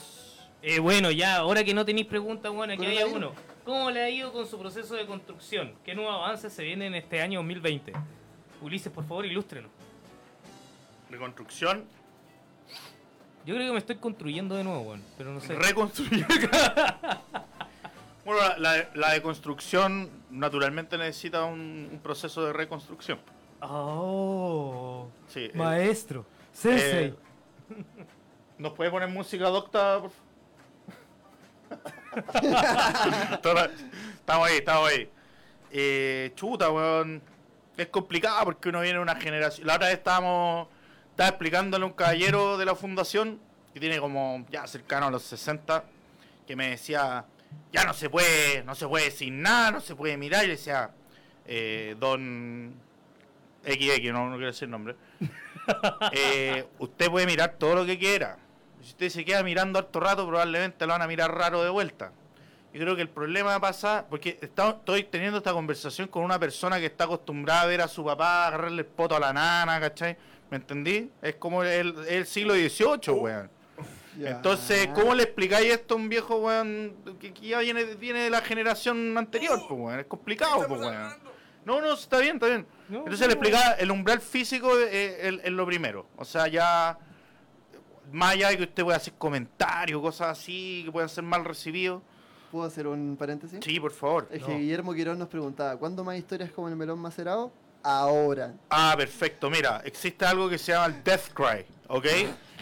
[SPEAKER 4] Eh, bueno, ya, ahora que no tenéis preguntas, bueno, aquí hay
[SPEAKER 1] Coronavirus.
[SPEAKER 4] uno. ¿Cómo le ha ido con su proceso de construcción? ¿Qué nuevos avances se vienen este año 2020? Ulises, por favor, ilústrenos.
[SPEAKER 2] Reconstrucción,
[SPEAKER 4] Yo creo que me estoy construyendo de nuevo, weón, pero no sé.
[SPEAKER 2] reconstruir. (laughs) bueno, la, la, la deconstrucción naturalmente necesita un, un proceso de reconstrucción.
[SPEAKER 4] Oh,
[SPEAKER 2] Sí. eh,
[SPEAKER 4] maestro, sensei.
[SPEAKER 2] Eh, ¿Nos puede poner música docta? por (laughs) fa- Toda- estamos ahí, estamos ahí. Eh, chuta, weón. Es complicado porque uno viene de una generación. La otra vez estábamos. Estaba explicándole a un caballero de la fundación que tiene como ya cercano a los 60 que me decía: Ya no se puede, no se puede decir nada, no se puede mirar. Y le decía: eh, Don XX, no, no quiero decir el nombre. Eh, usted puede mirar todo lo que quiera. Si usted se queda mirando harto rato, probablemente lo van a mirar raro de vuelta. Yo creo que el problema pasa porque está- estoy teniendo esta conversación con una persona que está acostumbrada a ver a su papá agarrarle el poto a la nana, ¿cachai? ¿Me entendí? Es como el, el siglo XVIII, weón.
[SPEAKER 1] Ya.
[SPEAKER 2] Entonces, ¿cómo le explicáis esto a un viejo, weón, que, que ya viene, viene de la generación anterior, pues, weón? Es complicado, pues, weón. No, no, está bien, está bien.
[SPEAKER 4] No,
[SPEAKER 2] Entonces le explicaba, el umbral físico eh, es, es lo primero. O sea, ya, más allá de que usted pueda hacer comentarios, cosas así, que puedan ser mal recibidos.
[SPEAKER 1] ¿Puedo hacer un paréntesis?
[SPEAKER 2] Sí, por favor.
[SPEAKER 1] Es que Guillermo Quirón nos preguntaba, ¿cuándo más historias como el melón macerado? Ahora.
[SPEAKER 2] Ah, perfecto. Mira, existe algo que se llama el Death Cry, ¿ok?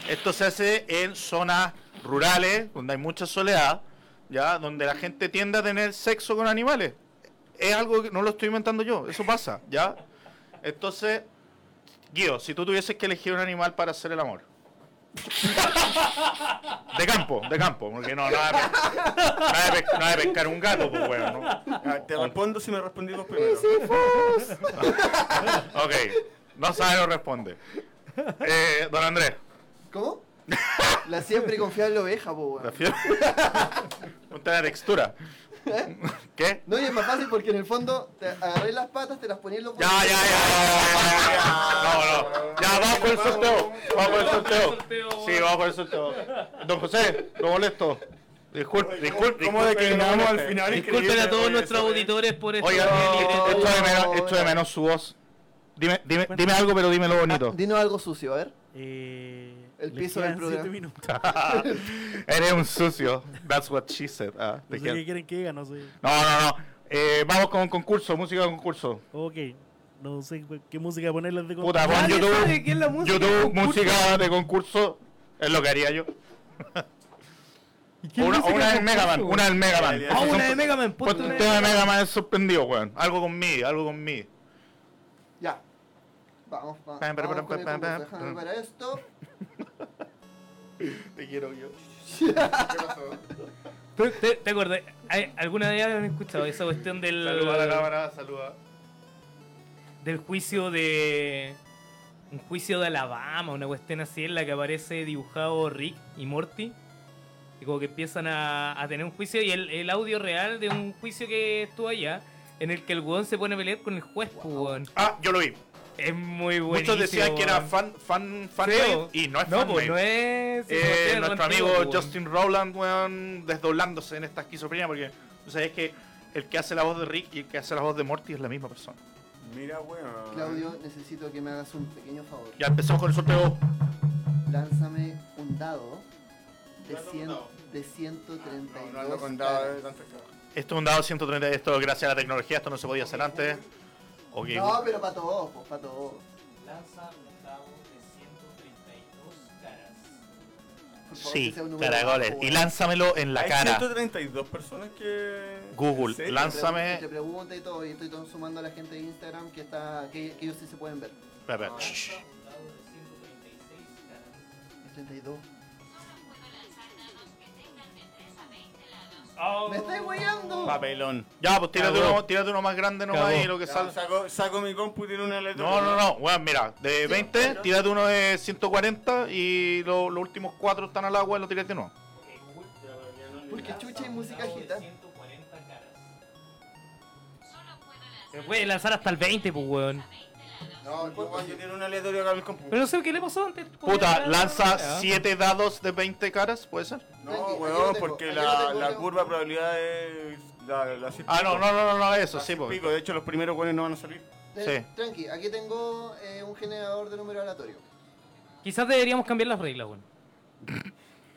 [SPEAKER 2] Esto se hace en zonas rurales, donde hay mucha soledad, ¿ya? Donde la gente tiende a tener sexo con animales. Es algo que no lo estoy inventando yo, eso pasa, ¿ya? Entonces, Guido, si tú tuvieses que elegir un animal para hacer el amor. De campo, de campo, porque no, no va a, pe- no va a pe- no va a pescar un gato, pues, weón, ¿no?
[SPEAKER 3] Ah,
[SPEAKER 2] (laughs)
[SPEAKER 3] te respondo si me respondí vos primero.
[SPEAKER 2] Ok, no sabe o responde. Eh, don Andrés. (laughs)
[SPEAKER 1] ¿Cómo? La siempre confiable oveja, po, weón.
[SPEAKER 2] La (laughs) fiebre. Ponte la textura. ¿Qué?
[SPEAKER 1] No, y es más fácil porque en el fondo te agarré las patas, te las poní en los
[SPEAKER 2] Ya, ya, ya, ya, ya, ya, ya. No, no. Ya, vamos con el sorteo. Vamos con el sorteo. Sí, vamos con el sorteo. Don José, lo molesto. Disculpe, disculpe.
[SPEAKER 3] ¿Cómo de que llegamos al final?
[SPEAKER 4] Disculpen a todos
[SPEAKER 7] oye,
[SPEAKER 4] nuestros
[SPEAKER 7] esa vez.
[SPEAKER 4] auditores por esto.
[SPEAKER 2] Oiga, esto de menos, esto de menos su voz. Dime, dime, dime algo, pero dímelo bonito.
[SPEAKER 1] Ah, Dinos algo sucio, a ver.
[SPEAKER 5] Eh,
[SPEAKER 1] El
[SPEAKER 5] les
[SPEAKER 1] piso del
[SPEAKER 5] quedan
[SPEAKER 1] programa.
[SPEAKER 5] siete minutos.
[SPEAKER 2] Eres un sucio. That's what she said. Ah,
[SPEAKER 5] No
[SPEAKER 2] te
[SPEAKER 5] sé
[SPEAKER 2] quiero.
[SPEAKER 5] Pues qué quieren que diga, no sé.
[SPEAKER 2] No, no, no. Eh, vamos con concurso, música de concurso.
[SPEAKER 5] Ok, no sé cu- qué música ponerles de
[SPEAKER 2] Puta,
[SPEAKER 5] contenido.
[SPEAKER 2] Juan,
[SPEAKER 4] Nadie
[SPEAKER 2] YouTube.
[SPEAKER 4] sabe qué es la música de
[SPEAKER 2] YouTube,
[SPEAKER 4] concurso.
[SPEAKER 2] música de concurso. Es lo que haría yo. O Una, o una del Mega Man, una del Mega Man.
[SPEAKER 4] Ah, una de Mega Man.
[SPEAKER 2] Ponte
[SPEAKER 4] Ponte
[SPEAKER 2] un
[SPEAKER 4] una
[SPEAKER 2] tema de
[SPEAKER 4] de
[SPEAKER 2] Mega Man suspendido, weón. Algo con mí, algo con mí.
[SPEAKER 1] Ya. Vamos, va-
[SPEAKER 2] Pam, pam,
[SPEAKER 1] vamos.
[SPEAKER 2] pam,
[SPEAKER 1] con el
[SPEAKER 2] pam,
[SPEAKER 1] concurso.
[SPEAKER 2] pam,
[SPEAKER 1] Déjame
[SPEAKER 2] pam.
[SPEAKER 1] para esto.
[SPEAKER 7] Te quiero yo.
[SPEAKER 4] ¿Te, te, te acuerdas? ¿Hay- ¿Alguna vez han escuchado esa cuestión del,
[SPEAKER 7] Saluda a la cámara, saluda.
[SPEAKER 4] del juicio de. Un juicio de Alabama, una cuestión así en la que aparece dibujado Rick y Morty. Y como que empiezan a, a tener un juicio y el, el audio real de un juicio que estuvo allá. En el que el weón se pone a pelear con el juez, pues, weón.
[SPEAKER 2] Ah, yo lo vi.
[SPEAKER 4] Es muy bueno.
[SPEAKER 2] Muchos decían que era fan, fan, fan
[SPEAKER 4] Creo.
[SPEAKER 2] made, y no es
[SPEAKER 4] No,
[SPEAKER 2] fan
[SPEAKER 4] pues no
[SPEAKER 2] made.
[SPEAKER 4] es. sí,
[SPEAKER 2] Eh,
[SPEAKER 4] no es
[SPEAKER 2] nuestro amigo
[SPEAKER 4] antiguo, weón.
[SPEAKER 2] Justin Rowland, weón, desdoblándose en esta esquizofrenia, porque tú sabes que el que hace la voz de Rick y el que hace la voz de Morty es la misma persona.
[SPEAKER 3] Mira, weón.
[SPEAKER 1] Claudio, necesito que me hagas un pequeño favor.
[SPEAKER 2] Ya empezamos con el sorteo.
[SPEAKER 1] Lánzame un dado de,
[SPEAKER 7] Lánzame un
[SPEAKER 1] cien-
[SPEAKER 7] dado.
[SPEAKER 1] de 132.
[SPEAKER 2] Ah,
[SPEAKER 3] No ando con dado de
[SPEAKER 1] caras.
[SPEAKER 3] tantas cosas.
[SPEAKER 2] Esto es un dado 130, esto gracias a la tecnología, esto no se podía hacer antes. eh. Ok,
[SPEAKER 1] No, pero para todos, pues, para todos.
[SPEAKER 12] Lanza un dado de 132 caras.
[SPEAKER 1] Por favor, que
[SPEAKER 2] sí,
[SPEAKER 1] sea un número
[SPEAKER 2] caracoles.
[SPEAKER 1] bajo, eh.
[SPEAKER 2] Y
[SPEAKER 1] weón.
[SPEAKER 2] lánzamelo en la
[SPEAKER 3] Hay
[SPEAKER 2] cara.
[SPEAKER 3] 132 personas que.
[SPEAKER 2] Google, lanza-
[SPEAKER 3] Sí.
[SPEAKER 1] Entre-
[SPEAKER 2] lánzame-
[SPEAKER 1] Entre pregunta y todo, y estoy todo sumando a la gente de Instagram que está que, que ellos sí se pueden ver.
[SPEAKER 2] Espera, espera. Shh.
[SPEAKER 12] Un dado de 136 caras.
[SPEAKER 1] 32.
[SPEAKER 4] Oh.
[SPEAKER 1] ¡Me estáis weyando!
[SPEAKER 3] Papelón.
[SPEAKER 2] Ya, pues tírate
[SPEAKER 4] Cagó.
[SPEAKER 2] uno, tírate uno más grande nomás
[SPEAKER 4] Cagó.
[SPEAKER 2] y lo que
[SPEAKER 3] Ya,
[SPEAKER 2] salga.
[SPEAKER 3] saco, saco mi compu y tiene una letra.
[SPEAKER 2] No, no, no, weón, mira, de 20, tírate uno de 140 y lo- los últimos cuatro están al agua y lo tírate uno.
[SPEAKER 1] Porque chucha hay música gitana.
[SPEAKER 12] 140 caras.
[SPEAKER 4] Se puede lanzar hasta el 20, pues, weón.
[SPEAKER 3] No, weón, yo tiene un aleatorio acá en el compu.
[SPEAKER 4] Pero no sé qué le pasó antes.
[SPEAKER 2] Puta, lanza
[SPEAKER 4] siete
[SPEAKER 2] 7 dados de 20 caras, ¿puede ser?
[SPEAKER 1] Tranqui,
[SPEAKER 3] No,
[SPEAKER 1] aquí lo
[SPEAKER 3] weón,
[SPEAKER 1] tengo,
[SPEAKER 3] porque
[SPEAKER 1] aquí lo
[SPEAKER 3] la,
[SPEAKER 1] tengo,
[SPEAKER 3] la
[SPEAKER 1] Leo.
[SPEAKER 3] curva de probabilidad es. La, la cien
[SPEAKER 2] Ah, no,
[SPEAKER 3] pico.
[SPEAKER 2] no, no, no, no eso,
[SPEAKER 3] La
[SPEAKER 2] sí,
[SPEAKER 3] cien
[SPEAKER 2] pues.
[SPEAKER 3] pico. De hecho, los primeros weones no van a salir.
[SPEAKER 1] Ten-
[SPEAKER 2] Sí.
[SPEAKER 1] Tranqui, aquí tengo eh, un generador de número aleatorio.
[SPEAKER 4] Quizás deberíamos cambiar las reglas, weón.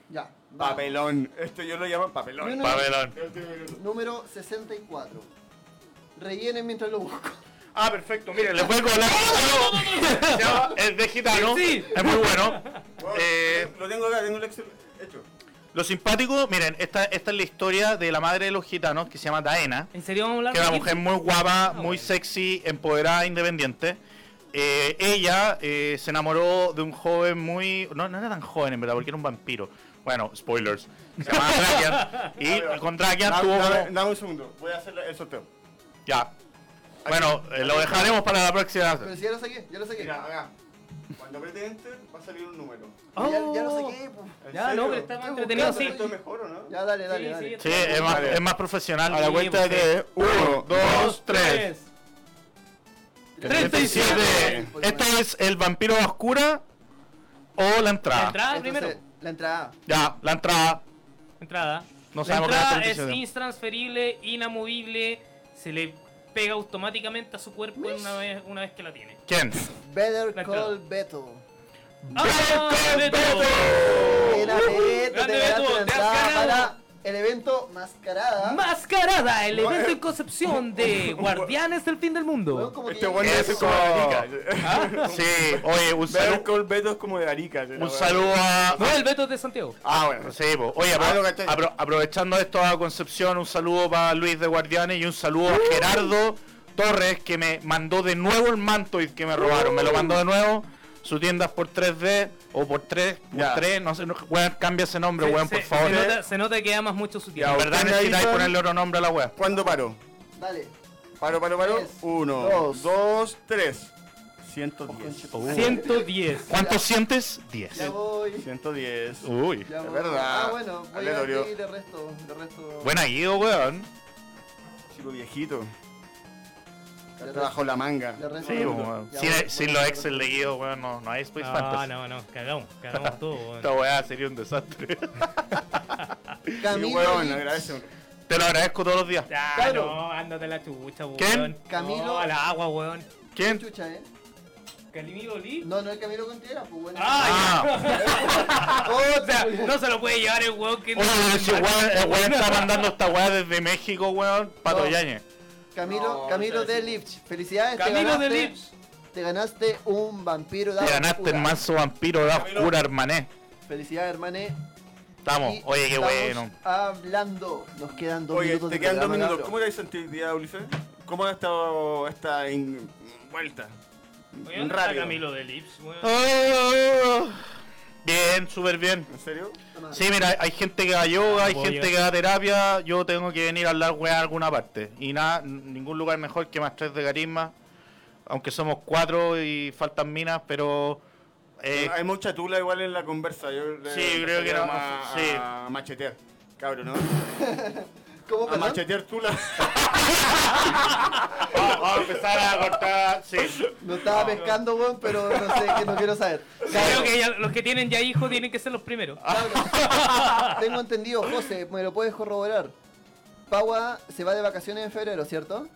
[SPEAKER 1] Ya. vamos.
[SPEAKER 3] Papelón. Esto yo lo llamo
[SPEAKER 1] No,
[SPEAKER 3] papelón.
[SPEAKER 1] no.
[SPEAKER 2] Pavelón.
[SPEAKER 1] Número 64. Rellenen mientras lo busco.
[SPEAKER 2] Ah, perfecto, miren, les voy a colar. (laughs) Se llama El de gitano.
[SPEAKER 4] Sí, sí.
[SPEAKER 2] Es muy bueno.
[SPEAKER 3] Weón,
[SPEAKER 2] Eh,
[SPEAKER 3] Lo tengo acá, tengo el Excel hecho.
[SPEAKER 2] lo simpático, miren, esta, esta es la historia de la madre de los gitanos que se llama Daena.
[SPEAKER 4] ¿En serio vamos a hablar
[SPEAKER 2] que
[SPEAKER 4] de
[SPEAKER 2] era una
[SPEAKER 4] esto?
[SPEAKER 2] mujer muy guapa, muy
[SPEAKER 4] bueno.
[SPEAKER 2] sexy, empoderada, independiente. Eh, ella eh, se enamoró de un joven muy... No, no era tan joven, en verdad, porque era un vampiro. Bueno, spoilers. Se llamaba Drakian.
[SPEAKER 4] (laughs)
[SPEAKER 2] Y con Drakian
[SPEAKER 3] Dame,
[SPEAKER 2] tuvo
[SPEAKER 3] dame-
[SPEAKER 2] como...
[SPEAKER 3] dame un segundo. Voy a hacer el sorteo.
[SPEAKER 2] Ya. Bueno, eh, lo dejaremos para la próxima.
[SPEAKER 1] Pero si ya lo saqué, ya lo saqué.
[SPEAKER 3] Mira, acá. Cuando apriete Enter va a salir un número.
[SPEAKER 1] Ya, ya lo
[SPEAKER 4] Oh.
[SPEAKER 1] saqué. po.
[SPEAKER 3] ¿En
[SPEAKER 4] Ya,
[SPEAKER 3] serio?
[SPEAKER 4] no, pero está más
[SPEAKER 1] Estoy
[SPEAKER 4] entretenido
[SPEAKER 1] buscando, estoy
[SPEAKER 4] así.
[SPEAKER 3] ¿Esto es mejor o no?
[SPEAKER 1] Ya, dale, dale,
[SPEAKER 4] Sí,
[SPEAKER 1] dale.
[SPEAKER 4] sí,
[SPEAKER 2] Sí, es más,
[SPEAKER 3] Vale.
[SPEAKER 2] es más profesional.
[SPEAKER 4] A la cuenta de
[SPEAKER 2] 1, 2, 3.
[SPEAKER 4] tres.
[SPEAKER 2] 37. Esto es el vampiro a oscura o la
[SPEAKER 4] La
[SPEAKER 2] entrada.
[SPEAKER 4] entrada
[SPEAKER 1] Entonces,
[SPEAKER 4] primero.
[SPEAKER 1] La entrada.
[SPEAKER 2] Ya, la entrada.
[SPEAKER 4] Entrada.
[SPEAKER 2] No
[SPEAKER 4] la
[SPEAKER 2] sabemos qué
[SPEAKER 4] entrada
[SPEAKER 2] es la
[SPEAKER 4] es
[SPEAKER 2] tradición.
[SPEAKER 4] intransferible, inamovible. Se le pega automáticamente a su cuerpo una vez, una vez que la tiene.
[SPEAKER 2] ¿Quién?
[SPEAKER 1] Better
[SPEAKER 4] La
[SPEAKER 1] Call Beto.
[SPEAKER 4] ¡Ah, Beto!
[SPEAKER 1] Era Beto, te ganaste
[SPEAKER 4] Grande Beto,
[SPEAKER 1] la
[SPEAKER 4] te has
[SPEAKER 1] entrada
[SPEAKER 4] ganado.
[SPEAKER 1] para el evento Mascarada.
[SPEAKER 4] Mascarada, el
[SPEAKER 2] eh.
[SPEAKER 4] evento en Concepción
[SPEAKER 2] (laughs)
[SPEAKER 4] de Guardianes del Fin del
[SPEAKER 1] Weón,
[SPEAKER 4] Mundo.
[SPEAKER 1] como que
[SPEAKER 3] Este
[SPEAKER 1] ya-
[SPEAKER 3] bueno es
[SPEAKER 2] Eso.
[SPEAKER 3] como de Arica.
[SPEAKER 1] (laughs)
[SPEAKER 2] Sí, oye, un
[SPEAKER 3] Better
[SPEAKER 2] saludo.
[SPEAKER 3] Call Beto es como de Arica.
[SPEAKER 2] Ah. Un saludo a.
[SPEAKER 4] No, el Beto es de Santiago.
[SPEAKER 3] Ah, bueno.
[SPEAKER 2] Sí, po. oye, apro-
[SPEAKER 3] Ah, lo caché.
[SPEAKER 2] apro- aprovechando esto a Concepción, un saludo para Luis de Guardianes y un saludo a Gerardo Torres que me mandó de nuevo el mantoid que me robaron. Me lo mandó de nuevo. Su tienda es por 3D o por 3, por
[SPEAKER 3] Ya.
[SPEAKER 2] 3, no sé, no- weón, cambia ese nombre, weón, por
[SPEAKER 4] se,
[SPEAKER 2] favor. eh.
[SPEAKER 4] Se nota, se nota que amas mucho su
[SPEAKER 2] La
[SPEAKER 4] tiempo.
[SPEAKER 2] verdad
[SPEAKER 3] ¿Ustedes
[SPEAKER 2] necesitáis
[SPEAKER 3] avisan?
[SPEAKER 2] ponerle otro nombre a la weá.
[SPEAKER 3] ¿Cuándo paro?
[SPEAKER 1] Dale.
[SPEAKER 3] Paro, paro, paro.
[SPEAKER 1] Tres,
[SPEAKER 3] Uno,
[SPEAKER 1] dos.
[SPEAKER 3] dos, tres. 110.
[SPEAKER 1] Oh,
[SPEAKER 2] (laughs)
[SPEAKER 4] 110.
[SPEAKER 2] ¿Cuántos sientes? 10.
[SPEAKER 1] Ya voy.
[SPEAKER 3] 110.
[SPEAKER 2] Uy.
[SPEAKER 1] Ya
[SPEAKER 3] Es
[SPEAKER 1] voy.
[SPEAKER 3] verdad.
[SPEAKER 1] Ah, bueno, voy
[SPEAKER 3] Aleatorio.
[SPEAKER 1] a seguir de resto. De resto.
[SPEAKER 2] Buena guido, weón.
[SPEAKER 3] Chico viejito.
[SPEAKER 1] Ya
[SPEAKER 3] Está bajo la manga.
[SPEAKER 1] de resto
[SPEAKER 2] Sí,
[SPEAKER 1] duro.
[SPEAKER 2] weón.
[SPEAKER 1] Ya
[SPEAKER 2] Sin,
[SPEAKER 1] voy,
[SPEAKER 2] sin
[SPEAKER 1] voy,
[SPEAKER 2] los
[SPEAKER 1] voy,
[SPEAKER 2] Excel de guido, weón, no, no hay Space
[SPEAKER 4] No,
[SPEAKER 2] Fantasy.
[SPEAKER 4] no, no, cagamos, cagamos todo. weón.
[SPEAKER 2] Esta weá sería un desastre.
[SPEAKER 1] Camilo,
[SPEAKER 3] Sí, weón,
[SPEAKER 1] Gil-
[SPEAKER 3] agradece.
[SPEAKER 2] Te lo agradezco todos los días.
[SPEAKER 4] Ah,
[SPEAKER 1] Cabro.
[SPEAKER 4] no, ándate a la chucha, weón.
[SPEAKER 2] ¿Quién?
[SPEAKER 1] Camilo.
[SPEAKER 4] No, a la agua, weón.
[SPEAKER 2] ¿Quién?
[SPEAKER 1] Chucha, eh.
[SPEAKER 4] Calimiro Lee.
[SPEAKER 1] No, no es Camilo Contreras, pues bueno.
[SPEAKER 4] (laughs)
[SPEAKER 2] Ah,
[SPEAKER 4] O sea, no se lo puede llevar el weón que
[SPEAKER 2] uno de esos weón, el weón está mandando esta weá desde México, weón. Pato
[SPEAKER 1] No.
[SPEAKER 2] Yañez.
[SPEAKER 1] Camilo,
[SPEAKER 3] No,
[SPEAKER 1] Camilo
[SPEAKER 3] no sé
[SPEAKER 1] de
[SPEAKER 3] si-
[SPEAKER 1] Lich. Felicidades, te
[SPEAKER 4] Camilo
[SPEAKER 1] ganaste,
[SPEAKER 4] de Lich.
[SPEAKER 1] Te ganaste un vampiro de
[SPEAKER 2] Te
[SPEAKER 1] agua
[SPEAKER 2] ganaste el
[SPEAKER 1] oscura.
[SPEAKER 2] mazo vampiro de oscura, hermané.
[SPEAKER 1] Felicidades, hermane.
[SPEAKER 2] Estamos,
[SPEAKER 1] Y
[SPEAKER 2] oye, qué
[SPEAKER 1] estamos
[SPEAKER 2] bueno.
[SPEAKER 1] Hablando, nos quedan dos
[SPEAKER 3] Oye,
[SPEAKER 1] minutos
[SPEAKER 3] te
[SPEAKER 1] de
[SPEAKER 3] quedan dos
[SPEAKER 1] programa,
[SPEAKER 3] minutos.
[SPEAKER 1] cabrón.
[SPEAKER 3] ¿Cómo te has sentido hoy día, Ulises? ¿Cómo ha estado esta en- vuelta?
[SPEAKER 4] Oye, ¿dónde está
[SPEAKER 3] Rápido.
[SPEAKER 4] Camilo de Lips,
[SPEAKER 2] Oh,
[SPEAKER 4] weón?
[SPEAKER 2] Bien, súper bien.
[SPEAKER 3] ¿En serio?
[SPEAKER 1] Toma.
[SPEAKER 2] Sí, mira, hay gente que va a yoga, hay
[SPEAKER 4] Voy
[SPEAKER 2] gente
[SPEAKER 4] a-
[SPEAKER 2] que va a terapia. Yo tengo que venir a hablar weá a alguna parte. Y nada, n- ningún lugar mejor que más tres de carisma. Aunque somos cuatro y faltan minas, pero. (laughs) eh,
[SPEAKER 3] Hay mucha tula igual en la conversa. Yo le
[SPEAKER 2] Sí, creo que era-
[SPEAKER 3] a,
[SPEAKER 2] sí.
[SPEAKER 3] a machetear. Cabrón, ¿no?
[SPEAKER 1] ¿Cómo,
[SPEAKER 3] A
[SPEAKER 1] perdón?
[SPEAKER 3] machetear tula.
[SPEAKER 1] (laughs)
[SPEAKER 2] vamos, vamos a Ah, empezar a cortar. Sí.
[SPEAKER 1] Lo estaba pescando, weón, pero no sé, que no quiero saber.
[SPEAKER 4] Creo que ya- los que tienen ya hijos tienen que ser los primeros.
[SPEAKER 1] Cabros, tengo entendido, José, me lo puedes corroborar. Pagua se va de vacaciones en febrero, ¿cierto?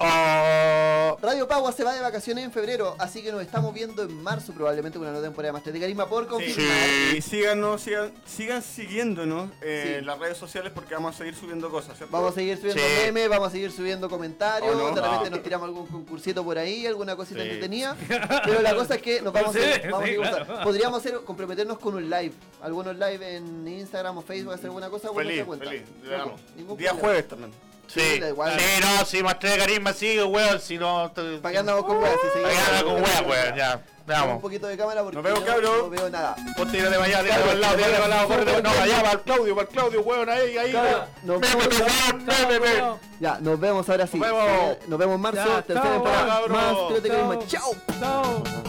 [SPEAKER 2] Oh,
[SPEAKER 1] Radio Pagua se va de vacaciones en febrero, así que nos estamos viendo en marzo probablemente con una nueva temporada más. de carisma por confirmar.
[SPEAKER 3] Y síganos, sigan, sigan siguiéndonos eh,
[SPEAKER 1] Sí.
[SPEAKER 3] en las redes sociales porque vamos a seguir subiendo cosas, ¿cierto?
[SPEAKER 1] Vamos a seguir subiendo
[SPEAKER 2] Sí.
[SPEAKER 1] memes, vamos a seguir subiendo comentarios,
[SPEAKER 3] Oh, no.
[SPEAKER 1] de repente
[SPEAKER 3] No.
[SPEAKER 1] nos tiramos algún concursito por ahí, alguna cosita
[SPEAKER 2] Sí.
[SPEAKER 1] entretenida. Pero la cosa es que nos vamos
[SPEAKER 4] Sí,
[SPEAKER 1] a, vamos a
[SPEAKER 4] sí,
[SPEAKER 1] gustar.
[SPEAKER 4] claro.
[SPEAKER 1] Podríamos hacer, comprometernos con un live, algunos live en Instagram o Facebook, hacer alguna cosa por
[SPEAKER 3] Feliz,
[SPEAKER 1] nuestra cuenta.
[SPEAKER 3] feliz. le
[SPEAKER 1] Ojo,
[SPEAKER 3] damos.
[SPEAKER 1] ningún
[SPEAKER 3] Día
[SPEAKER 1] problema.
[SPEAKER 3] jueves también.
[SPEAKER 2] sí.
[SPEAKER 1] Sí,
[SPEAKER 2] Sí,
[SPEAKER 1] da igual.
[SPEAKER 2] no, sí, más tres de carisma sigue, weón. Si no. te-
[SPEAKER 1] ¿Para qué andamos con weas? Si
[SPEAKER 2] Para
[SPEAKER 1] seguimos
[SPEAKER 2] que haga con weón, weón. Ya,
[SPEAKER 1] Dame Un
[SPEAKER 2] vamos.
[SPEAKER 1] poquito de cámara porque
[SPEAKER 3] Nos vemos,
[SPEAKER 1] no-
[SPEAKER 3] cabrón.
[SPEAKER 1] no veo nada.
[SPEAKER 2] Vos tírate para allá, tírate para el lado, tírate para el lado, córrete. No, para allá, para el Claudio, para el Claudio, weón, ahí, ahí.
[SPEAKER 1] Claro, nos
[SPEAKER 2] Meme,
[SPEAKER 1] vemos.
[SPEAKER 2] weón, meme, meme.
[SPEAKER 1] Ya, nos vemos ahora sí.
[SPEAKER 2] Nos vemos.
[SPEAKER 1] Nos vemos en marzo,
[SPEAKER 4] Ya,
[SPEAKER 1] tercera
[SPEAKER 4] chao,
[SPEAKER 1] temporada.
[SPEAKER 2] cabrón.
[SPEAKER 1] Más, Tiro de Carisma.
[SPEAKER 4] Chao.
[SPEAKER 1] Chao.
[SPEAKER 4] Chao.